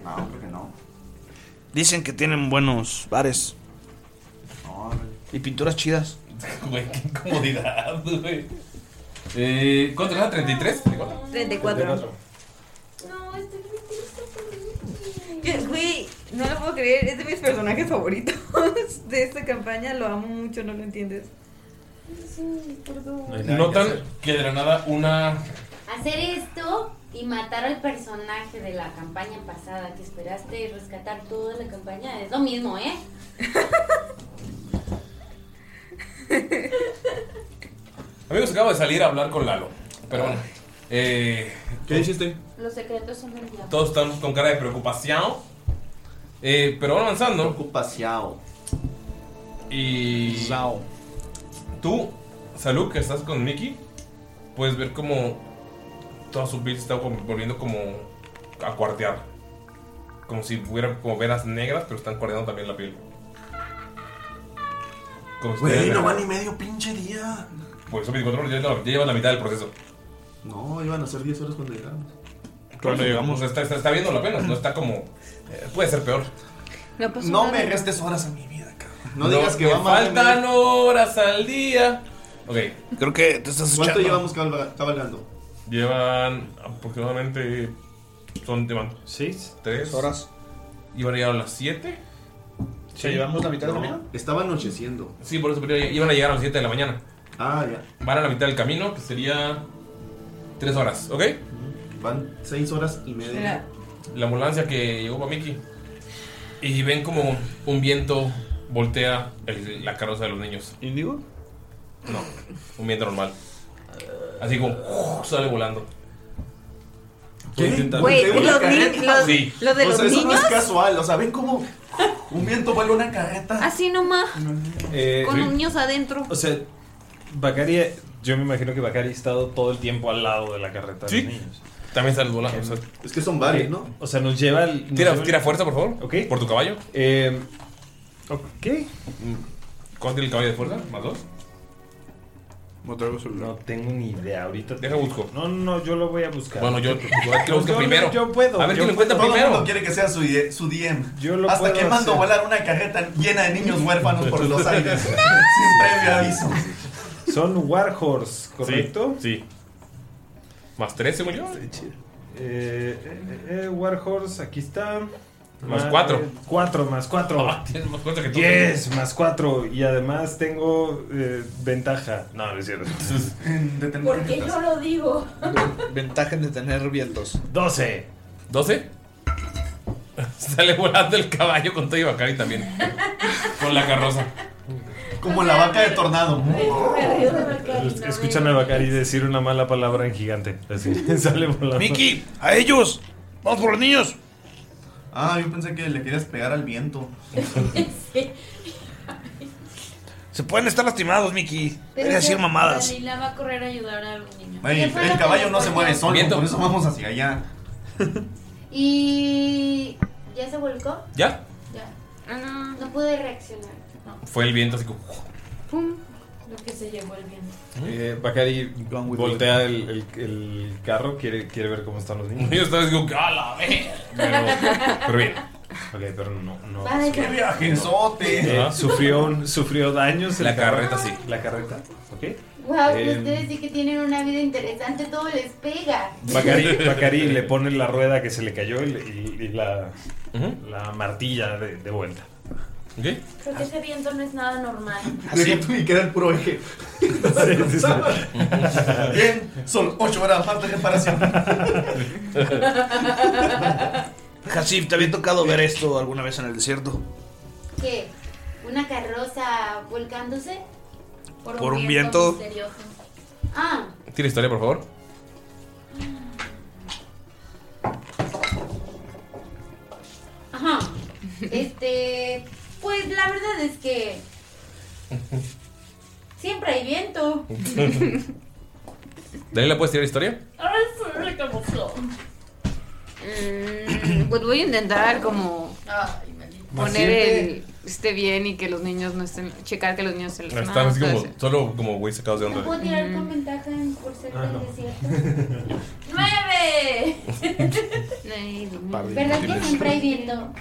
No, creo que no. Dicen que tienen buenos bares. Y pinturas chidas. Güey, qué incomodidad, güey. Eh, ¿Cuánto era? ¿33? ¿34? 34. No, este estoy Yo- Güey, no lo puedo creer, es de mis personajes favoritos de esta campaña, lo amo mucho, no lo entiendes. feliz. Notan que de la nada una Hacer esto y matar al personaje de la campaña pasada que esperaste rescatar toda la campaña es lo mismo, ¿eh? Amigos, acabo de salir a hablar con Lalo. Pero bueno. Eh, ¿Qué hiciste? Los secretos son del diablo. Todos están con cara de preocupación. Eh, pero van avanzando. Preocupación. Y. Tú, Salud, que estás con Mickey, puedes ver como toda su piel se está como volviendo como a cuartear. Como si hubiera como venas negras, pero están cuarteando también la piel. Como si Güey, estuviera- no van ni medio pinche día. Pues son 24 horas, ya lleva- ya lleva la mitad del proceso. No, iban a ser 10 horas cuando llegamos. Cuando llegamos, está, está, está viendo la pena, no está como. eh, puede ser peor. No, pasó No pues, nada. me restes horas a mi vida, cabrón. No, digas que me va mal. Faltan horas al día. Ok. Creo que te estás ¿Cuánto echando. llevamos cabalga- cabalgando? Llevan aproximadamente. Son, llevan. ¿Seis? ¿Tres? Horas. Y van a llegar a las siete. Sí, llevamos la mitad del camino. Estaba anocheciendo. Sí, por eso pero iban a llegar a las 7 de la mañana. Ah, ya. Van a la mitad del camino, que sería 3 horas, ¿ok? Van 6 horas y media. Mira. La ambulancia que llegó para Mickey. Y ven como un viento voltea el- la carroza de los niños. ¿Indigo? No, un viento normal. Así como ¡uh! sale volando. Güey, ¿los Una ni- carreta. los- Sí. ¿Lo de o los sea, eso no niños? es casual. O sea, ven cómo un viento vuela una carreta. Así nomás, Eh, con niños adentro. O sea, Bacari, yo me imagino que Bacari ha estado todo el tiempo al lado de la carreta de los niños. También sale volando. es que son varios, ¿no? O sea, nos lleva el. Tira- tira fuerza, por favor. Ok. Por tu caballo. Eh, ok. mm, ¿Cuánto tiene el caballo de fuerza? ¿Más dos? No tengo No tengo ni idea. Ahorita. Deja busco. No, no, yo lo voy a buscar. Pues Bueno, yo- hay que lo busque yo- primero. Yo puedo. A ver quién lo encuentra Todo el primero. mundo Quiere que sea su, die- su DM. Yo lo Hasta puedo que mando hacer. volar una carreta llena de niños huérfanos por los aires. Sin previo aviso. Son Warhorse, ¿correcto? Sí. Más 13, según yo. Eh, eh, eh, Warhorse, aquí está. Más Ma- cuatro. eh, cuatro, más cuatro. Ah, tienes más cuatro que tú. Yes, más cuatro. Y además tengo eh, ventaja. No, no es cierto. ¿Por qué yo lo digo? Ventaja en detener vientos. 12. ¿12? Sale volando el caballo con todo y Bacari también. Con la carroza. Como la vaca de tornado. Escuchan a Pues, Bacari decir una mala palabra en gigante. Así sale volando. Miki, ¡A ellos! ¡Vamos por los niños! Ah, yo pensé que le querías pegar al viento. Se pueden estar lastimados, Miki. Pero Deberías que- ir mamadas. Dalila va a correr a ayudar a los niños. Ey, ¿Qué fue lo el que caballo les no se pasó? mueve solo, Viento. por eso vamos hacia allá. Y. ¿Ya se volcó? ¿Ya? Ya. no. pude reaccionar. No. Fue el viento así como. Pum. Lo que se llevó el viento. Eh, Bacari voltea el, el- el carro, quiere, quiere ver cómo están los niños. Yo estaba digo, ¡a la vez! Pero, pero bien. Ok, pero no. no Va de sufrió- ¡Qué viajezote! Eh, Ajá. sufrió, un- sufrió daños. La carreta, sí. La carreta, ok. Wow, Em. Eh, pues, ustedes sí que tienen una vida interesante, todo les pega. Bacari, Bacari le pone la rueda que se le cayó y, y- y la, la martilla de, de vuelta. Creo que ese viento no es nada normal. Así tú y queda el puro eje. Bien, son 8 horas más de reparación. Hasif, ¿te había tocado ver esto alguna vez en el desierto? ¿Qué? ¿Una carroza volcándose? ¿Por un viento? misterioso. Ah, Tira historia, por favor. ajá. Este. Pues la verdad es que. Siempre hay viento. ¿Dalila puedes tirar historia? Ahora soy recamuflado. Mm, pues voy a intentar como poner el esté bien y que los niños no estén checar que los niños se les Están así como, solo como güey sacados de ¿No puedo onda. tirar con ventaja en- por ser Ah, del no. desierto? ¡Nueve! ¿Verdad que siempre hay viento?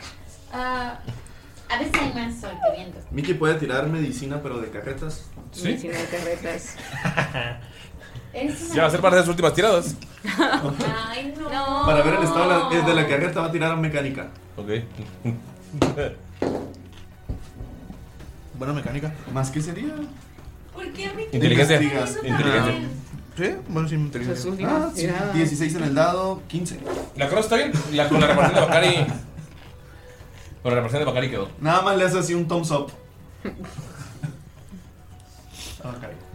Ah, a veces hay más sol que viento. Miki puede tirar medicina, pero de carretas. ¿Sí? Medicina de carretas. Eres una- Ya va a ser parte de sus últimas tiradas. Ay, no. no. Para ver el estado de la, de la carreta va a tirar a mecánica. Ok. Buena mecánica. ¿Más qué sería? ¿Por qué me Inteligencia. Investigas. Inteligencia. Ah, Sí, bueno, sí, Sus inteligencia. Ah, últimas Ah, sí, tiradas. 16 en el dado, 15. ¿La cross está bien? La, con la reparación de Bacari. Con la reparación de Bacari quedó. Nada más le hace así un thumbs up.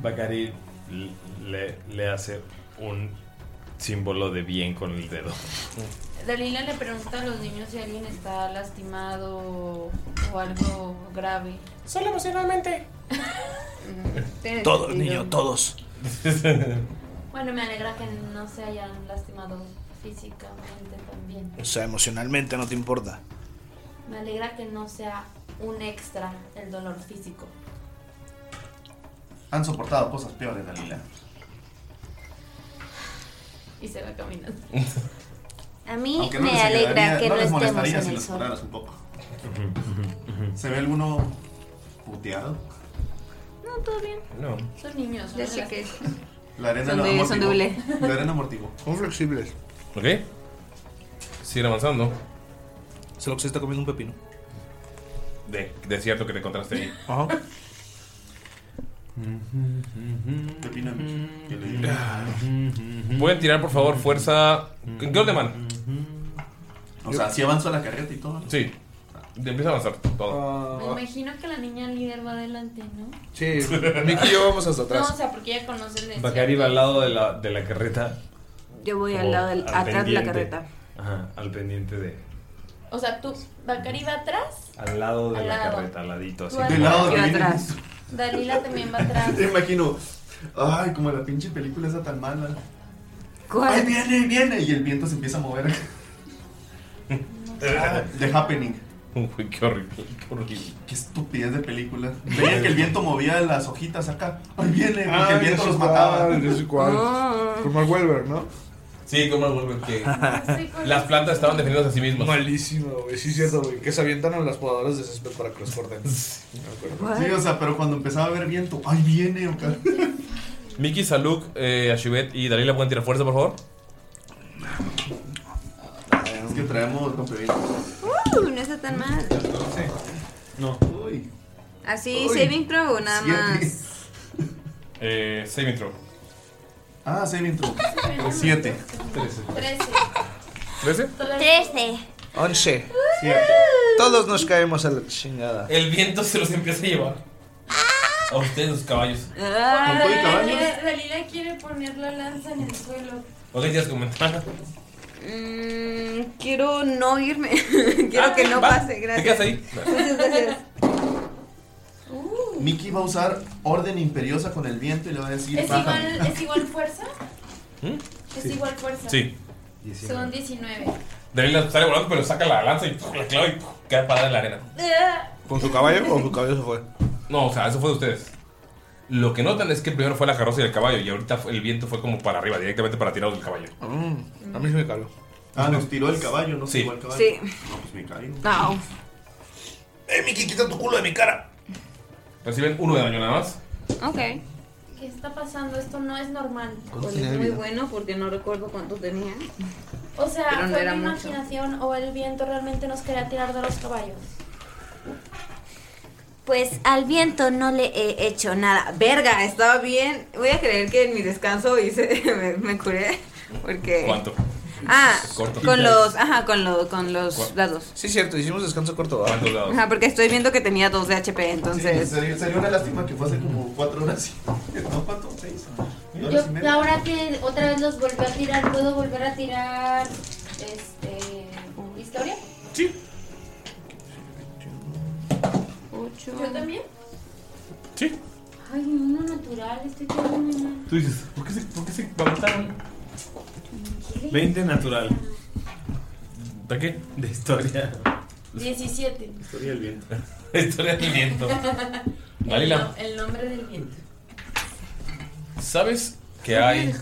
Bacari le, le hace un símbolo de bien con el dedo. Dalila le pregunta a los niños si alguien está lastimado o algo grave. Solo emocionalmente. Todos, niño, todos. Bueno, me alegra que no se hayan lastimado físicamente también. O sea, emocionalmente no te importa. Me alegra que no sea un extra el dolor físico. Han soportado cosas peores, Dalila. Y se va caminando. A mí Aunque me les alegra ayudaría- que no, les estemos molestaría en si el los sol. curaras un poco. ¿Se ve alguno puteado? No, todo bien. No. Son niños. Ya son sé las- que- La arena Son lo de- son amortiguó. doble. La arena amortiguó. Son flexibles. Ok. Sigue avanzando. Solo que se está comiendo un pepino. De, de cierto que te encontraste ahí. Ajá. Pepino de Miki. Pueden tirar, por favor, fuerza. ¿En qué orden van? O sea, si avanza la carreta y todo. Sí. Te empieza a avanzar Me todo. imagino que la niña líder va adelante, ¿no? Sí, Miki y yo vamos hasta No, o sea, porque ya conocen el Bacari va al lado de la, de la carreta. Yo voy al como lado del- al atrás de la pendiente. carreta. Ajá, al pendiente de. O sea, tú, Bacari va atrás. Al lado de Al la lado. carreta, al ladito. Así. Tú al lado Yo de- atrás. Dalila también va atrás. Te imagino. Ay, como la pinche película esa tan mala. Ay, viene, ahí viene. Y el viento se empieza a mover. Ah, The Happening. Uy, qué horrible, qué horrible. Qué estupidez de película. Veía que el viento movía las hojitas acá. Ay, viene. Porque Ah, el viento ya sé los cuál, mataba. ya sé cuál. Con Mark Wahlberg, ¿no? Sí, como el Wolverine que. cuál Las plantas estaban defendiéndose a sí mismas. Malísimo, güey. Sí, es cierto, güey. Que se avientan a las podadoras de césped para que los corten. Sí, o sea, pero cuando empezaba a ver viento, ay, viene. o ca- Miki, Saluk, eh, Ashibet y Dalila pueden tirar fuerza, por favor. que traemos complementos. Uh, no está tan mal. No. Uy. Así, saving throw, o nada más. Eh, saving throw. Ah, saving throw. Siete. Trece. Trece. ¿Trece? Trece. 11. Todos nos caemos a la chingada. El viento se los empieza a llevar. A ustedes, los caballos. Ah. Ah. Dalila Dalila quiere poner la lanza en el suelo. ¿O qué tienes que comentar? Mm, quiero no irme. quiero que no va. pase, ¿Te gracias. quedas ahí? Gracias, gracias. Mickey va a usar orden imperiosa con el viento y le va a decir. ¿Es "Baja". igual, ¿Eh? ¿Es igual fuerza? ¿Es Sí. igual fuerza? Sí. Son 19. Dalila sale volando, pero saca la lanza y ¡puf! la clava y ¡puf! cae parada en la arena. Ah. ¿Con su caballo o su caballo se fue? No, o sea, eso fue de ustedes. Lo que notan es que primero fue la carroza y el caballo, y ahorita fue- el viento fue como para arriba, directamente para tirarlos del caballo. Ah, a mí se me caló. Ah, nos tiró el caballo, no Sí. se tiró el caballo. Sí. No, pues me caigo. No. ¡Eh, Mickey, quita tu culo de mi cara! Reciben uno de daño nada más. Ok. ¿Qué está pasando? Esto no es normal. Pues tenía es muy vida? bueno porque no recuerdo cuánto tenía. O sea, Pero no ¿fue era mi mucho. imaginación o el viento realmente nos quería tirar de los caballos? Pues al viento no le he hecho nada. Verga, estaba bien. Voy a creer que en mi descanso hice, me, me curé. Porque. ¿Cuánto? Ah, Corto. con los. Ajá, con, lo- con los ¿Cuál? dados. Sí, cierto, hicimos descanso corto. ¿verdad? Ajá, porque estoy viendo que tenía 2 de HP, entonces. sería, sería una lástima que fue hace como cuatro horas. y- No, cuatro, seis. ¿no? Yo, ahora que otra vez los volví a tirar, ¿puedo volver a tirar este historia? Sí. Ocho. ¿Yo también? Sí. Ay, uno natural, este estoy tirando una. Tú dices, ¿por qué se, por qué se balanzaron? 20 natural. ¿De qué? De historia. 17. Historia del viento. Historia del viento. El, Dalila, no- el nombre del viento. ¿sabes que hay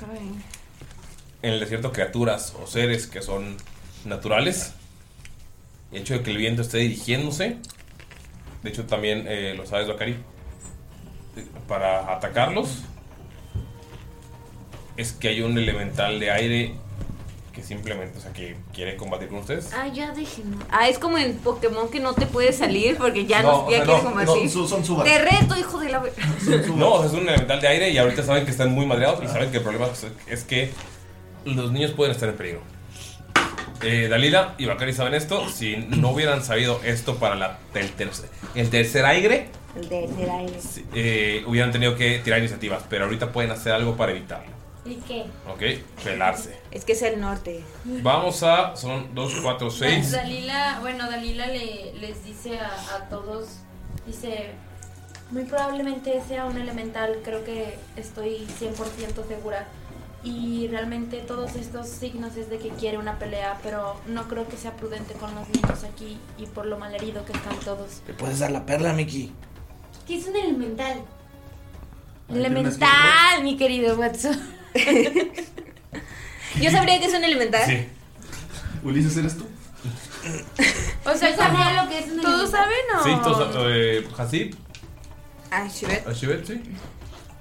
en el desierto criaturas o seres que son naturales. El hecho de que el viento esté dirigiéndose, de hecho también eh, lo sabes, Bakari, eh, para atacarlos, es que hay un elemental de aire que simplemente, o sea, que quiere combatir con ustedes. Ah, ya déjenme. Ah, es como en Pokémon que no te puedes salir porque ya No, no, o ya sea, quiere no, combatir. no, son- son subas. Te reto, hijo de la. ver- No, o sea, es un elemental de aire y ahorita saben que están muy madreados y saben que el problema es- es que los niños pueden estar en peligro. Eh, Dalila y Bakari saben esto. Si no hubieran sabido esto para la- el, tercer, el tercer aire, El de, del aire. eh, hubieran tenido que tirar iniciativas. Pero ahorita pueden hacer algo para evitarlo. ¿Y qué? ¿Ok? Pelarse. Es que es el norte. Vamos a. Son 2, 4, 6. Pues Dalila, bueno, Dalila le, les dice a, a todos, dice, muy probablemente sea un elemental, creo que estoy 100% segura. Y realmente todos estos signos es de que quiere una pelea, pero no creo que sea prudente con los niños aquí y por lo malherido que están todos. ¿Le puedes dar la perla, Mickey? ¿Qué es un elemental? Elemental, mi querido Watson. Yo sabría que es un elemental. Ulises, ¿eres tú? O sea, sabía lo que es un ¿Todos saben o...? Sí, todos. Eh, Hasib, Ah, Shivet. Ashibet, sí.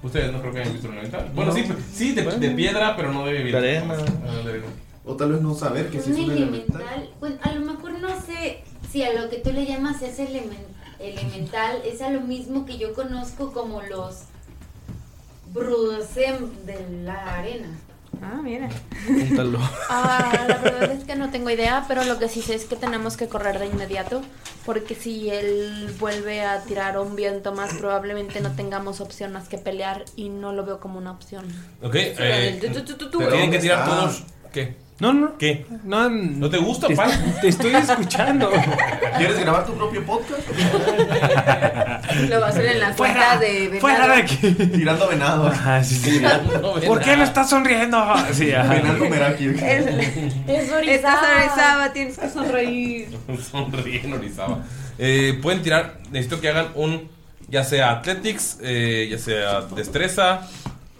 Ustedes no creo que hayan visto un elemental. Bueno, sí, sí de, de piedra, pero no de vida. Ah, de vida. O tal vez no saber que sí es un un elemental. elemental. Bueno, a lo mejor no sé si a lo que tú le llamas es elemen- elemental es a lo mismo que yo conozco como los brusem de la arena. Ah, mira. Púntalo. Ah, la verdad es que no tengo idea, pero lo que sí sé es que tenemos que correr de inmediato, porque si él vuelve a tirar un viento más, probablemente no tengamos opción más que pelear y no lo veo como una opción. Ok, eh, del tu, tu, tu, tu. pero tienen que tirar ¿dónde todos. ¿Qué? No, no. ¿Qué? No, no te gusta, pan. Te estoy escuchando. ¿Quieres grabar tu propio podcast? Lo va a hacer en la cuenta de venado. ¡Fuera de aquí! Tirando venado. Ajá, sí, sí. Tirando ¿Por venado. qué no estás sonriendo? Sí, ajá. Venado Meraki. Es Orizaba. Estás Orizaba, tienes que sonreír. Sonríen, Orizaba. Eh, pueden tirar, necesito que hagan un, ya sea Athletics, eh, ya sea Destreza,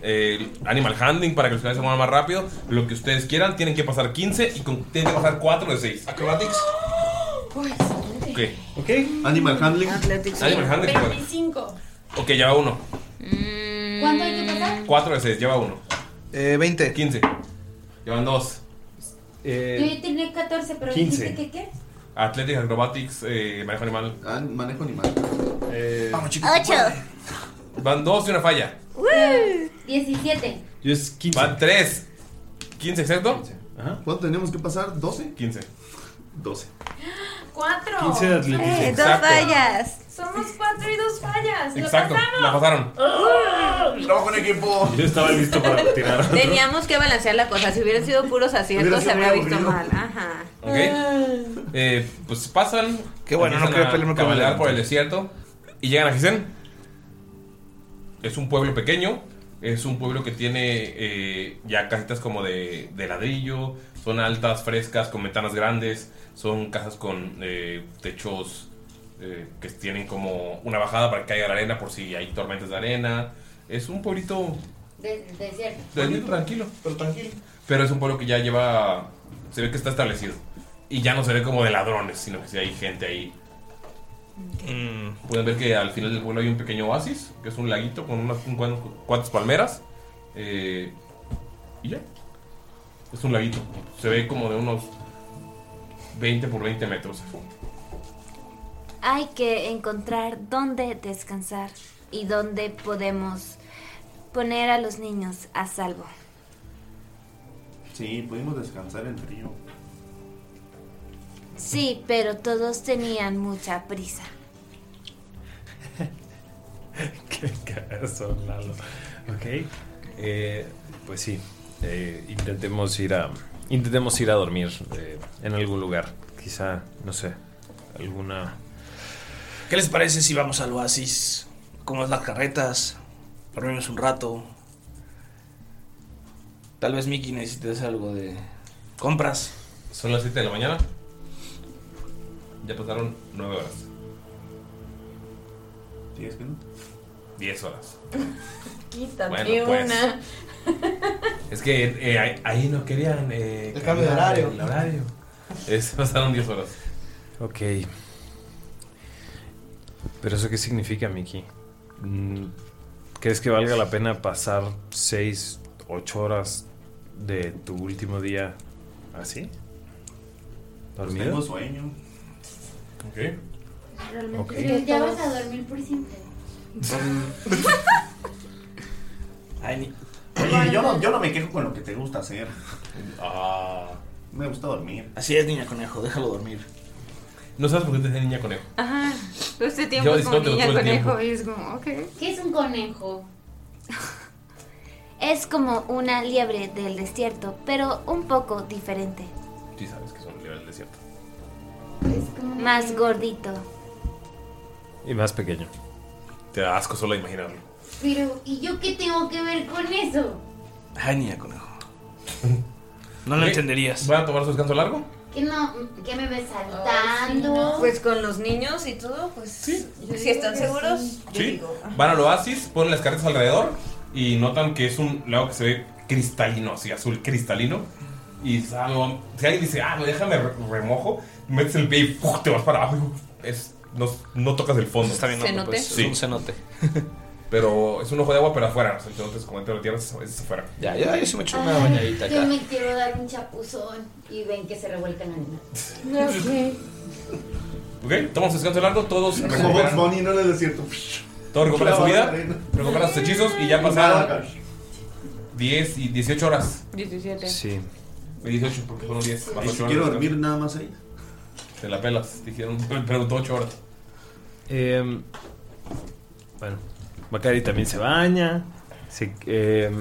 eh, Animal Handling para que los canales se muevan más rápido, lo que ustedes quieran, tienen que pasar 15 y con- tienen que pasar 4 de 6. Acrobatics. Ok. Ok. Animal Handling. Animal Handling. perdón. 25. Ok, lleva uno. ¿Cuánto Mm, hay que pasar? 4 de 6, lleva uno. 20. 15. Llevan dos. Yo Eh, ya tenía 14, pero 15. dijiste que qué. Athletics, Acrobatics, eh, Manejo Animal. manejo Animal. eh, Vamos, chicos. Van dos y una falla. 17. Yo es 15. Van tres. 15, exacto. ¿Cuánto tenemos que pasar? ¿12? 15. 12. 4. 15 de atletismo. Eh, Exacto. fallas. Somos 4 y 2 fallas. ¡Lo Exacto, pasamos! la pasaron. Trabajo en equipo. Yo estaba listo para tirar. Teníamos que balancear la cosa. Si hubieran sido puros Hubiera aciertos, sido se habría muy visto mal. aburrido. Ajá. Ok. Eh, pues pasan. Qué bueno, no quería pelearme con cabalgar el por el desierto. Y llegan a Gisen. Es un pueblo pequeño. Es un pueblo que tiene eh, ya casitas como de, de ladrillo. Son altas, frescas, con ventanas grandes. Son casas con eh, techos eh, que tienen como una bajada para que caiga la arena por si hay tormentas de arena. Es un pueblito De, desierto. Tranquilo, tranquilo. Pero tranquilo. Pero es un pueblo que ya lleva. Se ve que está establecido. Y ya no se ve como de ladrones, sino que sí hay gente ahí. Pueden Mm, ver que al final del pueblo hay un pequeño oasis, que es un laguito con unas un cuan- cuantas palmeras. eh, y ya. Es un laguito. Se ve como de unos 20 por 20 metros. Hay que encontrar dónde descansar y dónde podemos poner a los niños a salvo. Sí, pudimos descansar el frío. Sí, pero todos tenían mucha prisa. Qué cagazón, Lalo. Ok. eh, pues sí. eh, intentemos ir a. Intentemos ir a dormir eh, en algún lugar. Quizá, no sé. Alguna. ¿Qué les parece si vamos al oasis? Comemos las carretas, dormimos un rato. Tal vez Mickey necesites algo de compras. Son las 7 de la mañana. Ya pasaron 9 horas. ¿Sigues viendo? 10 horas. Quítate Bueno, pues. una. Es que eh, ahí- ahí no querían. eh, El cambio de cambiar horario. El horario. Es, Este, pasaron 10 horas. Ok. ¿Pero eso qué significa, Miki? Mm, ¿Crees que valga la pena pasar 6, 8 horas de tu último día así? ¿Dormido? Pues Pues Tengo sueño. Ok. Realmente. Ok. Pero ya vas a dormir por siempre. Ay, ni- Oye, yo no, yo no me quejo con lo que te gusta hacer. Ah. Me gusta dormir. Así es, niña conejo, déjalo dormir. No sabes por qué te dicen niña conejo. Ajá. Todo este Yo tiempo es como disfruto niña todo el conejo. tiempo. Y es como, ok. ¿Qué es un conejo? Es como una liebre del desierto, pero un poco diferente. Sí, sabes que son niveles del desierto. Mm. Más gordito. Y más pequeño. Te da asco solo imaginarlo. Pero, ¿y yo qué tengo que ver con eso? Ay, niña conejo. No lo entenderías. ¿Van a tomar su descanso largo? ¿Que no? ¿Que me ves saltando? Pues con los niños y todo, pues. Sí. Si están seguros, yo Sí. digo. ajá. Van al oasis, ponen las cartas alrededor y notan que es un lago que se ve cristalino, así azul cristalino. Y ah, no, si alguien dice, ah, no, déjame re- remojo, metes el pie y ¡puf! te vas para abajo. Es, no, no tocas el fondo. Está bien, no, Cenote. pues, es Sí. un cenote. pero es un ojo de agua, pero afuera. O sea, entonces, como dentro de la tierra, es, es afuera. Ya, ya, yo sí me echo Ay, Yo me quiero dar un chapuzón y ven que se revuelcan en la. Ok, toman su descanso largo, todos Como Bugs recuperan, Bunny no en el desierto. todos recuperan su vida, Clavados en la arena. recuperan sus hechizos y ya pasaron 10 y 18 horas. 17. Sí. 18, porque fueron 10. más Y si ocho horas quiero de dormir descanso. nada más ahí. Te la pelas, dijeron, preguntó 8 horas. Eh, bueno, Macari también se baña, se, eh,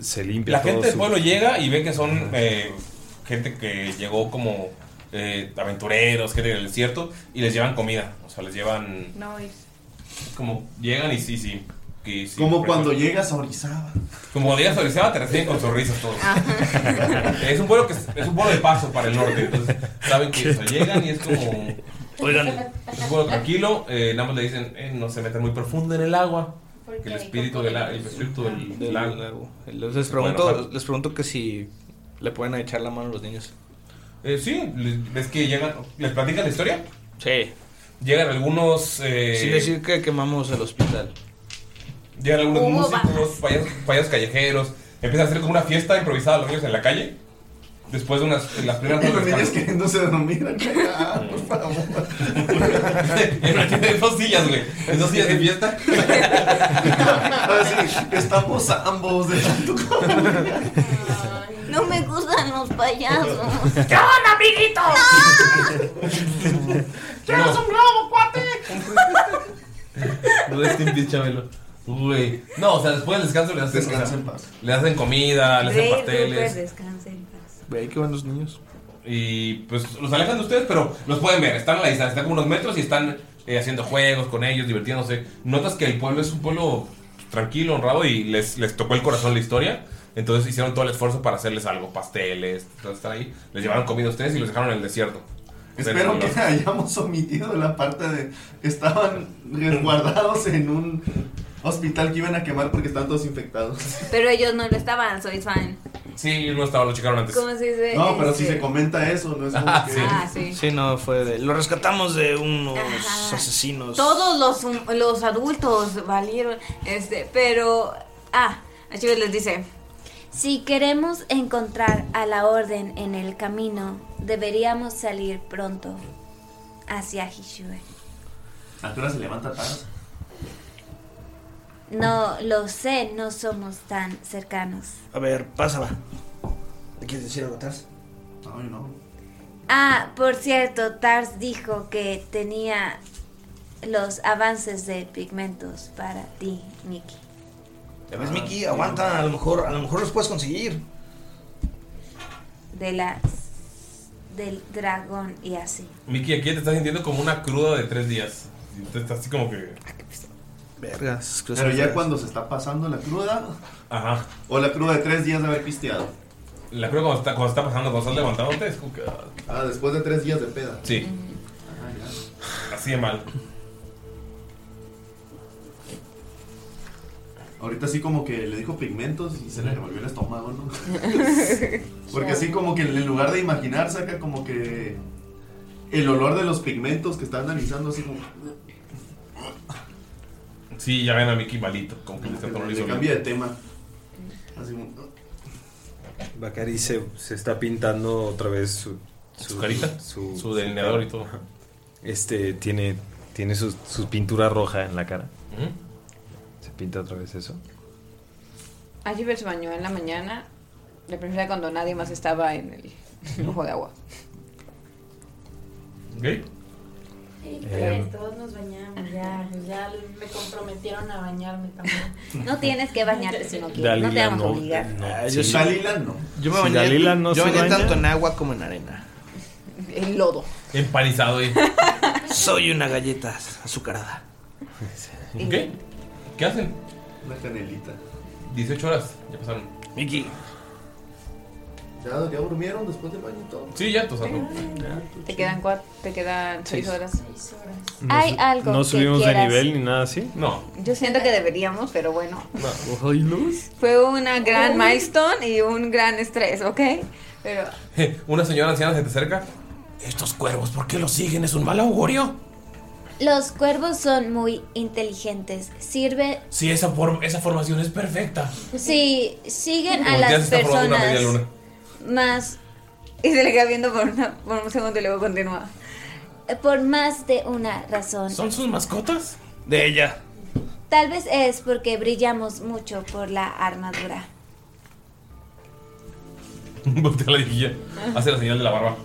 se limpia. La todo gente del su- pueblo llega y ve que son eh, gente que llegó como eh, aventureros, gente del desierto, y les llevan comida. O sea, les llevan. No, es. Como llegan y sí, sí. que sí, Como por cuando ejemplo. llegas a Orizaba. Como cuando llegas a Orizaba, te reciben con sonrisas todos. es, un pueblo que, es un pueblo de paso para el norte. Entonces, saben que o sea, llegan y es como. Oigan. Es un pueblo tranquilo, eh, nada más le dicen, eh, no se metan muy profundo en el agua. Que el espíritu del a- el espíritu del, del agua. Les Se pueden pregunto, les pregunto que si le pueden echar la mano a los niños. Eh, sí, le- ves que llegan. ¿Les platicas la historia? Sí. Llegan algunos. Eh, Sin decir que quemamos el hospital. Llegan algunos Hubo músicos, payas- payasos callejeros. Empieza a hacer como una fiesta improvisada a los niños en la calle. Después de unas, de las primeras dos niñas escalas. queriéndose dormir acá, Ah, por favor. En una tienda de dos sillas, güey. En dos sillas de fiesta. Ah, Estamos ambos de tanto No me gustan los payasos. ¿Qué onda, amiguito? ¿Quieres un globo, cuate? No es Team Peach, Chabelo. Güey. No, o sea, después del descanso le hacen, Descansa en le hacen comida, le hacen Rey pasteles. Rupert, descansa en paz. Ve que van los niños. Y pues los alejan de ustedes, pero los pueden ver. Están a la distancia, están como unos metros y están eh, haciendo juegos con ellos, divirtiéndose. Notas que el pueblo es un pueblo tranquilo, honrado y les, les tocó el corazón la historia. Entonces hicieron todo el esfuerzo para hacerles algo, pasteles, todo estar ahí. Les llevaron comida a ustedes y los dejaron en el desierto. Espero Pero- que hayamos omitido la parte de. Estaban resguardados en un hospital que iban a quemar porque estaban todos infectados. Pero ellos no lo estaban, soy fan. Sí, no estaba, lo checaron antes. Pues, ¿Cómo se dice? No, pero Este- si se comenta eso, no es como Ah, que- sí. Ah, sí. no, fue de. Lo rescatamos de unos asesinos. Todos los, hum- los adultos valieron, este, pero... Ah, Achilles les dice. Si queremos encontrar a la orden en el camino, deberíamos salir pronto hacia Hishue. ¿A qué hora se levanta Taz? No lo sé, no somos tan cercanos. A ver, pásala. ¿Le ¿Quieres decir algo atrás? No, no. Ah, por cierto, Tars dijo que tenía los avances de pigmentos para ti, Nikki. Ya Ah, ves, Mickey, aguanta. A lo mejor, a lo mejor los puedes conseguir. De las del dragón y así. Miki, aquí te estás sintiendo como una cruda de tres días. Te estás así como que. Vergas. Pero ya cuando se está pasando la cruda. Ajá. O la cruda de tres días de haber pisteado. La cruda cuando está, cuando está pasando, cuando estás levantándote, es como que. ah, Ah, después de tres días de peda. Sí. Ah, ya. Así de mal. Ahorita sí como que le dijo pigmentos y se le revolvió el estómago, ¿no? Porque Ya. así como que en lugar de imaginar saca como que el olor de los pigmentos que está analizando así como... Sí, ya ven a Miki malito. Como que le está Le- poniendo le sonido. cambia de tema. Así como... Bacari se, se está pintando otra vez su, ¿Su carita? Su, Su delineador y todo. Este tiene, tiene su, su pintura roja en la cara. Ujú. Se pinta otra vez eso. Allí se bañó en la mañana, la primera cuando nadie más estaba en el ojo de agua. ¿Ok? Sí, Eh, pues, todos nos bañamos, ya, pues ya me comprometieron a bañarme también. No tienes que bañarte si no quieres. no te Dalila, vamos a no, obligar. Ah, Sí. yo sí. Dalila, no. Yo me Si bañé, Dalila no yo se bañé baña- tanto en agua como en arena. El lodo. Empanizado eh. y. Soy una galleta azucarada. ¿Qué? ¿Qué hacen? Una canelita. 18 horas, ya pasaron. Miki. ¿Ya, ya durmieron después del baño y todo? Sí, ya, pues, ajá. Te quedan cuatro, te quedan seis, Seis. horas. No Hay su- algo No que subimos de quieras. nivel ni nada así. No. Yo siento que deberíamos, pero bueno. no. Ay, luz. Fue una gran Uy. milestone y un gran estrés, ¿ok? Pero Una señora anciana se te acerca. Estos cuervos, ¿por qué los siguen? ¿Es un mal augurio? Los cuervos son muy inteligentes. Sirve Sí, esa, form- esa formación es perfecta. Pues si siguen a Volteas, las está formando una personas media luna. más y se le queda viendo por, una- por un segundo y luego continúa. por más de una razón. ¿Son sus mascotas? De ella. Tal vez es porque brillamos mucho por la armadura. Voltea la dijilla. Hace la señal de la barba.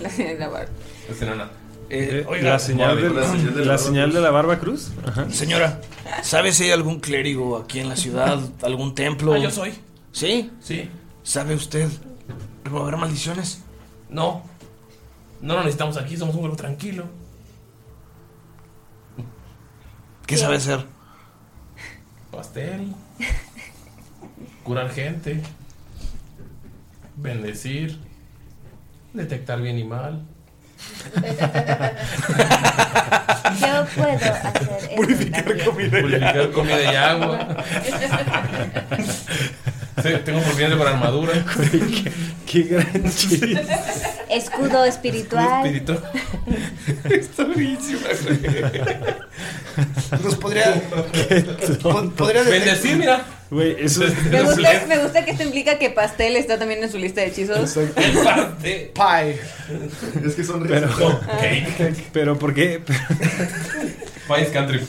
la señal de la barba. Es enana. Eh, Eh, la señal de la, señal de la barba cruz. Ajá. Señora, ¿sabe si hay algún clérigo aquí en la ciudad? ¿Algún templo? Ah, yo soy. ¿Sí? Sí. ¿Sabe usted remover maldiciones? No. No lo necesitamos aquí, somos un pueblo tranquilo. ¿Qué sabe hacer? Pastel. Curar gente. Bendecir. Detectar bien y mal. Yo puedo hacer eso. Purificar comida, Purificar comida y agua. Sí, tengo oportunidad con armadura. qué, qué gran chiste. Escudo espiritual. Espíritu. Está buenísimo. Nos podría. Qué tonto. Bendecir, mira. Güey, eso es. Me gusta, me gusta que esto implica que pastel está también en su lista de hechizos. Pie. Es que son Pero, cake. pero ¿por qué? Pies Country.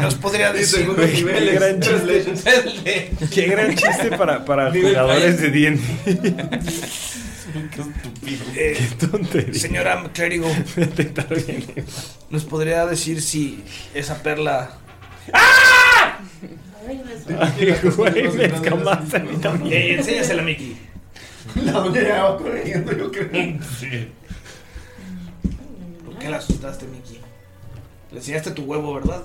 Nos podría decir. Segundos Qué niveles. gran chiste, qué gran chiste para, para jugadores de D&D. Qué tontería. Señora clérigo, ¿nos podría decir si esa perla. Ay, güey, me escamaste a mí también. Ey, enséñasela, Mickey. La doña ya va corriendo, yo creo. ¿Por qué la asustaste, Mickey? Le enseñaste tu huevo, ¿verdad?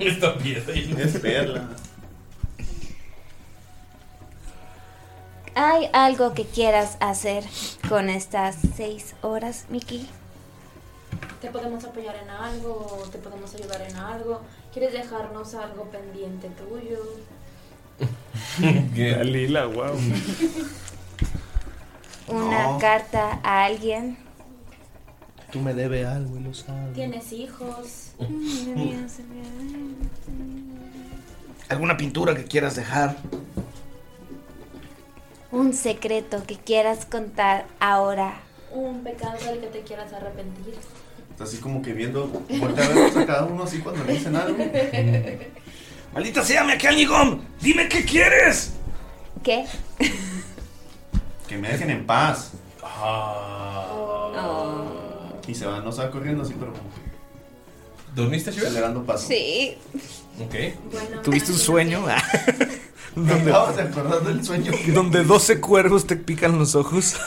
Esta pieza es perla. ¿Hay algo que quieras hacer con estas seis horas, Mickey? ¿Te podemos apoyar en algo? ¿Te podemos ayudar en algo? ¿Quieres dejarnos algo pendiente tuyo? Dalila, wow. ¿Una No. carta a alguien? Tú me debes algo y lo sabes. ¿Tienes hijos? Mm, ¿Alguna pintura que quieras dejar? ¿Un secreto que quieras contar ahora? ¿Un pecado del que te quieras arrepentir? Así como que viendo, voltea a verlos a cada uno así cuando le dicen algo. Maldita sea, me Gom. Dime qué quieres. ¿Qué? Que me dejen en paz. Ah. Oh. Y se va, no se va corriendo así, pero. ¿Dormiste, Shiver? Acelerando paso. Sí. Ok. ¿Tuviste un sueño? ¿Dónde vas acordando del sueño? Donde 12 cuervos te pican los ojos.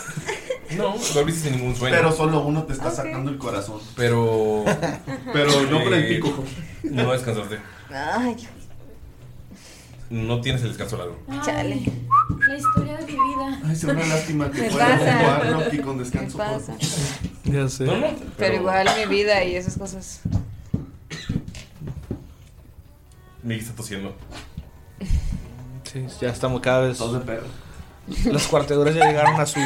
No, no abriste ningún sueño. Pero solo uno te está sacando el corazón. Pero. Pero no con el Eh, pico. No descansaste. Ay, No tienes el descanso largo. chale. La historia de mi vida. Ay, es una lástima que Me pueda pasa. jugar Naughty con descanso. Me pasa. Ya sé. No, no, Pero igual mi vida y esas cosas. Miki está tosiendo. Sí, ya estamos cada vez. Dos de perro. Las cuarteaduras ya llegaron a su.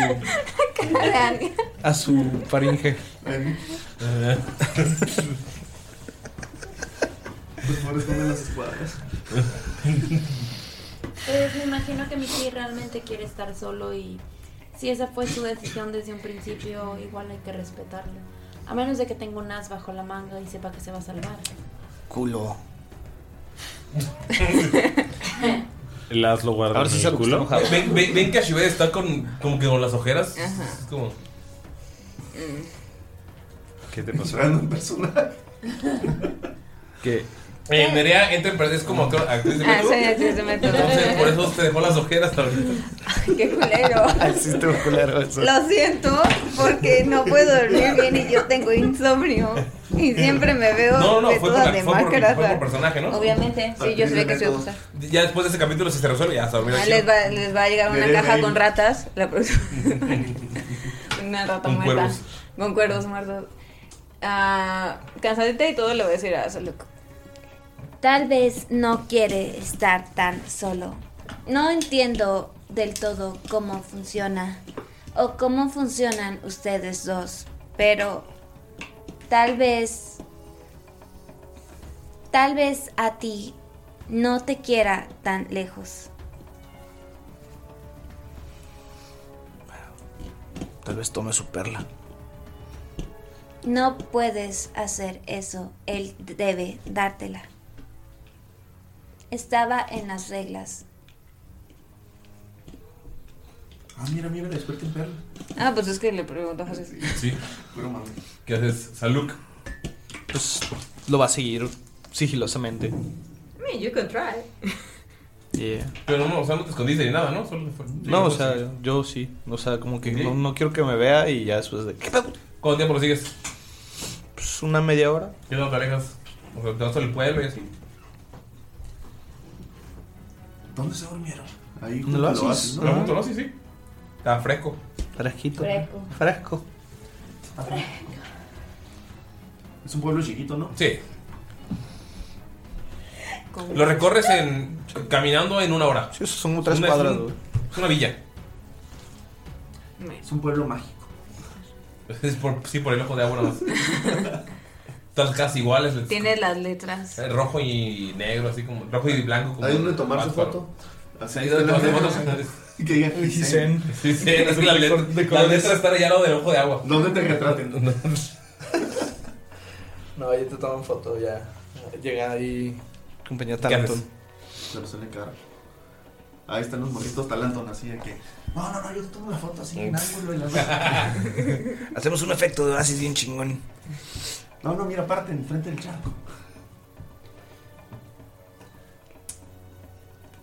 a su faringe. Los pobres comen las escuadras. Pues me imagino que Mickey realmente quiere estar solo y si esa fue su decisión desde un principio, igual hay que respetarlo. A menos de que tenga un as bajo la manga y sepa que se va a salvar. Culo. El as lo guarda Ahora sí en el salgo, culo. está enojado. Ven, ven, ven que Shiver está con, como que con las ojeras. Ajá. Es como. ¿Qué te pasó? Random personaje. Que. Eh, Nerea entra en per- es como actor- actriz de Ah, método. soy actriz de método. Entonces, por eso te dejó las ojeras también. Qué culero. Sí, estuvo culero eso. Lo siento porque no puedo dormir bien y yo tengo insomnio. Y siempre me veo No, no, no, fue por, toda la- de fue por- máscara. fue por personaje, ¿no? Obviamente, sí, yo sabía que se gusta. Ya después de ese capítulo, si se resuelve, ya se dormir Ah, les, va, les va a llegar una Veré, caja veré. con ratas la próxima. una rata Con muerta. cuervos. Con cuervos muertos. Ah, cansadita y todo le voy a decir a Soluk. Tal vez no quiere estar tan solo. No entiendo del todo cómo funciona o cómo funcionan ustedes dos, pero tal vez tal vez a ti no te quiera tan lejos. Tal vez tome su perla. No puedes hacer eso. Él debe dártela. Estaba en las reglas. Ah, mira, mira, despierta en perla. Ah, pues es que le pregunto a José. Sí. Pero mami. ¿Qué haces? Saluk. Pues lo va a seguir sigilosamente. Me, you can try. Yeah. Pero no, o sea, no te escondiste ni nada, ¿no? Solo fue. No, o sea, yo sí. O sea, como que no, no quiero que me vea y ya después de. ¿Qué pedo? ¿Cuánto tiempo lo sigues? Pues una media hora. ¿Qué no te alejas? O sea, te vas al pueblo y así. ¿Dónde se durmieron? Ahí ¿Dónde junto lo al haces? oasis, ¿no? Ajá. Pregunto, ¿no? Sí, sí. Está fresco. Fresquito. Fresco. Fresco. Es un pueblo chiquito, ¿no? Sí. Lo recorres en caminando en una hora. Sí, son tres cuadras, Es, un- güey. es una villa. Es un pueblo mágico. Es por- sí, por el ojo de agua nada más. Todas casi iguales. el- Tiene las letras. el rojo y negro, así como. Rojo y blanco. Como Ahí donde tomarse foto. Así ahí donde tomarse fotos. Y que digan Isen. Sí, sí, es que la letra, De la colores. letra está allá al lado del ojo de agua. ¿Dónde te retraten? No, ya te toman foto, ya. Llega ahí compañía ¿Qué Taranton. Pero se le cara. Ahí están los morritos talantón, así de que. No, no, no, yo tomo la foto así en ángulo y la Hacemos un efecto de oasis bien chingón. No, no, mira, aparte, enfrente del charco.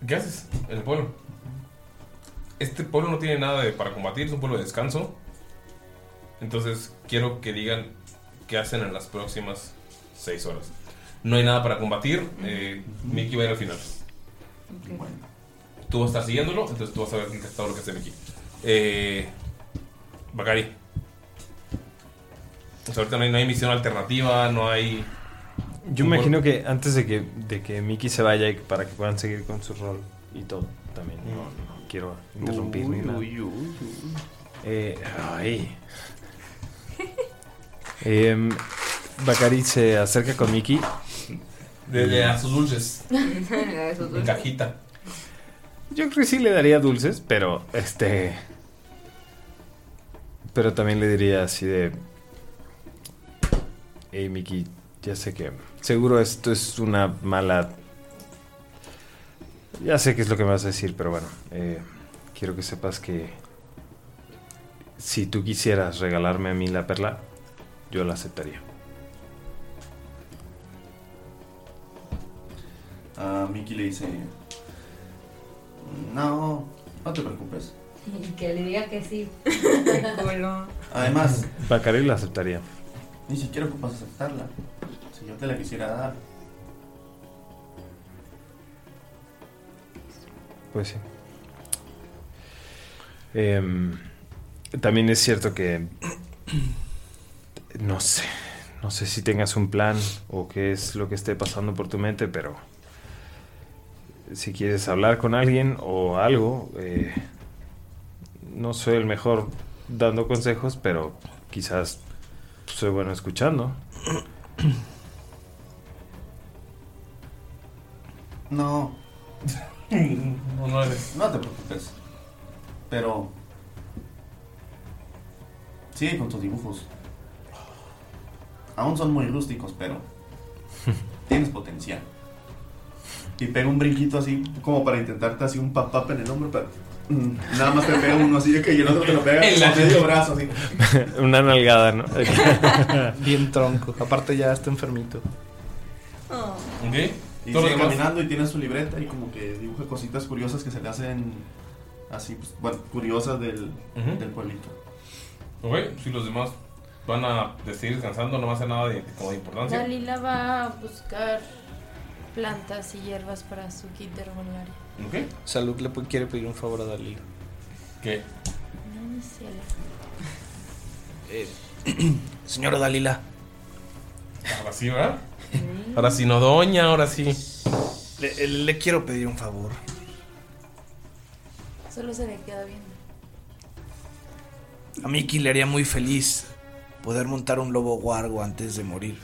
¿Qué haces en el pueblo? Este pueblo no tiene nada de, para combatir, es un pueblo de descanso. Entonces quiero que digan qué hacen en las próximas seis horas. No hay nada para combatir, eh, Mickey va a ir al final. Tú vas a estar siguiéndolo, entonces tú vas a ver qué- todo lo que hace Mickey. Eh, Bacari. O sea, ahorita no hay, no hay misión alternativa, no hay... Yo imagino que antes de que, de que Mickey se vaya y para que puedan seguir con su rol y todo también. No, no quiero interrumpir ni Uy, nada. uy, Eh, ay. Em, Bacari se acerca con Mickey. Desde a sus dulces. Esos En dulces. cajita. Yo creo que sí le daría dulces, pero este. Pero también le diría así de. Hey, Mickey, ya sé que. Seguro esto es una mala. Ya sé qué es lo que me vas a decir, pero bueno. eh, quiero que sepas que. Si tú quisieras regalarme a mí la perla, yo la aceptaría. A Mickey Ah, le dice: No, no te preocupes. Y que le diga que sí. Culo. Además, Bacari la aceptaría. ni siquiera ocupas aceptarla. Si yo te la quisiera dar, Pues sí. Em, también es cierto que. No sé. No sé si tengas un plan o qué es lo que esté pasando por tu mente, pero. Si quieres hablar con alguien o algo. eh, no soy el mejor dando consejos, pero quizás soy bueno escuchando. no. No, no No te preocupes. Pero. Sigue con tus dibujos. Aún son muy rústicos, pero. Tienes potencial. Y pega un brinquito así, como para intentarte así un papap en el hombro, pero. mm, Nada más te pega uno así de que y el otro te lo pega En en la- el medio brazo así. Una nalgada, ¿no? Bien tronco. Aparte ya está enfermito. Oh. Ok. Y Todo lo sigue demás. caminando y tiene su libreta y como que dibuja cositas curiosas que se le hacen así, pues, bueno, curiosas del, Ujú. del pueblito. Ok, si los demás van a decidir descansando, no va a ser nada de, como de importancia. Dalila va a buscar plantas y hierbas para su kit de herbolaria. Ok. Salud le pu- quiere pedir un favor a Dalí. ¿Qué? No, mi cielo. Señora Dalila. Ahora sí, ¿verdad? Ahora sí, no, doña, ahora sí. Le, le quiero pedir un favor. Solo se le queda viendo. A Mickey le haría muy feliz poder montar un lobo guargo antes de morir.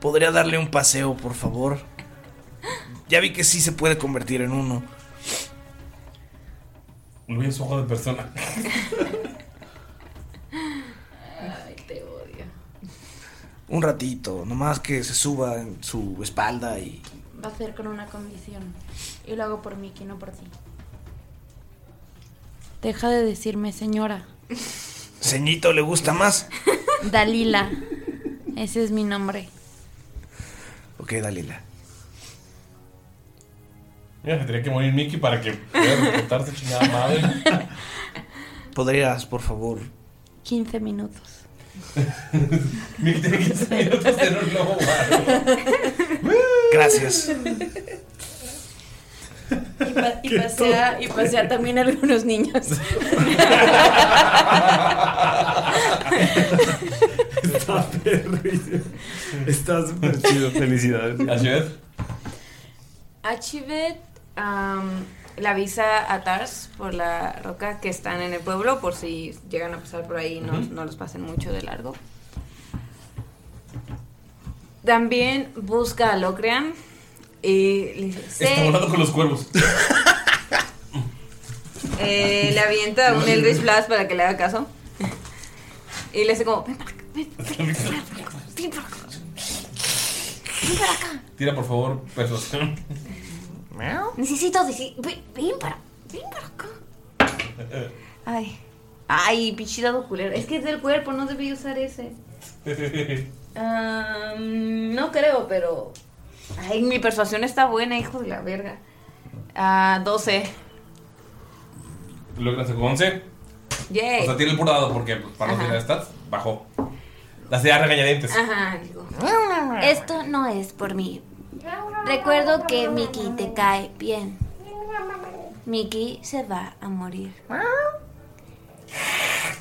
¿Podría darle un paseo, por favor? Ya vi que sí se puede convertir en uno. Luis, ojo de persona. Ay, te odio. Un ratito, nomás que se suba en su espalda y... Va a ser con una condición. Y lo hago por Mickey, no por ti. Deja de decirme señora. Ceñito le gusta más. Dalila. Ese es mi nombre. Ok, Dalila. Mira, se tenía que morir Mickey para que pueda reportarse chingada madre. ¿Podrías, por favor? 15 minutos. Mickey tiene 15 minutos de ser un lobo guarro. Gracias. Y, pa- y pasea, y pasea también a algunos niños. Está Está súper chido, felicidades. Achivet am, le avisa a Tars por la roca que están en el pueblo, por si llegan a pasar por ahí, no, Ujú. no los pasen mucho de largo. También busca a Locrean y le dice, Está "Sé- volando con los cuervos. Eh, le avienta un Eldritch Blast para que le haga caso. Y le hace como, ven para acá, ven para acá, ven para acá. Tira, por favor, persuasión. Necesito decir. Ven, ven para. Ven para acá. Ay. Ay, pinche dado culero. Es que es del cuerpo, no debí usar ese. Ah, no creo, pero. Ay, mi persuasión está buena, hijo de la verga. Ah, 12. Logran sacar 11. Yay. O sea, tiene el puro dado porque pues, para no Ajá. tirar stats, bajó. Las de regañadientes. Ajá, digo. Esto no es por mí. Recuerdo que Mickey te cae bien. Mickey se va a morir.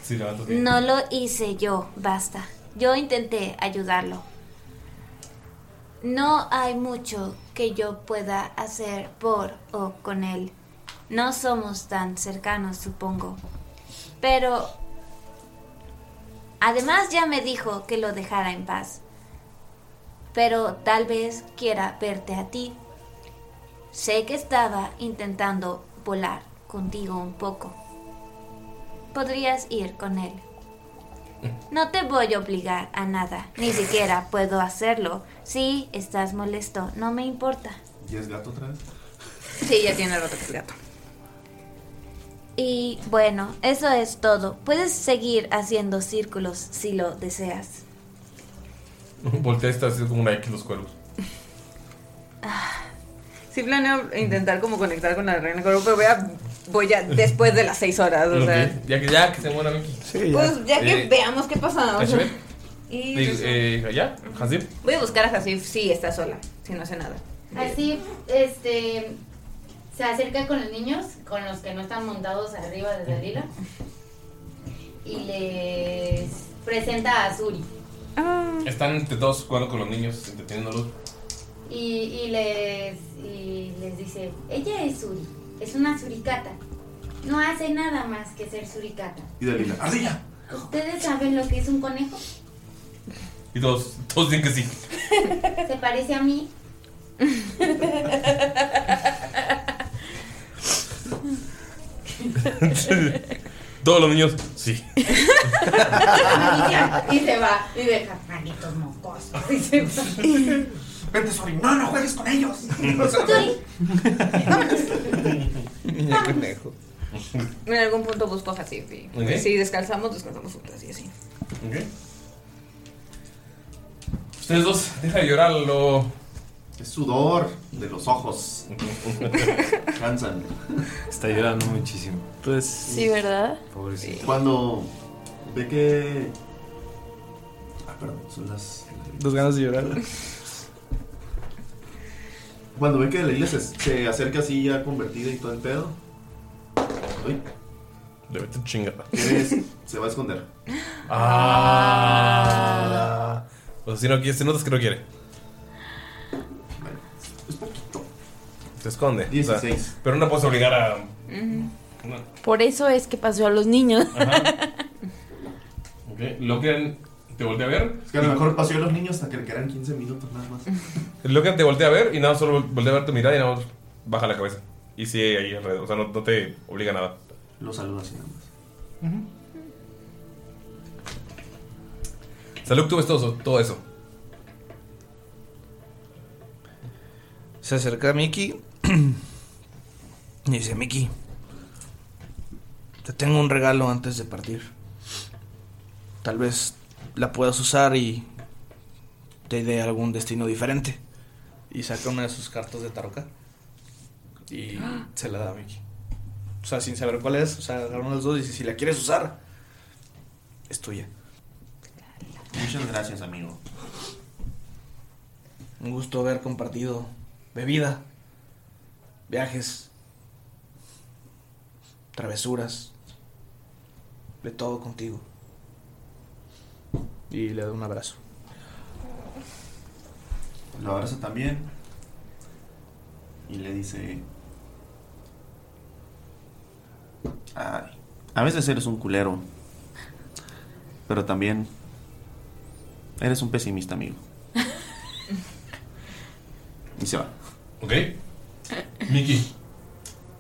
Sí, levanta así. No lo hice yo, basta. Yo intenté ayudarlo. No hay mucho que yo pueda hacer por o con él. No somos tan cercanos, supongo. Pero... Además ya me dijo que lo dejara en paz. Pero tal vez quiera verte a ti. Sé que estaba intentando volar contigo un poco. Podrías ir con él. No te voy a obligar a nada, ni siquiera puedo hacerlo. Si estás molesto, no me importa. ¿Y es gato otra vez? Sí, ya tiene roto el gato. Y bueno, eso es todo. Puedes seguir haciendo círculos si lo deseas. Voltea y está haciendo como una X los cuervos. Sí planeo intentar como conectar con la reina Coro, pero voy a, voy a después de las 6 horas, o Lo sea. que- ya, que, ya que se muera Mickey. Sí, Pues ya Eh, que veamos qué pasa. o sea. Hashib, Y pues, eh, allá, Hasib. voy a buscar a Hasif si está sola, si no hace nada. Así, este, se acerca con los niños, con los que no están montados arriba de la lila, y les presenta a Suri. Están entre dos jugando con los niños, entreteniéndolos. Y, y les, y les dice, ella es Suri, es una suricata. No hace nada más que ser suricata. Y Dalila. ¡Ardilla! ¿Ustedes saben lo que es un conejo? Y todos, todos dicen que sí. ¿Se parece a mí? todos los niños, sí. y, ya, y se va, y deja, malditos mocosos. Y se va. Vente, Suri. No, no juegues con ellos. Suri. Niña conejo. En algún punto busco a Hasif y Ok. si descansamos, descansamos juntas y así. Ok. Ustedes dos, deja de llorarlo. Es sudor de los ojos. Cansan. Está llorando muchísimo. Pues. Sí, ¿verdad? Pobrecito. Cuando ve que. Ah, perdón, son las. Dos ganas de llorar. Cuando ve que la isla se, se acerca así ya convertida y todo el pedo. Uy. Le mete un chingada. ¿Quieres? Se va a esconder. Ah. O sea, si no quiere, si notas que no quiere. Se esconde. 16. pero no puedes obligar a. Ujú. no. Por eso es que pasó a los niños. Ok, Logan te voltea a ver. Es que a lo mejor pasó a los niños hasta que le quedan 15 minutos nada más. Logan te voltea a ver y nada, solo voltea a ver tu mirada y nada más baja la cabeza. Y sigue ahí alrededor. O sea, no, no te obliga a nada. Lo saluda así nada más. Salud, tú ves todo, todo eso. Se acerca a Mickey y dice, Mickey, te tengo un regalo antes de partir. Tal vez la puedas usar y te dé algún destino diferente. Y saca una de sus cartas de tarot y se la da a Mickey. O sea, sin saber cuál es, o sea, agarra una de las dos y dice, si la quieres usar, es tuya. Muchas gracias, amigo. Un gusto haber compartido bebida, viajes, travesuras, de todo contigo. Y le doy un abrazo. Lo abraza también. Y le dice. Ay, a veces eres un culero. Pero también. Eres un pesimista, amigo. Y se va. Ok. Miki,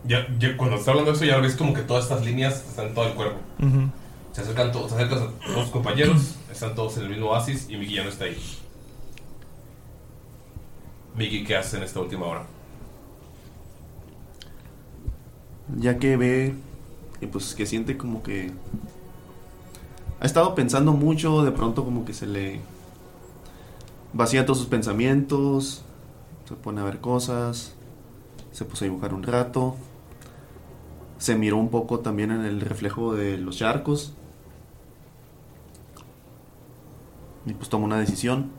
ya, ya cuando está hablando de eso, ya ves como que todas estas líneas están en todo el cuerpo. Ujú. Se acercan todos, se acercan a los compañeros, están todos en el mismo oasis y Miki ya no está ahí. Miki, ¿qué hace en esta última hora? Ya que ve, y pues que siente como que... Ha estado pensando mucho, de pronto como que se le vacía todos sus pensamientos, se pone a ver cosas, se puso a dibujar un rato, se miró un poco también en el reflejo de los charcos y pues toma una decisión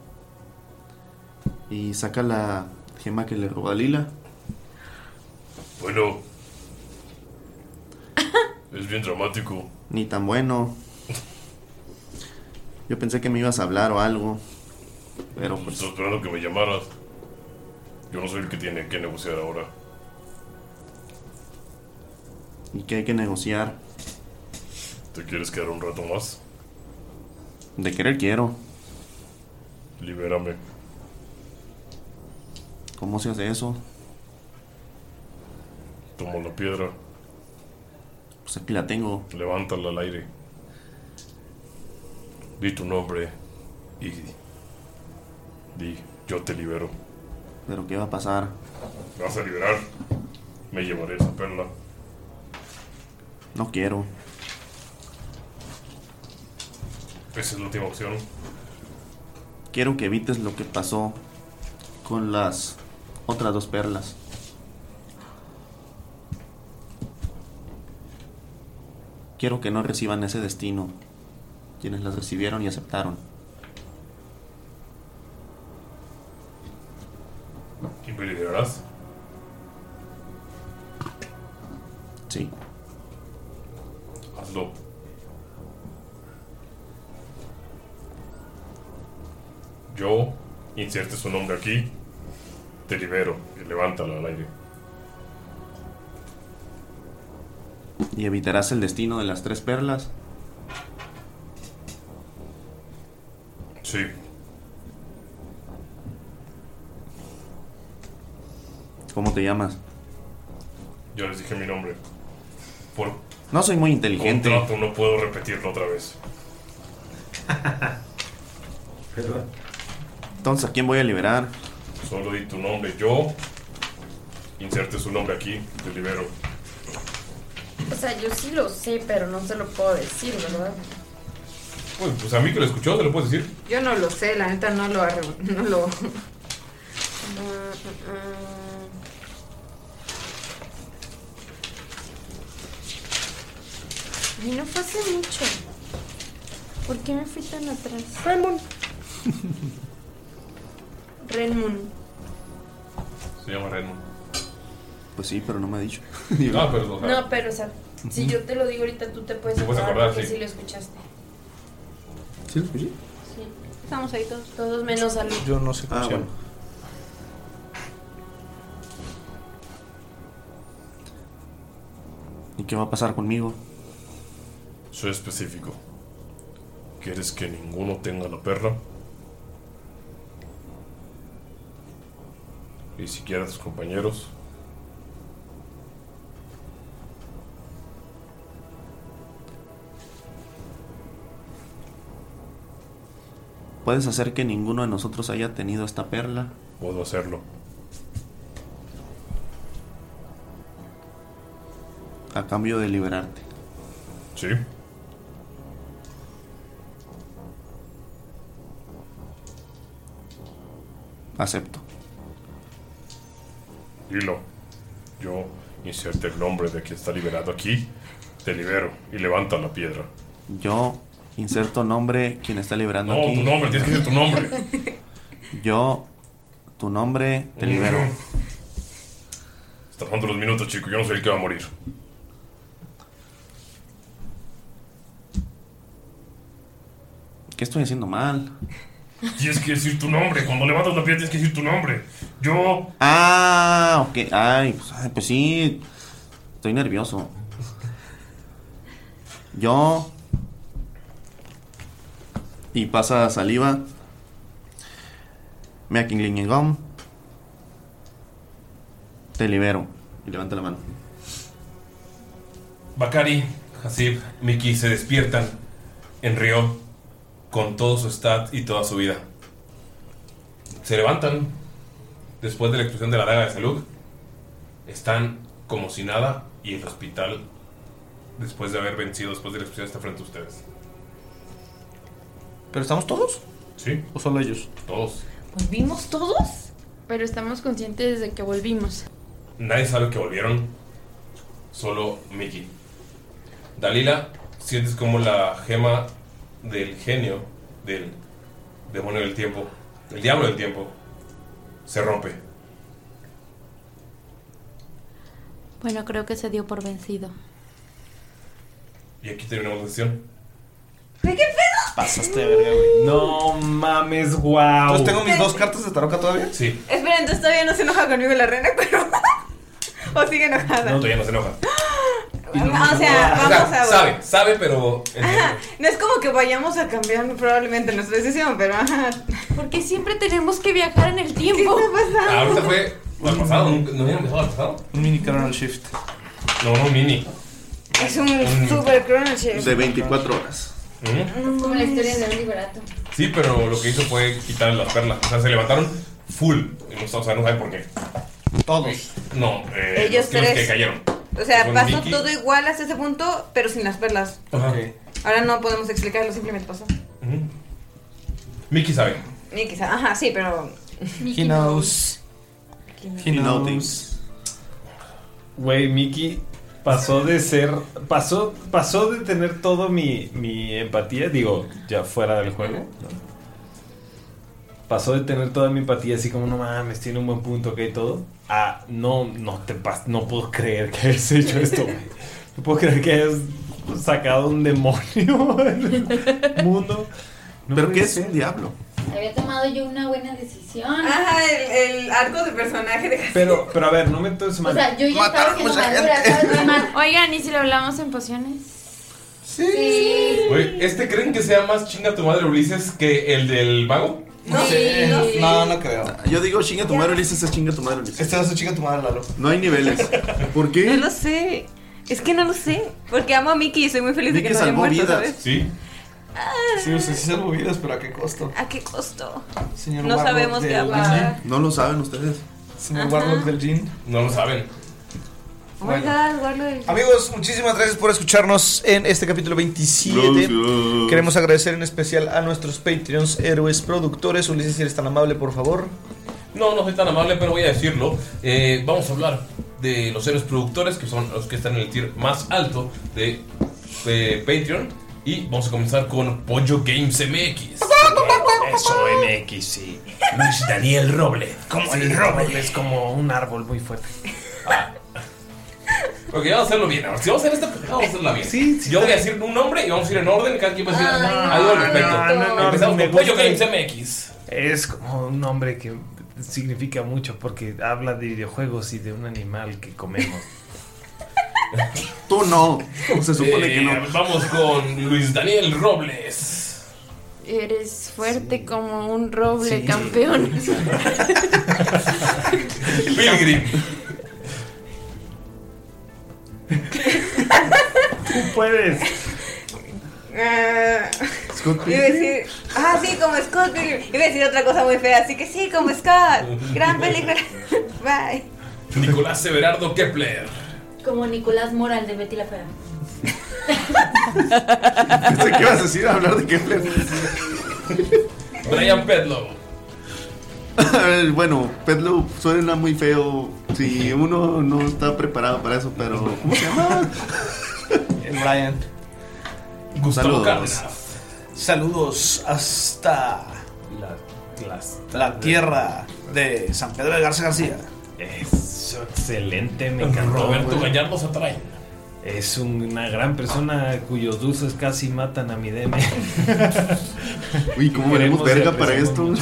y saca la gema que le roba a Lila. Bueno. Es bien dramático. Ni tan bueno. Yo pensé que me ibas a hablar o algo. Pero pues. Estaba esperando que me llamaras. Yo no soy el que tiene que negociar ahora. ¿Y qué hay que negociar? ¿Te quieres quedar un rato más? De querer quiero. Libérame. ¿Cómo se hace eso? Tomo la piedra. Pues aquí la tengo. Levántala al aire. Di tu nombre y di, yo te libero. ¿Pero qué va a pasar? Me vas a liberar. Me llevaré esa perla. No quiero. Esa es la última opción. Quiero que evites lo que pasó con las otras dos perlas. Quiero que no reciban ese destino. Quienes las recibieron y aceptaron. ¿Y me liberarás? Sí. Hazlo. Yo, inserte su nombre aquí, te libero y levántala al aire. ¿Y evitarás el destino de las tres perlas? Sí. ¿Cómo te llamas? Yo les dije mi nombre. Por No soy muy inteligente. contrato no puedo repetirlo otra vez. Entonces, ¿a quién voy a liberar? Solo di tu nombre. Yo, inserte su nombre aquí, te libero. O sea, yo sí lo sé, pero no se lo puedo decir, ¿verdad? Uy, pues a mí que lo escuchó, te lo puedes decir. Yo no lo sé, la neta no lo. arre- No lo... Mm, Y mm. no fue hace mucho. ¿Por qué me fui tan atrás? Renmun. Renmun. Se llama Redmond. Pues sí, pero no me ha dicho. Ah, pero, o sea, No, pero o sea, si yo te lo digo ahorita, tú te puedes Te puedes acordar, acordar, porque sí. sí lo escuchaste. ¿Sí lo escuché? Sí. Estamos ahí todos. Todos menos salud. Yo no sé cómo Ah, se llama. ¿Y qué va a pasar conmigo? Soy específico. ¿Quieres que ninguno tenga la perla? Y siquiera tus compañeros. ¿Puedes hacer que ninguno de nosotros haya tenido esta perla? Puedo hacerlo. A cambio de liberarte. Sí. Acepto. Dilo. Yo inserte el nombre de quien está liberado aquí. Te libero y levanta la piedra. Yo inserto nombre quien está liberando No, aquí. tu nombre, tienes que decir tu nombre. Yo, tu nombre, te libero. Está pasando los minutos, chico. Yo no soy el que va a morir. ¿Qué estoy haciendo mal? Tienes que decir tu nombre. Cuando levantas la piedra, tienes que decir tu nombre. Yo. Ah, ok. Ay, pues, ay, pues sí. Estoy nervioso. Yo. Y pasa saliva. Making Linging Gum. Te libero. Y levanta la mano. Bakari, Hasib, Miki se despiertan en Río con todo su stat y toda su vida. Se levantan después de la explosión de la daga de salud. Están como si nada y el hospital, después de haber vencido, después de la explosión, está frente a ustedes. ¿Pero estamos todos? Sí. ¿O solo ellos? Todos. ¿Volvimos todos? Pero estamos conscientes de que volvimos. Nadie sabe que volvieron. Solo Mickey. Dalila, sientes como la gema del genio, del demonio del tiempo, del diablo del tiempo, se rompe. Bueno, creo que se dio por vencido. Y aquí terminamos la sesión. ¿Qué pedo? Pasaste de verga, güey. No mames, wow. Entonces tengo mis dos cartas de tarot todavía. Sí. Espera, entonces todavía no se enoja conmigo la reina, pero. o sigue enojada. No, todavía no se enoja. Ah, o sea, O sea, vamos a. Sabe, sabe, pero. Ajá, no es como que vayamos a cambiar probablemente nuestra decisión, pero ajá. Porque siempre tenemos que viajar en el tiempo. Ah, Ahorita fue. ¿No ha pasado? ¿Nunca- ¿No había empezado al pasado? Un mini Chronal Shift. No, no, mini. Es un super crunch. De 24 horas. Como la historia de un liberato. Mm, Sí, pero lo que hizo fue quitar las perlas. O sea, se levantaron full. Y no, o sea, no saben por qué. Todos. No, eh, Ellos los tiros tres. que cayeron. O sea, Con pasó Mickey. todo igual hasta ese punto, pero sin las perlas. Ajá. Ahora no podemos explicarlo, simplemente pasó. Mickey sabe. Ni quizá, ajá, sí, pero. He knows. He knows. Güey, Mickey pasó de ser. Pasó, pasó de tener todo mi, mi empatía, digo, ya fuera del juego. Pasó de tener toda mi empatía, así como, no mames, tiene un buen punto, ok, todo. A, no, no te pas no puedo creer que hayas hecho esto, güey. No puedo creer que hayas sacado un demonio del mundo. ¿Pero qué es un diablo? Había tomado yo una buena decisión. Ajá, el, el arco de personaje de Pero, pero a ver, no me entonces O sea, yo ya estaba siendo madura, ¿sabes? Oigan, ¿y si lo hablamos en pociones? Sí. Güey, ¿este creen que sea más chinga tu madre Ulises que el del vago? No sé. no sé. No, no creo. Yo digo, chinga tu madre, Ulises, es chinga tu madre, Ulises. Este va a ser chinga tu madre, Lalo. No hay niveles. ¿Por No qué? lo sé. Es que no lo sé. Porque amo a Mickey y soy muy feliz de que Mickey no salvó haya muerto, Ah. vidas. ¿sabes? Sí. Sí, o sea, sí salvo vidas, pero ¿a qué costo? ¿A qué costo? Señor no Warlock sabemos qué del- Ah, va a pasar. No lo saben ustedes. Señor Warlock del Jean. No lo saben. Oiga, Amigos, muchísimas gracias por escucharnos en este capítulo 27. Gracias. Queremos agradecer en especial a nuestros Patreons, héroes, productores. Ulises, si eres tan amable, por favor. No, no soy tan amable, pero voy a decirlo. Eh, vamos a hablar de los héroes productores, que son los que están en el tier más alto de, eh, Patreon. Y vamos a comenzar con Pollo Games MX. Eh, Eso MX, sí. Luis Daniel Roble. Como Sí, el roble es como un árbol muy fuerte. Ok, vamos a hacerlo bien. Ahora, si vamos a hacer esta, vamos a hacerla bien. Yo voy a decir un nombre y vamos a ir en orden. Cada quien va a decir algo al respecto. Empezamos con Pollo Games MX. Es como un nombre que significa mucho porque habla de videojuegos y de un animal que comemos. Tú no. Se supone que no. Eh, Vamos con Luis Daniel Robles. Eres fuerte como un roble campeón. Pilgrim. Tú puedes. Ah, Scott iba a decir, ah, sí, como Scott Pilgrim. Iba a decir otra cosa muy fea, así que sí, como Scott. Gran película. Bye. Nicolás Severardo Kepler. Como Nicolás Moral de Betty la Fea. Pensé que ibas a decir hablar de Kepler. Brian Pedlow. bueno, Pedlo suena muy feo si uno no está preparado para eso, pero. ¿Cómo se llama? El Brian. Gustavo Saludos. Saludos hasta La, las- la tierra de San Pedro de Garza García. Eso, excelente, me encantó. Roberto Gallardo Satrain. Es una gran persona cuyos dulces casi matan a mi DM. Uy, ¿cómo veremos verga para esto?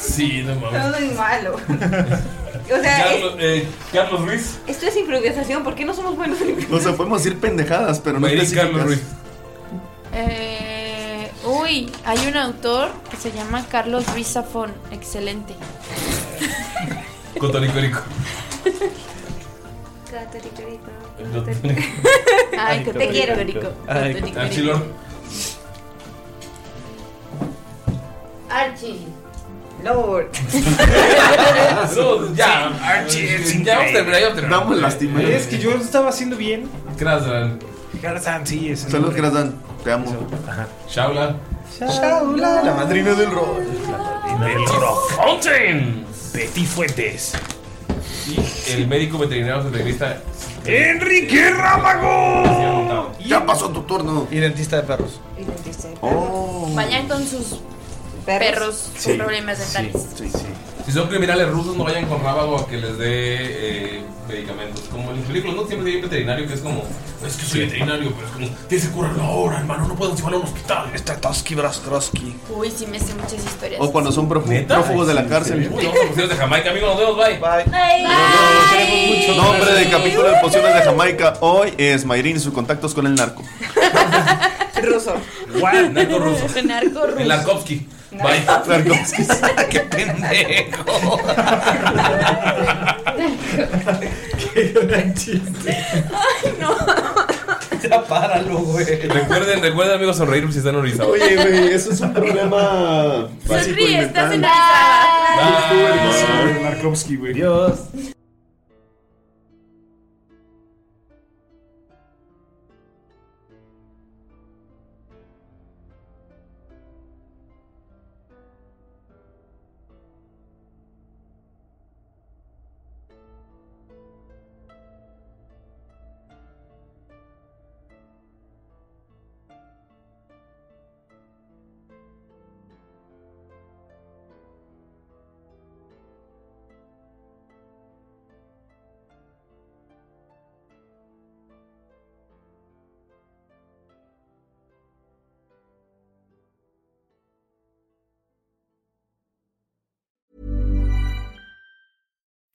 Sí, no mames. Todo muy malo. O sea, es- Carlos, eh, Carlos Ruiz. esto es improvisación. ¿Por qué no somos buenos en O sea, podemos decir pendejadas, pero no Mayrin Carlos específicas. Ruiz. Eh, Uy, hay un autor que se llama Carlos Ruiz Zafón. Excelente. Cotoricorico. Ay, que te quiero, Rico. Ay, Archilor. Archie. Lord. No, ya. Ya vamos a terminar, ya vamos a terminar. Damos lástima. Es que yo lo estaba haciendo bien. Krasdan. Krasdan, sí, es. Saludos, Krasdan. Te amo. Shaula. Shaula. La madrina del rock. Del Rock Fountain. Betty Fuentes. Y el médico veterinario veterinarista. ¡Enrique Rámago! Ya pasó tu turno. Y dentista de perros. Vayan con sus perros con Sí, problemas dentales. Sí, sí. Si son criminales rusos, no vayan con Rábago a que les dé eh, medicamentos. Como en los películas, ¿no? Siempre hay un veterinario que es como, es que soy veterinario, pero es como, tienes que curarlo ahora, hermano, no puedo llevarlo a un hospital. Este Está Toski Brastrosky. Uy, sí me sé muchas historias. O cuando son prófugos, ¿Neta? prófugos de la Sí, cárcel. sí. Uy, vamos a cuestiones de Jamaica, amigos, nos vemos, bye. Nombre del capítulo de Pociones de Jamaica hoy es Mayrin y sus contactos con el narco. Ruso. Guau, narco ruso. Narco ruso. El Narkovsky. Bye. Narkovsky. Qué pendejo. Qué gran chiste. Ay, no. Ya páralo, güey. Recuerden, recuerden, amigos, sonreír si están orizados. Oye, güey, eso es un problema físico y Sonríe, estás en mental. Bye. Markovsky, güey. Dios.